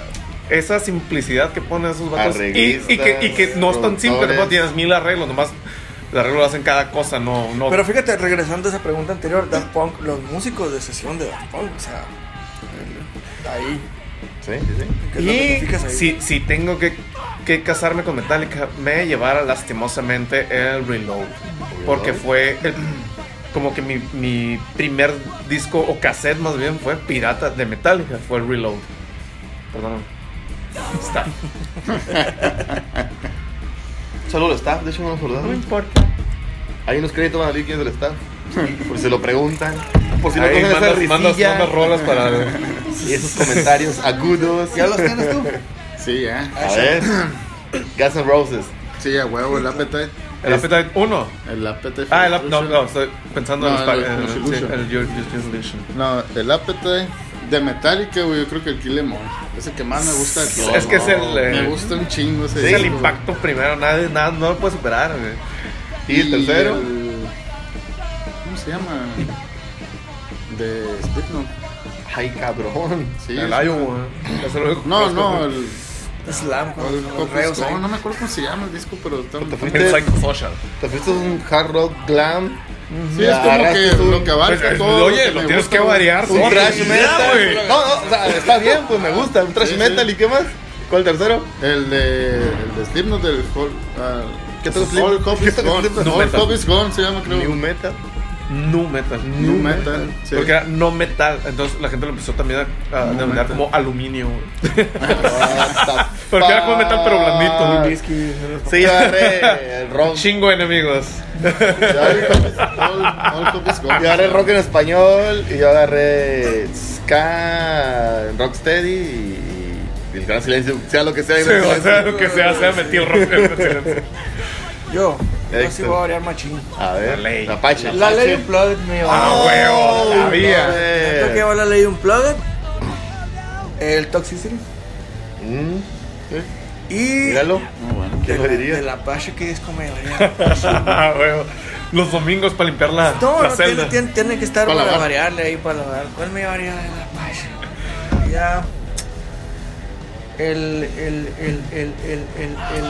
Speaker 4: Esa simplicidad que ponen esos vatos. Y,
Speaker 3: Arreglistas,
Speaker 4: y que, y que no es tan simple,
Speaker 3: productores.
Speaker 4: no tienes mil arreglos, nomás el arreglo lo hacen cada cosa, no, no.
Speaker 8: Pero fíjate, regresando a esa pregunta anterior, Daft Punk, los músicos de sesión de Daft Punk, o sea, ahí.
Speaker 3: Sí, sí, sí.
Speaker 8: ¿qué es lo que te
Speaker 4: y
Speaker 8: fijas ahí?
Speaker 4: si, si tengo que, que casarme con Metallica, me llevara lastimosamente el Reload. Porque fue el- como que mi, mi primer disco o cassette más bien fue pirata de Metallica, fue el Reload. Perdóname. Está.
Speaker 3: Saludos al staff, de hecho no nos
Speaker 4: No me
Speaker 3: saludaron.
Speaker 4: importa.
Speaker 3: Hay unos créditos van a salir quién es el staff. Por si lo preguntan. Por si no
Speaker 4: Ahí
Speaker 3: cogen esa
Speaker 4: mandas, mandas
Speaker 3: risilla
Speaker 4: unas rolas para.
Speaker 3: y esos comentarios agudos.
Speaker 8: ¿Ya los tienes tú?
Speaker 5: Sí, ya.
Speaker 3: A ver. Guns N' Roses.
Speaker 5: Sí, a huevo, el Appetite.
Speaker 4: El Appetite 1.
Speaker 5: El Appetite.
Speaker 4: Ah, el
Speaker 5: for
Speaker 4: App- no,
Speaker 5: Destruction.
Speaker 4: no, estoy pensando en
Speaker 5: No,
Speaker 4: el,
Speaker 5: el-
Speaker 4: Spa-
Speaker 5: el
Speaker 4: en- sí,
Speaker 5: Illusion.
Speaker 4: el Your- Your Illusion.
Speaker 5: No, el Appetite de Metallica, güey, yo creo que el Kill Em All. Es el que más me gusta de todos.
Speaker 4: Es que es el, eh,
Speaker 5: Me gusta un chingo ese
Speaker 4: Es el
Speaker 5: disco,
Speaker 4: impacto primero, nadie, nada, no lo puede superar. güey.
Speaker 3: Y el tercero.
Speaker 5: el- ¿Cómo se llama? De Slipknot.
Speaker 3: Ay, cabrón.
Speaker 5: Sí.
Speaker 4: El
Speaker 5: es-
Speaker 4: Iowa, güey. Eso es lo único que
Speaker 5: No,
Speaker 4: conozco,
Speaker 5: no,
Speaker 4: güey.
Speaker 5: el.
Speaker 8: Slam
Speaker 5: o
Speaker 8: con
Speaker 5: el
Speaker 8: los
Speaker 5: Corpus
Speaker 8: reos.
Speaker 5: Christi,
Speaker 8: ahí.
Speaker 5: no me acuerdo cómo se llama el disco, pero está
Speaker 3: Pero te
Speaker 5: Sí,
Speaker 3: fuiste-
Speaker 4: El Psychosocial.
Speaker 3: Te fuiste un hard rock glam.
Speaker 5: es como que
Speaker 3: Agarraste un-
Speaker 5: lo que abarca
Speaker 4: Pues,
Speaker 5: todo.
Speaker 4: oye,
Speaker 5: que
Speaker 4: lo
Speaker 5: me
Speaker 4: tienes
Speaker 5: gusta,
Speaker 4: que
Speaker 5: güey.
Speaker 4: variar.
Speaker 3: Un
Speaker 4: sí.
Speaker 3: thrash
Speaker 4: Ya,
Speaker 3: metal.
Speaker 4: güey.
Speaker 3: No, no, o sea, está bien, pues me gusta. Un thrash
Speaker 5: Sí, sí.
Speaker 3: metal y qué más. ¿Cuál tercero?
Speaker 5: El de, el de Slipknot del Hall. Uh,
Speaker 3: ¿Qué tal Slipknot?
Speaker 5: All Cop
Speaker 3: ¿Qué
Speaker 5: is
Speaker 3: tal
Speaker 5: Gone.
Speaker 3: Slipknot?
Speaker 5: All
Speaker 4: Metal.
Speaker 5: Cop is Gone se llama, creo.
Speaker 3: New metal.
Speaker 4: Nu metal.
Speaker 5: New Metal, sí.
Speaker 4: Porque era no metal. Entonces la gente lo empezó también a, a denominar como aluminio. güey. Porque era como metal, pero blandito.
Speaker 3: Sí, agarré el rock.
Speaker 4: Chingo de enemigos.
Speaker 5: All Cop is- All- All Cop is Gone.
Speaker 3: Yo agarré rock en español y yo agarré ska, rocksteady y, y el gran silencio, sea lo que sea.
Speaker 4: Sí, o sea, lo que sea, sea metido rock.
Speaker 8: Yo, yo sí
Speaker 3: Héctor.
Speaker 8: voy a variar machín.
Speaker 3: a ver,
Speaker 4: La ley.
Speaker 3: la Apache.
Speaker 8: La Ley Unplugged me
Speaker 4: Ah,
Speaker 8: va.
Speaker 4: huevo, sabía.
Speaker 8: Creo que va la Ley Unplugged. El Toxicity.
Speaker 3: Mm, sí.
Speaker 6: Y
Speaker 3: Míralo.
Speaker 5: Muy bueno.
Speaker 3: ¿Quién
Speaker 6: de
Speaker 3: lo
Speaker 6: la-
Speaker 3: diría?
Speaker 6: De la pacha que es comer.
Speaker 4: Ah, huevo. Los domingos para limpiar la,
Speaker 6: No,
Speaker 4: la
Speaker 6: no tiene,
Speaker 4: celda.
Speaker 6: tiene- tiene que estar
Speaker 5: Para
Speaker 6: para,
Speaker 5: lavar.
Speaker 6: variarle ahí para lavar. ¿Cuál me llevaría de la pacha? Ya. El. El. El. El. El. El. el...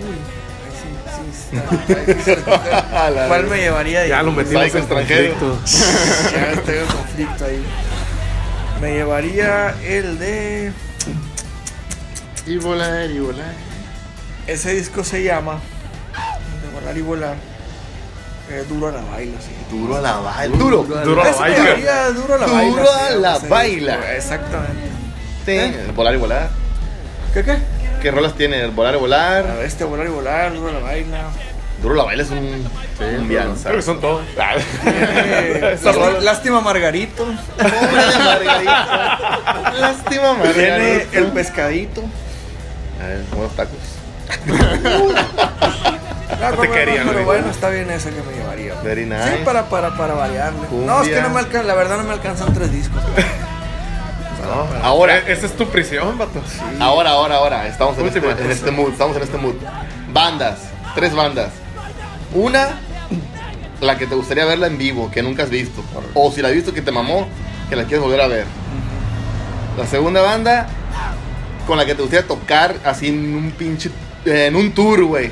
Speaker 6: Uy. ahí sí, sí, está- ahí sí se escoge.
Speaker 3: A la
Speaker 6: ¿Cuál
Speaker 3: vez.
Speaker 6: me llevaría de
Speaker 1: Ya lo metimos
Speaker 3: Psycho
Speaker 1: en
Speaker 3: extranjero.
Speaker 1: conflicto.
Speaker 6: Ya estoy en conflicto ahí. Me llevaría el de.
Speaker 5: Y volar, y volar.
Speaker 6: Ese disco se llama. De volar y volar. Eh, duro a la baila, sí.
Speaker 2: Duro a la baila.
Speaker 3: Duro.
Speaker 4: Duro a la
Speaker 6: Ese
Speaker 4: baila.
Speaker 6: me llevaría duro a la
Speaker 3: Duro
Speaker 6: baila.
Speaker 3: a
Speaker 6: sí,
Speaker 3: la
Speaker 6: ese disco,
Speaker 3: baila.
Speaker 6: Exactamente.
Speaker 4: ¿Eh?
Speaker 3: Ten- Volar y volar.
Speaker 6: ¿Qué qué?
Speaker 3: ¿Qué rolas tiene? El Volar y
Speaker 6: La
Speaker 3: volar.
Speaker 6: bestia volar y volar, duro a la baila.
Speaker 3: Duro la baila es un. un vianza.
Speaker 4: Creo que son todos.
Speaker 6: Eh,
Speaker 4: Esas
Speaker 6: lástima-
Speaker 4: rolas.
Speaker 6: Lástima Margarito.
Speaker 3: Pobre de Margarita. Lástima,
Speaker 6: Tiene
Speaker 3: Margarita.
Speaker 6: el pescadito.
Speaker 3: A ver, unos tacos.
Speaker 6: No,
Speaker 4: te
Speaker 6: no,
Speaker 4: quería,
Speaker 6: no, pero
Speaker 4: Luis.
Speaker 6: bueno, está bien ese que me llevaría.
Speaker 3: Very nice.
Speaker 6: Sí, para, para, para variarle. No, es que
Speaker 3: Cumbia.
Speaker 6: no me alcanza, la verdad no me alcanzan tres discos.
Speaker 3: No, Ahora,
Speaker 4: Eh, Esa es tu prisión, vato.
Speaker 3: ahora, ahora, ahora. Estamos en,
Speaker 4: Última.
Speaker 3: este, en este mood. Estamos en este mood. Bandas. Tres bandas. Una, la que te gustaría verla en vivo, que nunca has visto. O si la has visto que te mamó, que la quieres volver a ver. La segunda banda, con la que te gustaría tocar así en un pinche. En un tour, güey.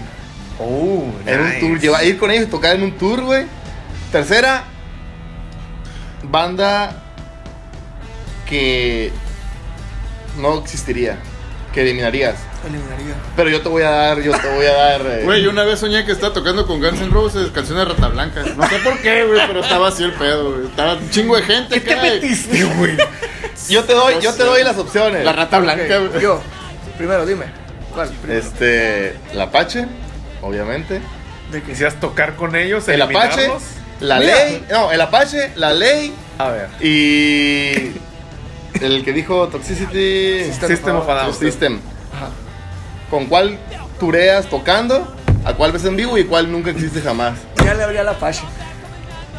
Speaker 4: Oh,
Speaker 3: En un tour, lleva- ir con ellos y tocar en un tour, güey. Tercera, banda que no existiría, que eliminarías.
Speaker 6: Eliminaría.
Speaker 3: Pero yo te voy a dar, yo te voy a dar. eh,
Speaker 5: Güey, yo una vez soñé que estaba tocando con Guns N' Roses canciones de Rata Blanca. No sé por qué, güey, pero estaba así el pedo, güey. Estaba un chingo de gente. ¿Qué
Speaker 4: metiste, güey?
Speaker 3: yo te doy, yo te doy las opciones.
Speaker 5: La Rata Blanca, güey.
Speaker 6: Yo, primero dime. ¿Cuál? Primero.
Speaker 3: este, la Apache, obviamente.
Speaker 6: ¿De qué?
Speaker 4: ¿Quisieras tocar con ellos?
Speaker 3: El Apache,
Speaker 4: eliminarlos?
Speaker 3: la
Speaker 6: Mira.
Speaker 3: ley, no, el Apache, la ley
Speaker 4: A ver.
Speaker 3: y el que dijo Toxicity.
Speaker 4: System of a Down.
Speaker 3: System. ¿Con cuál tureas tocando? ¿A cuál ves en vivo y cuál nunca existe jamás?
Speaker 6: Ya le abría la facha.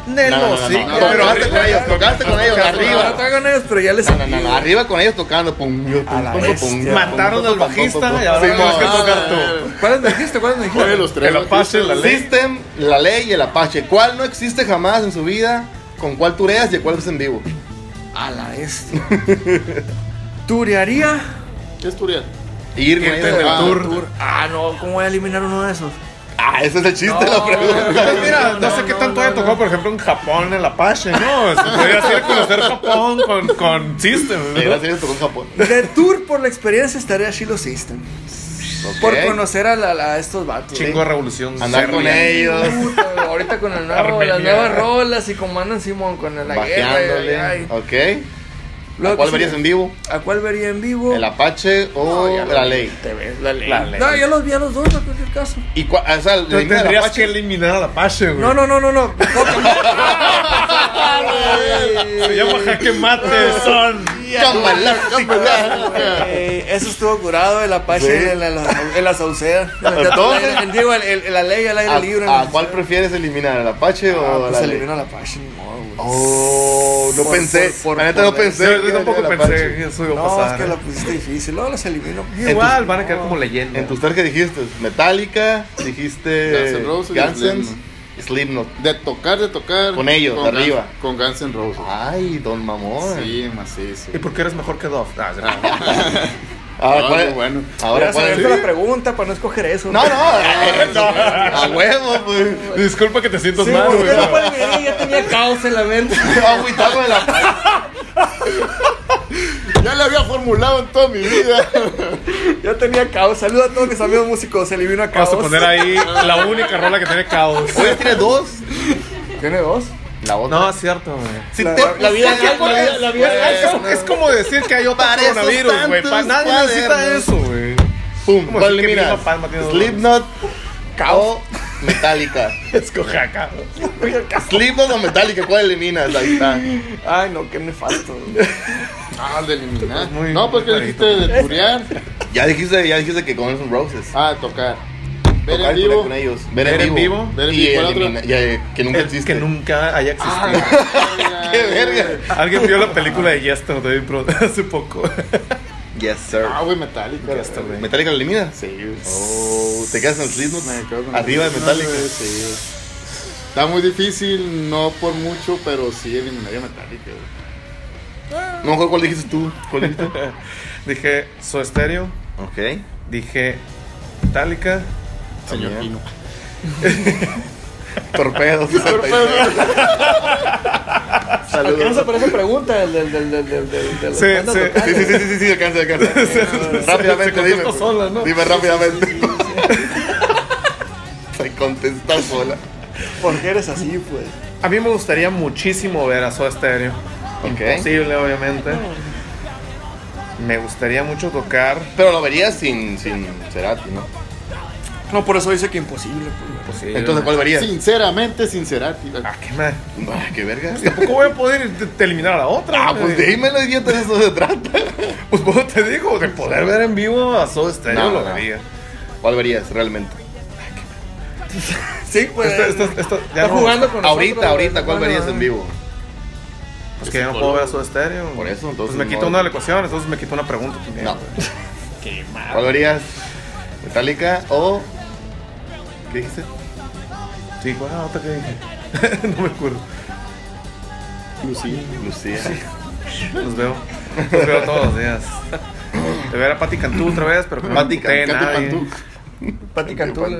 Speaker 3: No, no, no, no, no, tocaste con ellos, tocaste con ellos,
Speaker 6: Ahora
Speaker 3: arriba.
Speaker 6: traigo ellos, pero ya les
Speaker 3: No, no, no, no, arriba con ellos tocando. pum, pum,
Speaker 6: A la
Speaker 3: pum,
Speaker 6: bestia.
Speaker 3: pum, pum,
Speaker 4: Mataron
Speaker 3: pum,
Speaker 4: al
Speaker 3: pum, pum,
Speaker 4: bajista
Speaker 3: pum, pum,
Speaker 4: y ahora
Speaker 3: pum.
Speaker 4: tienes que
Speaker 3: Simón.
Speaker 4: tocar tú.
Speaker 6: ¿Cuáles me dijiste? ¿Cuáles me dijiste?
Speaker 5: Oye, los tres.
Speaker 4: El
Speaker 5: ¿no?
Speaker 4: Apache, la ley.
Speaker 3: System, la ley y el Apache. ¿Cuál no existe jamás en su vida? ¿Con cuál tureas y a cuál ves en vivo?
Speaker 6: A la bestia. ¿Turearía?
Speaker 5: ¿Qué es Turiel?
Speaker 3: Irme
Speaker 4: Irte
Speaker 3: ahí
Speaker 4: en el
Speaker 3: tocando.
Speaker 4: tour.
Speaker 6: Ah, no, ¿cómo voy a eliminar uno de esos?
Speaker 3: Ah, ese es el chiste de la pregunta.
Speaker 4: Pues mira, no, sé qué tanto haya tocado, por ejemplo, en Japón, el Apache, ¿no? Se podría ir a conocer Japón con, con System, ¿no?
Speaker 3: Gracias, tocó en Japón.
Speaker 6: De tour por la experiencia estaría Shiloh System. Por
Speaker 3: Ok.
Speaker 6: conocer a, la- a estos vatos.
Speaker 4: Chingo de revolución.
Speaker 3: Andar con
Speaker 4: serbia.
Speaker 3: ellos.
Speaker 6: Puta, ahorita con el nuevo,
Speaker 4: Armenia.
Speaker 6: las nuevas rolas y como andan Simón con la
Speaker 3: Bajeándole.
Speaker 6: guerra. ay, ay.
Speaker 3: Ok.
Speaker 6: Luego,
Speaker 3: ¿Cuál
Speaker 6: ¿qué
Speaker 3: verías en
Speaker 6: sigue?
Speaker 3: vivo?
Speaker 6: ¿A cuál vería en vivo?
Speaker 3: ¿El Apache o
Speaker 6: No, ya
Speaker 3: la ley?
Speaker 6: Te ves, la ley.
Speaker 4: La ley.
Speaker 6: No, yo los vi a los dos, en cualquier caso.
Speaker 3: ¿Y cua- o sea, el
Speaker 4: Tú
Speaker 3: link del
Speaker 4: tendrías
Speaker 3: Apache?
Speaker 4: que eliminar al Apache, güey.
Speaker 6: No, no, no, no, no.
Speaker 4: Se llama Jaque Mate, son.
Speaker 3: Cámara, cámara.
Speaker 6: Eh, eso estuvo curado, el Apache en, la, en la- en la Sauceda.
Speaker 3: Entonces-
Speaker 6: En- digo, el- el- la ley al aire libre. en
Speaker 3: ¿A,
Speaker 6: la
Speaker 3: a cuál
Speaker 6: Sauceda.
Speaker 3: prefieres eliminar? ¿Al Apache
Speaker 6: Ah,
Speaker 3: o a
Speaker 6: pues
Speaker 3: la
Speaker 6: se
Speaker 3: ley?
Speaker 6: eliminó el Apache, ni modo, güey.
Speaker 3: Oh, no
Speaker 6: Por-
Speaker 3: pensé.
Speaker 6: por-
Speaker 3: la neta
Speaker 6: por-
Speaker 3: no pensé.
Speaker 4: Yo,
Speaker 3: que
Speaker 4: yo tampoco
Speaker 3: era el
Speaker 4: pensé
Speaker 3: Apache.
Speaker 4: que eso iba a
Speaker 6: No, es
Speaker 4: pasar.
Speaker 6: que la pusiste difícil. No, las eliminó.
Speaker 4: Igual, van a quedar como leyendas.
Speaker 3: En tus tres que dijiste, Metallica, dijiste
Speaker 5: Guns N' Roses y
Speaker 3: Guns N'
Speaker 5: Slipknot.
Speaker 3: Slipknot.
Speaker 5: De tocar, de tocar.
Speaker 3: Con ellos, de
Speaker 5: Guns-
Speaker 3: arriba. Ah,
Speaker 5: Con Guns N' Roses.
Speaker 3: Ay, don mamón.
Speaker 5: Sí, macizo.
Speaker 4: ¿Y por qué eres mejor que Dove? Ah, sí.
Speaker 3: Ahora,
Speaker 5: Ah,
Speaker 3: ¿cuál-
Speaker 5: muy bueno.
Speaker 3: ahora
Speaker 6: Ahora
Speaker 3: ¿cuál-
Speaker 6: saberte la pregunta para no escoger eso.
Speaker 3: No, no, a huevo, pues.
Speaker 4: Disculpa que te sientas
Speaker 6: Sí,
Speaker 4: mal,
Speaker 6: porque
Speaker 4: pues güey.
Speaker 6: no puede venir, ya tenía caos en la mente.
Speaker 3: Agüitado con el Apache.
Speaker 5: Ya lo había formulado en toda mi vida.
Speaker 6: Ya tenía caos. Saluda a todos mis amigos músicos. Se eliminó a caos.
Speaker 4: Vamos a poner ahí la única rola que tiene caos.
Speaker 3: Oye, tiene dos.
Speaker 6: ¿Tiene dos?
Speaker 3: La otra.
Speaker 4: No, es cierto, güey.
Speaker 3: Si
Speaker 6: La-
Speaker 3: te- pues,
Speaker 6: la- la
Speaker 3: vida
Speaker 4: Es como-
Speaker 3: es-
Speaker 4: es- es como- Es como decir que hay otro
Speaker 3: Para esos
Speaker 4: coronavirus, güey. Pa-
Speaker 3: tantos
Speaker 4: Nadie necesita
Speaker 3: cuadernos.
Speaker 4: eso, güey.
Speaker 3: Pum,
Speaker 4: Como
Speaker 3: ¿cuál
Speaker 4: decir que
Speaker 3: eliminas?
Speaker 4: Vilma Palma tiene dos.
Speaker 3: Slipknot o Metallica.
Speaker 4: Escoge acá.
Speaker 3: Slipknot o Metallica, ¿cuál eliminas? Ahí está.
Speaker 6: Ay, no, qué nefasto.
Speaker 5: Ah, de eliminar.
Speaker 4: Muy
Speaker 5: no, pues que dijiste
Speaker 4: clarito.
Speaker 5: de turear.
Speaker 3: Ya dijiste, ya dijiste que con esos Roses.
Speaker 5: Ah, tocar. Ver
Speaker 3: Tocar
Speaker 5: en
Speaker 3: y
Speaker 5: vivo.
Speaker 3: con ellos. Ver, en vivo.
Speaker 5: Ver en
Speaker 3: y
Speaker 5: vivo, ¿cuál otro?
Speaker 3: elimina- ya, eh, que nunca
Speaker 4: El
Speaker 3: existe.
Speaker 4: que nunca haya
Speaker 5: Ah,
Speaker 4: existido.
Speaker 5: la verga.
Speaker 3: ¡Qué verga!
Speaker 4: Alguien vio la película de Yesterday bro, hace poco.
Speaker 3: Yes, sir.
Speaker 5: Ah, güey, Metallica. güey.
Speaker 3: ¿Metallica lo elimina?
Speaker 5: Sí, güey.
Speaker 3: Oh, ¿Te quedas en Slipknot?
Speaker 5: Me quedo con
Speaker 3: Arriba de
Speaker 5: Slipknot,
Speaker 3: Metallica.
Speaker 5: güey, sí, güey. Está muy difícil, no por mucho, pero sí eliminaría a Metallica, güey.
Speaker 3: No me acuerdo cuál dijiste tú. ¿Cuál dijiste?
Speaker 4: Dije So Stereo,
Speaker 3: ok.
Speaker 4: dije Metallica.
Speaker 5: Señor
Speaker 3: También.
Speaker 5: Pino.
Speaker 3: Torpedos. Saludos.
Speaker 8: Alcanza para esa pregunta el del del del del del del
Speaker 4: Sí,
Speaker 8: banda
Speaker 4: sí.
Speaker 8: local.
Speaker 3: Sí, sí, sí, sí, sí, alcanza, alcanza. rápidamente,
Speaker 4: se
Speaker 3: dime.
Speaker 4: contestó sola, ¿no?
Speaker 3: Dime rápidamente. Se contestó sola.
Speaker 8: ¿Por qué eres así, pues?
Speaker 4: A mí me gustaría muchísimo ver a Soda Stereo.
Speaker 3: Ok.
Speaker 4: Imposible, obviamente. Me gustaría mucho tocar.
Speaker 3: Pero lo verías sin, sin Cerati, ¿no?
Speaker 8: No, por eso dice que imposible, pues. güey.
Speaker 3: Entonces, ¿cuál verías?
Speaker 5: Sinceramente, sincerati.
Speaker 4: Ah, qué mal.
Speaker 3: Ah, qué verga.
Speaker 4: ¿Cómo voy a poder te- te eliminar a la otra?
Speaker 3: Ah, pues
Speaker 4: Este güey?
Speaker 3: dímelo, idiota, de eso se trata.
Speaker 4: Pues ¿cómo te digo, de poder ver en vivo a Soda Stereo
Speaker 3: No,
Speaker 4: lo
Speaker 3: no.
Speaker 4: vería.
Speaker 3: ¿Cuál verías realmente?
Speaker 8: Sí, pues.
Speaker 4: Esto- esto- esto- ya
Speaker 8: está
Speaker 4: no-
Speaker 8: jugando con nosotros. eh?
Speaker 3: ahorita, ahorita, ¿cuál
Speaker 4: Bueno,
Speaker 3: verías
Speaker 6: eh,
Speaker 3: en vivo?
Speaker 4: Es Pues que ya no puedo ver a Soda Stereo.
Speaker 3: Por eso, entonces,
Speaker 4: Pues me
Speaker 3: no.
Speaker 4: quito una de la ecuación, entonces me quito una pregunta también.
Speaker 3: No. ¿Cuál verías? ¿Metallica o.? ¿Qué dijiste?
Speaker 4: Sí, ¿cuál Ah, era la otra que dije? no me acuerdo.
Speaker 3: Lucía. Lucía.
Speaker 4: Los veo. Los veo todos los días. Te ver a Pati Cantú otra vez, pero que no me
Speaker 3: Pati
Speaker 4: putee
Speaker 5: Cante
Speaker 4: nadie.
Speaker 5: Pantú.
Speaker 8: Pati Cantú.
Speaker 3: Pati.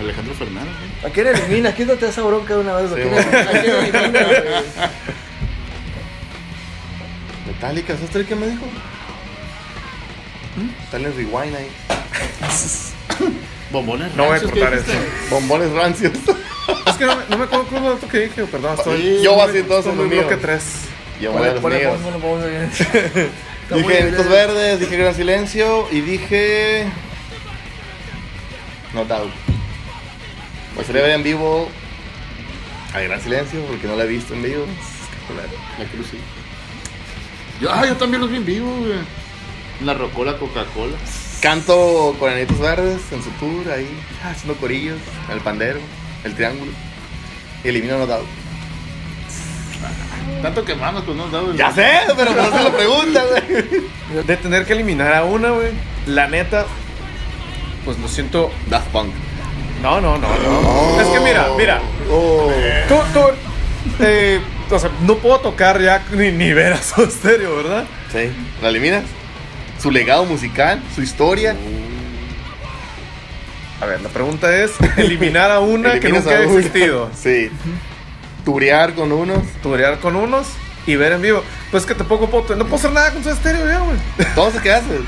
Speaker 5: Alejandro Fernández.
Speaker 6: ¿eh?
Speaker 5: güey.
Speaker 8: ¿A quién elimina? ¿A quién no te da esa bronca de una vez? güey?
Speaker 3: Sí,
Speaker 8: ¿A quién elimina? ¿A quién elimina, güey?
Speaker 3: Metallica, ¿es usted el que me dijo?
Speaker 4: ¿Mm?
Speaker 3: Dale rewind ahí.
Speaker 5: Bombones.
Speaker 4: No voy a
Speaker 5: ranchos, ¿qué
Speaker 4: cortar eso.
Speaker 5: dijiste?
Speaker 3: Bombones rancios.
Speaker 4: Es que no, me- no me acuerdo cuál es lo otro que dije, perdón. Estoy,
Speaker 3: Sí, yo voy a decir todos
Speaker 4: en
Speaker 3: los
Speaker 4: el bloque
Speaker 3: míos.
Speaker 4: 3.
Speaker 3: Yo
Speaker 6: e-
Speaker 3: voy
Speaker 8: Ponle,
Speaker 3: a los
Speaker 8: ponle,
Speaker 3: míos.
Speaker 8: ponle, ponle, ponle.
Speaker 3: Dije Enanitos Verdes, dije Gran Silencio y dije. No Doubt. Pues Me gustaría ver en vivo a Gran Silencio porque no la he visto en vivo.
Speaker 5: La cruz, sí. Yo, ah, yo también los vi en vivo, güey. La Rocola Coca-Cola.
Speaker 3: Canto con Enanitos Verdes en su tour ahí, haciendo corillos, el pandero, el triángulo. Y elimino No Doubt.
Speaker 5: Tanto que manos, pues no has dado el-
Speaker 3: Ya sé, pero no se lo pregunta, güey.
Speaker 4: De tener que eliminar a una, güey. La neta, pues lo siento.
Speaker 3: Daft Punk.
Speaker 4: No, no, no, no. Es que mira, mira.
Speaker 3: Oh,
Speaker 4: Tú, tú. eh, o sea, no puedo tocar ya ni, ni ver a Soda Stereo, ¿verdad?
Speaker 3: Sí. ¿La eliminas? Su legado musical, su historia.
Speaker 4: A ver, la pregunta es eliminar a una que
Speaker 3: Eliminas
Speaker 4: nunca
Speaker 3: a
Speaker 4: ha
Speaker 3: uno.
Speaker 4: existido.
Speaker 3: Sí. Turear con unos.
Speaker 4: Turear con unos y ver en vivo. Pues que tampoco puedo, no puedo hacer nada con su estéreo ya, güey.
Speaker 3: Entonces, ¿qué haces?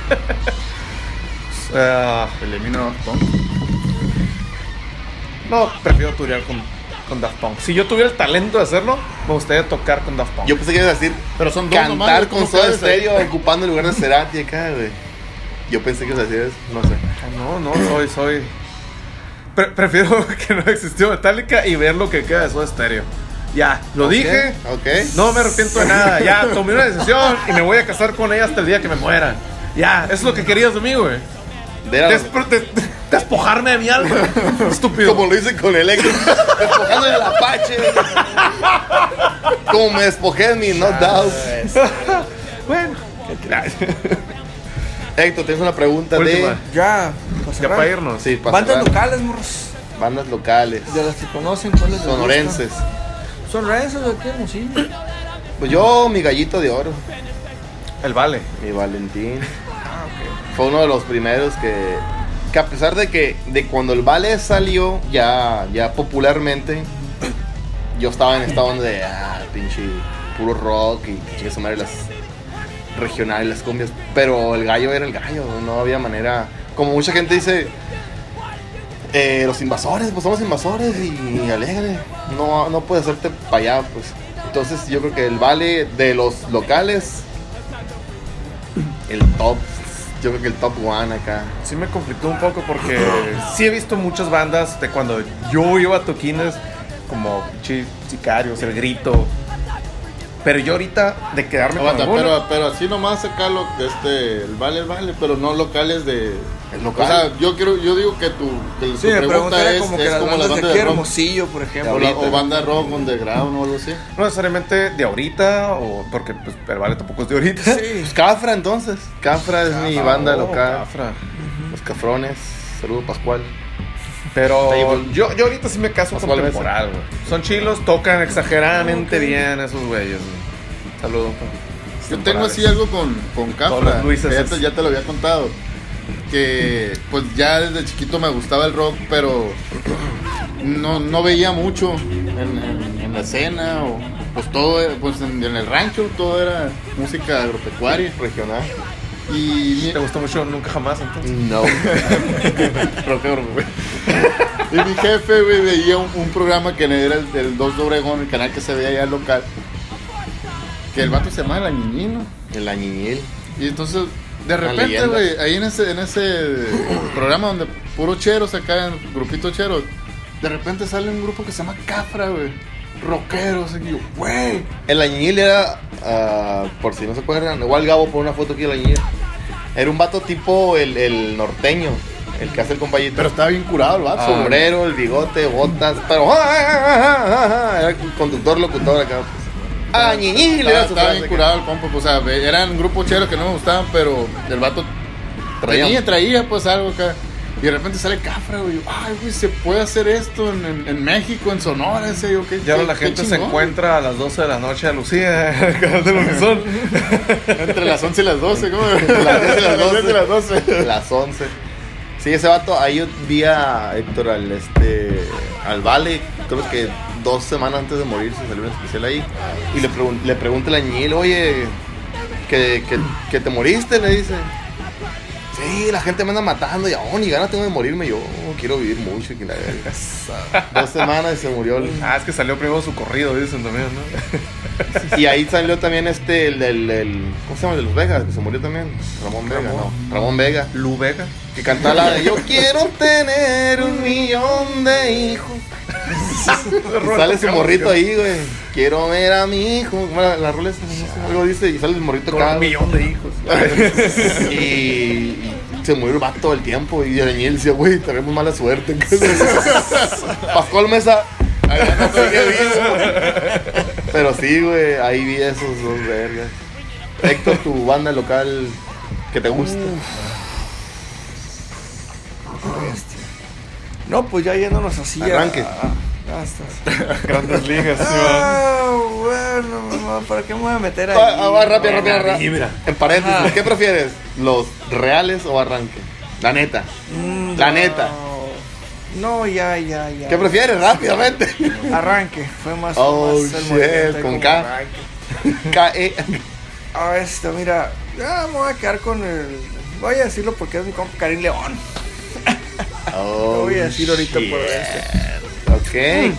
Speaker 4: Ah,
Speaker 5: Elimino a Tom.
Speaker 4: no, prefiero turear con, con Daft Punk. Si yo tuviera el talento de hacerlo, me gustaría tocar con Daft Punk.
Speaker 3: Yo pensé que ibas a decir
Speaker 5: Pero son dos nomás,
Speaker 3: cantar
Speaker 5: güey,
Speaker 3: con
Speaker 5: ¿cómo
Speaker 3: Soda
Speaker 5: quedas ahí?
Speaker 3: Stereo ocupando el lugar de Cerati acá, güey. Yo pensé que ibas a decir eso, no sé.
Speaker 4: Pues No, no, soy, soy. Pre- prefiero que no existió Metallica y ver lo que queda de Soda Stereo. Ya, lo dije.
Speaker 3: Ok.
Speaker 4: No me arrepiento de nada. Ya, tomé una decisión y me voy a casar con ella hasta el día que me muera. Ya, eso es lo que querías de mí, güey.
Speaker 3: Ver a-
Speaker 4: Despro- des- despojarme de mi alma. Estúpido.
Speaker 3: Como lo hice con el ex. Despojando el Apache. Como me despojé de mi No Doubt.
Speaker 4: Bueno,
Speaker 3: Héctor, tienes una pregunta de.
Speaker 4: última.
Speaker 8: Ya, pues
Speaker 4: Ya para irnos.
Speaker 3: Sí, para
Speaker 8: Bandas
Speaker 3: cerrar.
Speaker 8: locales, morros.
Speaker 3: Bandas locales.
Speaker 8: De las que conocen, ¿cuáles les gustan?
Speaker 3: Sonorenses.
Speaker 8: Sonorenses, ¿de qué música?
Speaker 3: Pues yo, mi gallito de oro.
Speaker 4: El vale.
Speaker 3: Mi Valentín.
Speaker 8: Ah,
Speaker 3: Fue uno de los primeros que, que a pesar de que de cuando el Vale salió ya, ya popularmente, yo estaba en esta onda de ah, pinche puro rock y pinche sumar las regionales, las cumbias. Pero el gallo era el gallo, no había manera. Como mucha gente dice, eh, los invasores, pues somos invasores y, alegre. No, no puedes hacerte para allá, pues. Entonces yo creo que el Vale de los locales el top. Yo creo que el top one acá.
Speaker 4: Sí me conflictó un poco porque sí he visto muchas bandas de cuando yo iba a toquines como Chi- Sicarios, El Grito, Pero yo ahorita de quedarme con
Speaker 5: Aguanta,
Speaker 4: alguno-
Speaker 5: pero, pero así nomás sacarlo, este, el vale, el vale, pero no locales de...
Speaker 3: El local.
Speaker 5: O sea, yo, quiero, yo digo que tu, que tu
Speaker 6: Sí, me pregunta
Speaker 5: pregunta
Speaker 6: era
Speaker 5: es
Speaker 6: como
Speaker 5: como,
Speaker 6: que
Speaker 5: es
Speaker 6: las
Speaker 5: como la
Speaker 6: bandas de
Speaker 5: banda
Speaker 6: aquí,
Speaker 5: de rock.
Speaker 6: Hermosillo, por ejemplo.
Speaker 5: O, la- o banda rock underground o algo así.
Speaker 4: No necesariamente de ahorita, o porque pues, el vale tampoco es de ahorita.
Speaker 6: Sí.
Speaker 3: Pues Cafra entonces. Cafra es mi banda
Speaker 4: Oh,
Speaker 3: local.
Speaker 4: Cafra.
Speaker 3: Los Cafrones. Saludo Pascual.
Speaker 4: Pero
Speaker 3: Table.
Speaker 4: yo, yo ahorita sí me caso con
Speaker 3: Pascual Mesa.
Speaker 4: temporal, güey. Son chilos, tocan exageradamente bien esos güeyes. güey. Saludos.
Speaker 5: Yo tengo así algo con, con
Speaker 4: Todos los
Speaker 5: Cafra, que
Speaker 4: Luises
Speaker 5: ya
Speaker 4: es-
Speaker 5: te, ya te lo había contado. Que pues ya desde chiquito me gustaba el rock, pero no, no veía mucho en, en- en la escena o pues todo, era- pues en, en el rancho todo era música agropecuaria.
Speaker 3: Regional.
Speaker 5: Y mi-
Speaker 4: ¿Te gustó mucho Nunca Jamás entonces?
Speaker 3: No.
Speaker 5: Rockero, güey. Y mi jefe, güey, veía un, un programa que era el del 2 de Obregón, el canal que se veía allá local. Que el vato se llamaba El Añiñino.
Speaker 3: El añiñil.
Speaker 5: Y entonces, de repente,
Speaker 3: leyenda.
Speaker 5: güey, ahí en ese, en ese programa donde puro cheros acá, en grupito cheros, de repente sale un grupo que se llama Cafra, güey. Rockeros, y yo, güey.
Speaker 3: El añil era, ah, por si no se acuerdan, igual Gabo por una foto aquí del añil. Era un vato tipo el, el norteño, el que hace el compañero.
Speaker 5: Pero estaba bien curado el vato. güey.
Speaker 3: sombrero, el bigote, botas, pero ah, ah, ah, ah, era el conductor, locutor acá. pues. Añiñil
Speaker 5: Estaba,
Speaker 3: era su
Speaker 5: estaba
Speaker 3: frase
Speaker 5: bien
Speaker 3: acá.
Speaker 5: curado el compa, pues, o sea, ve- eran grupos cheros que no me gustaban, pero el vato
Speaker 3: Traía.
Speaker 5: Traía, traía pues algo acá. Y de repente sale Cafra, güey. yo, Ay, güey, se puede hacer esto en, en- en México, en Sonora, ese yo, qué-
Speaker 4: Ya ahora
Speaker 5: qué-
Speaker 4: la
Speaker 5: qué
Speaker 4: gente se
Speaker 5: chingón,
Speaker 4: encuentra a las 12 de la noche a Lucía, en el canal del Unison.
Speaker 5: güey. Entre las 11 y las 12, ¿cómo? las
Speaker 3: y las 12.
Speaker 5: y las 12.
Speaker 3: Las 11. Sí, ese vato, ahí yo vi a Héctor al, este, al Vale, creo que dos semanas antes de morir se salió un especial ahí. Y le, pregun- le pregunta el añil, oye, que, que- que te moriste, le dice. Sí, la gente me anda matando y aún ni ganas tengo de morirme. Yo quiero vivir mucho. y que la verga". dos semanas y se murió. el-
Speaker 4: Ah, es que salió primero su corrido, dicen también, ¿no?
Speaker 3: Y ahí salió también este, el del, el- ¿cómo se llama? El de los Vegas, que se murió también. Ramón Vega,
Speaker 4: Ramón.
Speaker 3: no. Ramón Vega.
Speaker 4: Lu Vega.
Speaker 3: Que canta la de Yo quiero tener un millón de hijos. Y sale su morrito ahí, güey. Quiero ver a mi hijo. ¿Cómo era la rola esa? No sé, algo dice y sale el morrito
Speaker 4: Con
Speaker 3: acá.
Speaker 4: un millón de hijos.
Speaker 3: Y, y se murió el vato todo el tiempo. Y Daniel decía, güey, tenemos mala suerte. Pascual Mesa. "Ay, ya no soy vivo". Pero sí, güey, ahí vi esos dos vergas. Héctor, tu banda local que te gusta.
Speaker 6: No, pues ya yéndonos así. a-
Speaker 3: Arranque.
Speaker 6: a- a- hasta-
Speaker 4: Grandes ligas, sí, va.
Speaker 6: Ah, bueno, mamá, ¿para qué me voy a meter ahí?
Speaker 3: Ah, ah, va, rápido, rápido,
Speaker 4: la
Speaker 3: rápido.
Speaker 4: vibra.
Speaker 3: En paréntesis,
Speaker 6: Ajá.
Speaker 3: ¿qué prefieres? ¿Los reales o arranque? La neta.
Speaker 6: Mm,
Speaker 3: La
Speaker 6: no.
Speaker 3: neta.
Speaker 6: No, ya, ya, ya.
Speaker 3: ¿Qué prefieres? Rápidamente.
Speaker 6: Arranque, fue más. fue
Speaker 3: Oh,
Speaker 6: más el
Speaker 3: shit,
Speaker 6: movimiento
Speaker 3: con
Speaker 6: ahí como
Speaker 3: K.
Speaker 6: arranque.
Speaker 3: Cae.
Speaker 6: Ah, esto, mira, ya me voy a quedar con el. Voy a decirlo porque es mi compa Karim León. Lo
Speaker 3: Oh,
Speaker 6: voy a decir ahorita por
Speaker 3: shit.
Speaker 6: eso.
Speaker 3: Ok.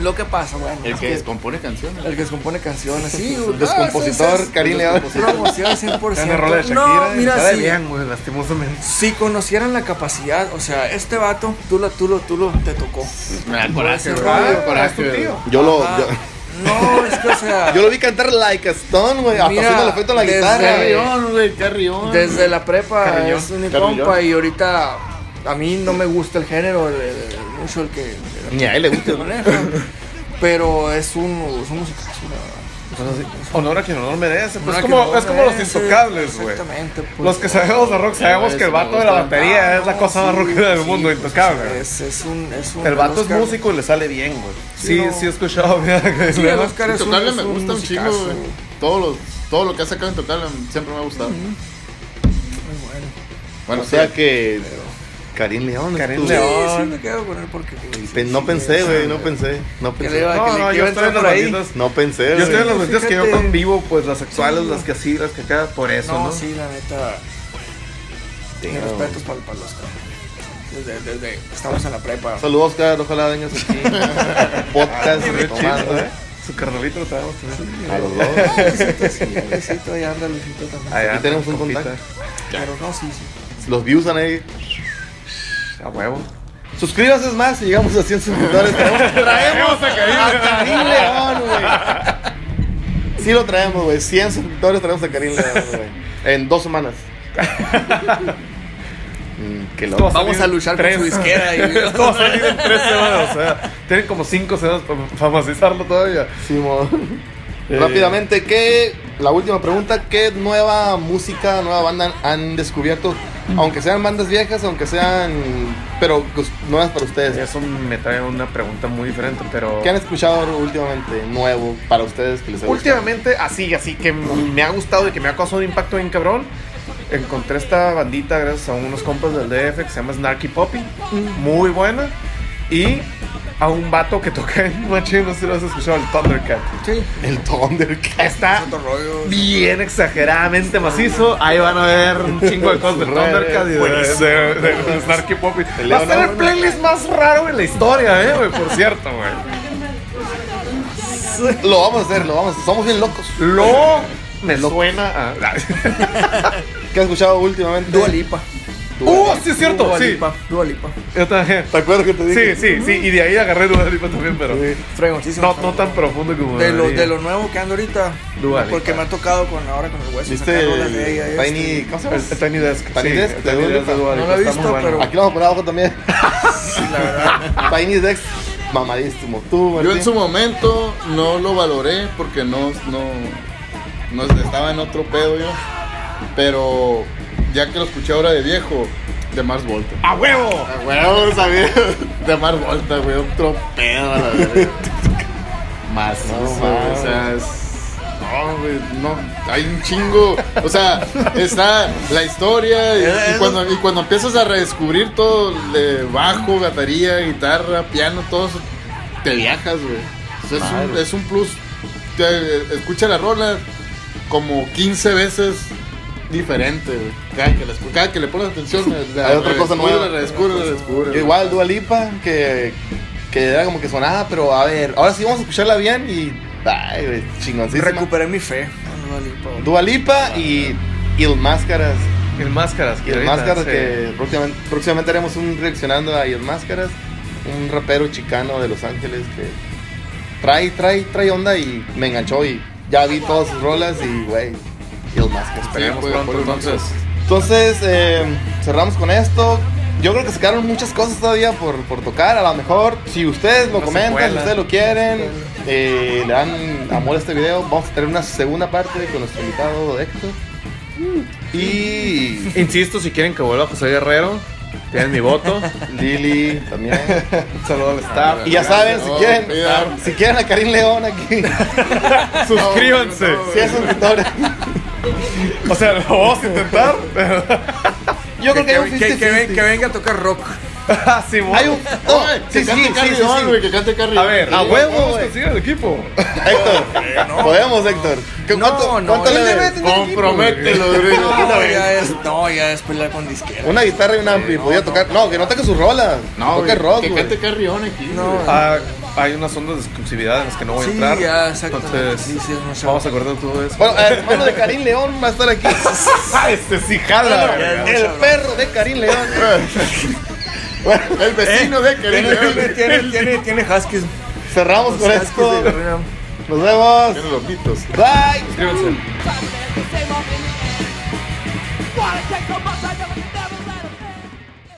Speaker 6: Lo que pasa, bueno.
Speaker 5: El
Speaker 6: es
Speaker 5: que descompone canciones.
Speaker 6: El que descompone canciones, sí. güey.
Speaker 3: El descompositor,
Speaker 6: Ah, sí, sí, sí.
Speaker 3: Karim León.
Speaker 6: Promoción 100%.
Speaker 4: Tiene rola de Shakira.
Speaker 6: no,
Speaker 4: y
Speaker 6: mira,
Speaker 4: sabe
Speaker 6: sí.
Speaker 4: bien, güey, lastimosamente.
Speaker 6: Si conocieran la capacidad, o sea, este vato, tú lo, tú lo, tú lo, te tocó.
Speaker 5: Me da coraje,
Speaker 6: ese
Speaker 5: güey. Me da
Speaker 6: rollo,
Speaker 5: coraje,
Speaker 4: es tu
Speaker 5: güey.
Speaker 4: tío.
Speaker 3: Yo lo,
Speaker 6: Ajá.
Speaker 3: yo,
Speaker 6: ah, No, es que, o sea,
Speaker 3: yo lo vi cantar like a stone, güey. Hasta
Speaker 6: Mira,
Speaker 3: haciendo el efecto a la
Speaker 6: desde-
Speaker 3: guitarra. güey.
Speaker 5: Carrión, güey, carrión.
Speaker 6: desde la prepa
Speaker 5: Carrillón,
Speaker 6: es un
Speaker 5: carrillón.
Speaker 6: compa y ahorita a mí no me gusta el género, el- el- mucho el que
Speaker 3: Ni a él le gusta.
Speaker 6: se maneja, pero es un, es un musicazo, la verdad.
Speaker 4: Entonces, honor a quien honor merece. Pues
Speaker 6: Una
Speaker 4: es
Speaker 6: que
Speaker 4: como,
Speaker 6: no
Speaker 4: es como los
Speaker 6: merece,
Speaker 4: intocables, güey.
Speaker 6: Exactamente. pues.
Speaker 4: Los que sabemos de rock sabemos que el vato de la batería es la cosa más rockera del mundo, intocable.
Speaker 6: Es, es un, es un-
Speaker 4: El vato es
Speaker 6: Oscar-
Speaker 4: músico y le sale bien, güey. Sí,
Speaker 6: Sí, no.
Speaker 4: sí he escuchado. mira, que-
Speaker 6: Sí, el Oscar es un,
Speaker 5: Intocable
Speaker 6: es
Speaker 5: me gusta un chingo,
Speaker 6: musicazo,
Speaker 5: güey. Todo lo, todo lo que ha sacado Intocable siempre me ha gustado. Bueno,
Speaker 3: O sea
Speaker 5: sí.
Speaker 3: que. Karim León. es
Speaker 4: Karim
Speaker 3: tu-
Speaker 6: Sí,
Speaker 4: León.
Speaker 6: sí, me quedo con él porque.
Speaker 3: Pe- No pensé, güey. No pensé. No
Speaker 6: Que le
Speaker 3: pensé.
Speaker 6: iba- que
Speaker 4: No,
Speaker 6: le-
Speaker 4: no,
Speaker 6: que
Speaker 4: yo
Speaker 6: iba
Speaker 4: estoy en
Speaker 6: a entrar
Speaker 4: las
Speaker 6: por ahí.
Speaker 4: banditas.
Speaker 3: No pensé,
Speaker 4: Yo estoy en
Speaker 3: güey.
Speaker 4: las banditas que yo
Speaker 6: Fíjate.
Speaker 4: convivo, pues las sexuales,
Speaker 6: Sí.
Speaker 4: las que así, las que acá, por eso, ¿no?
Speaker 6: No, sí, la neta. Mis respetos para el Oscar. Desde, desde, estamos en la prepa.
Speaker 3: Saludos, Oscar. Ojalá vengas aquí. Podcast
Speaker 4: Qué chido,
Speaker 3: retomando.
Speaker 4: ¿eh? Su carnalito lo traemos también.
Speaker 3: A los dos.
Speaker 6: Luisito, sí, Luisito, ahí anda Luisito también.
Speaker 4: Ahí
Speaker 3: Aquí
Speaker 4: anda,
Speaker 3: tenemos un
Speaker 4: compita.
Speaker 3: contacto.
Speaker 6: Pero no, sí, sí.
Speaker 3: Los views han ahí.
Speaker 4: A huevo.
Speaker 3: Suscríbase es más si llegamos a 100 suscriptores. Traemos, traemos a Karim León, güey. Sí lo traemos, güey. 100 suscriptores traemos a Karim León, güey. En dos semanas. Mm, qué loco.
Speaker 4: Esto va
Speaker 8: Vamos
Speaker 4: salir
Speaker 8: a luchar con
Speaker 4: tres.
Speaker 8: su disquera. Y...
Speaker 4: Esto va a salir en tres semanas. O sea, tienen como cinco semanas para famosizarlo todavía.
Speaker 3: Simón.
Speaker 4: Eh.
Speaker 3: Rápidamente, ¿qué, la última pregunta, ¿qué nueva música, nueva banda han descubierto? Aunque sean bandas viejas, aunque sean, pero pues, nuevas para ustedes.
Speaker 4: Eso me trae una pregunta muy diferente, pero.
Speaker 3: ¿Qué han escuchado últimamente nuevo para ustedes que les ha gustado?
Speaker 4: Últimamente, así, así que me ha gustado y que me ha causado un impacto bien cabrón. Encontré esta bandita gracias a unos compas del DF que se llama Snarky Poppy. Muy buena. Y a un vato que toca en machín, no sé si lo has escuchado, el Thundercat.
Speaker 3: El Thundercat.
Speaker 4: Está bien exageradamente macizo. Ahí van a ver un chingo de cosas de Thundercat y de, de- de- de Snarky Poppy.
Speaker 3: El
Speaker 4: Va a
Speaker 3: León
Speaker 4: ser el
Speaker 3: Abona.
Speaker 4: playlist más raro en la historia, eh, güey, por cierto, güey.
Speaker 3: Lo vamos a hacer, lo vamos a hacer. Somos bien locos.
Speaker 4: Lo me suena a.
Speaker 3: ¿Qué has escuchado últimamente?
Speaker 8: Dua Lipa.
Speaker 4: ¡Uh! Sí, es cierto,
Speaker 8: Dua
Speaker 4: sí.
Speaker 8: Lipa. Dua Lipa.
Speaker 4: Yo también.
Speaker 3: ¿Te acuerdas que te
Speaker 4: Sí,
Speaker 3: dije?
Speaker 4: sí, sí. Y de ahí agarré Dua Lipa también, pero.
Speaker 8: Fregoncísimo.
Speaker 4: No, no tan profundo como.
Speaker 8: De lo,
Speaker 4: debería.
Speaker 8: de lo nuevo que ando ahorita.
Speaker 4: Dua Lipa.
Speaker 8: Porque me ha tocado con ahora con el hueso.
Speaker 3: ¿Viste?
Speaker 8: sacar rolas de ella y
Speaker 3: el
Speaker 8: esto.
Speaker 3: Tiny, ¿cómo se llama?
Speaker 4: El, el Tiny Desk.
Speaker 3: Tiny
Speaker 4: sí,
Speaker 3: Desk
Speaker 4: el
Speaker 3: de
Speaker 4: Tiny
Speaker 3: Dua
Speaker 4: Desk
Speaker 3: Lipa.
Speaker 4: de
Speaker 8: No
Speaker 4: Dua Lipa.
Speaker 8: lo he
Speaker 4: está
Speaker 8: visto,
Speaker 4: muy bueno.
Speaker 8: pero-
Speaker 3: Aquí lo vamos a poner abajo también.
Speaker 8: La verdad.
Speaker 3: Tiny Dex, mamadísimo. Tú,
Speaker 5: Yo
Speaker 3: Martín.
Speaker 5: en su momento no lo valoré porque no, no, no estaba en otro pedo yo. Pero ya que lo escuché ahora de viejo, de Mars Volta.
Speaker 4: ¡A huevo!
Speaker 5: Ah, güey, no sabía. De Mars Volta, güey, otro pedo a la verga. Más, no, güey, o sea, es- No, güey, no, hay un chingo. O sea, está la historia y, y cuando, y cuando empiezas a redescubrir todo, de bajo, batería, guitarra, piano, todo eso, te viajas, güey. O sea, es, un, es un plus. Te- escucha la rola como 15 veces diferente, güey. Cada que, la escu- cada que le pones atención, la-
Speaker 3: Hay otra
Speaker 5: la
Speaker 3: cosa
Speaker 5: redescubre,
Speaker 3: nueva.
Speaker 5: La redescubre, la redescubre.
Speaker 3: Yo igual Dua Lipa, que, que era como que sonaba, pero a ver, ahora sí vamos a escucharla bien y. Ay, güey, chingoncísima.
Speaker 8: Recuperé mi fe. en Dua Lipa.
Speaker 3: Dua Lipa y. Y el Máscaras.
Speaker 4: El Máscaras.
Speaker 3: Y el
Speaker 4: ahorita,
Speaker 3: Máscaras,
Speaker 4: sí.
Speaker 3: que próximamente, próximamente haremos un reaccionando a el Máscaras. Un rapero chicano de Los Ángeles que trae, trae, trae onda y me enganchó y ya vi todas sus rolas y, güey, el Máscaras.
Speaker 5: Sí,
Speaker 4: Esperemos
Speaker 5: pues,
Speaker 4: pronto,
Speaker 5: por
Speaker 4: entonces.
Speaker 3: Entonces, eh, cerramos con esto. Yo creo que se quedaron muchas cosas todavía por, por tocar. A lo mejor, si ustedes lo
Speaker 4: Una
Speaker 3: comentan, si
Speaker 4: secuela.
Speaker 3: ustedes lo quieren, eh, le dan amor a este video, vamos a tener una segunda parte con nuestro invitado Héctor. Y
Speaker 4: Insisto, si quieren que vuelva José Guerrero, tienen mi voto.
Speaker 3: Lili también.
Speaker 4: Saludos al staff.
Speaker 3: Y ya saben, si
Speaker 5: Oh,
Speaker 3: quieren, ah,
Speaker 5: cuidado.
Speaker 3: si quieren a Karim León aquí,
Speaker 4: Suscríbanse.
Speaker 3: si es suscriptor.
Speaker 4: O sea, lo vamos a intentar.
Speaker 3: Yo creo que hay
Speaker 8: Que,
Speaker 3: un
Speaker 8: que- que ven-
Speaker 3: 50-50.
Speaker 8: que venga a tocar rock.
Speaker 4: Ah, sí, bueno.
Speaker 3: Hay un. no,
Speaker 5: Ay,
Speaker 3: sí,
Speaker 5: que
Speaker 3: sí,
Speaker 5: cante
Speaker 3: sí,
Speaker 5: Carry
Speaker 3: sí,
Speaker 5: On,
Speaker 3: sí.
Speaker 5: güey, que cante Carry
Speaker 4: A
Speaker 5: On.
Speaker 4: ver,
Speaker 5: Sí,
Speaker 4: a huevo.
Speaker 5: vamos,
Speaker 4: Vamos a conseguir el equipo.
Speaker 3: Héctor, podemos, Héctor. ¿Cuánto,
Speaker 8: no,
Speaker 3: cuánto
Speaker 8: no,
Speaker 3: le
Speaker 8: no,
Speaker 3: ves?
Speaker 5: Compromételo, Rodrigo.
Speaker 8: No, ya es, no, ya es pelear con disquera.
Speaker 3: Una guitarra y un ampli, podía tocar. No, que no toque sus rolas. No, toque
Speaker 5: güey,
Speaker 3: rock,
Speaker 5: que
Speaker 3: güey.
Speaker 5: cante Carry On aquí.
Speaker 8: No,
Speaker 5: güey.
Speaker 4: Ah, hay unas ondas de exclusividad en las que no voy a
Speaker 8: Sí,
Speaker 4: entrar.
Speaker 8: ya, exacto.
Speaker 4: Entonces,
Speaker 8: Sí, sí, es una chava.
Speaker 4: vamos a acordar todo eso.
Speaker 3: Bueno, el hermano de Karim León va a estar aquí.
Speaker 4: Ah, este sí jala, verga.
Speaker 3: El perro de Karim León. Eh,
Speaker 5: El vecino de Carry
Speaker 8: Tiene,
Speaker 5: On.
Speaker 8: tiene, tiene, tiene, tiene huskies.
Speaker 3: Cerramos con
Speaker 8: huskies
Speaker 3: esto.
Speaker 8: de Guerrero.
Speaker 3: Nos vemos.
Speaker 5: Tiene los mitos.
Speaker 3: Bye.
Speaker 4: Suscríbanse.
Speaker 9: Wanna take a bus, I never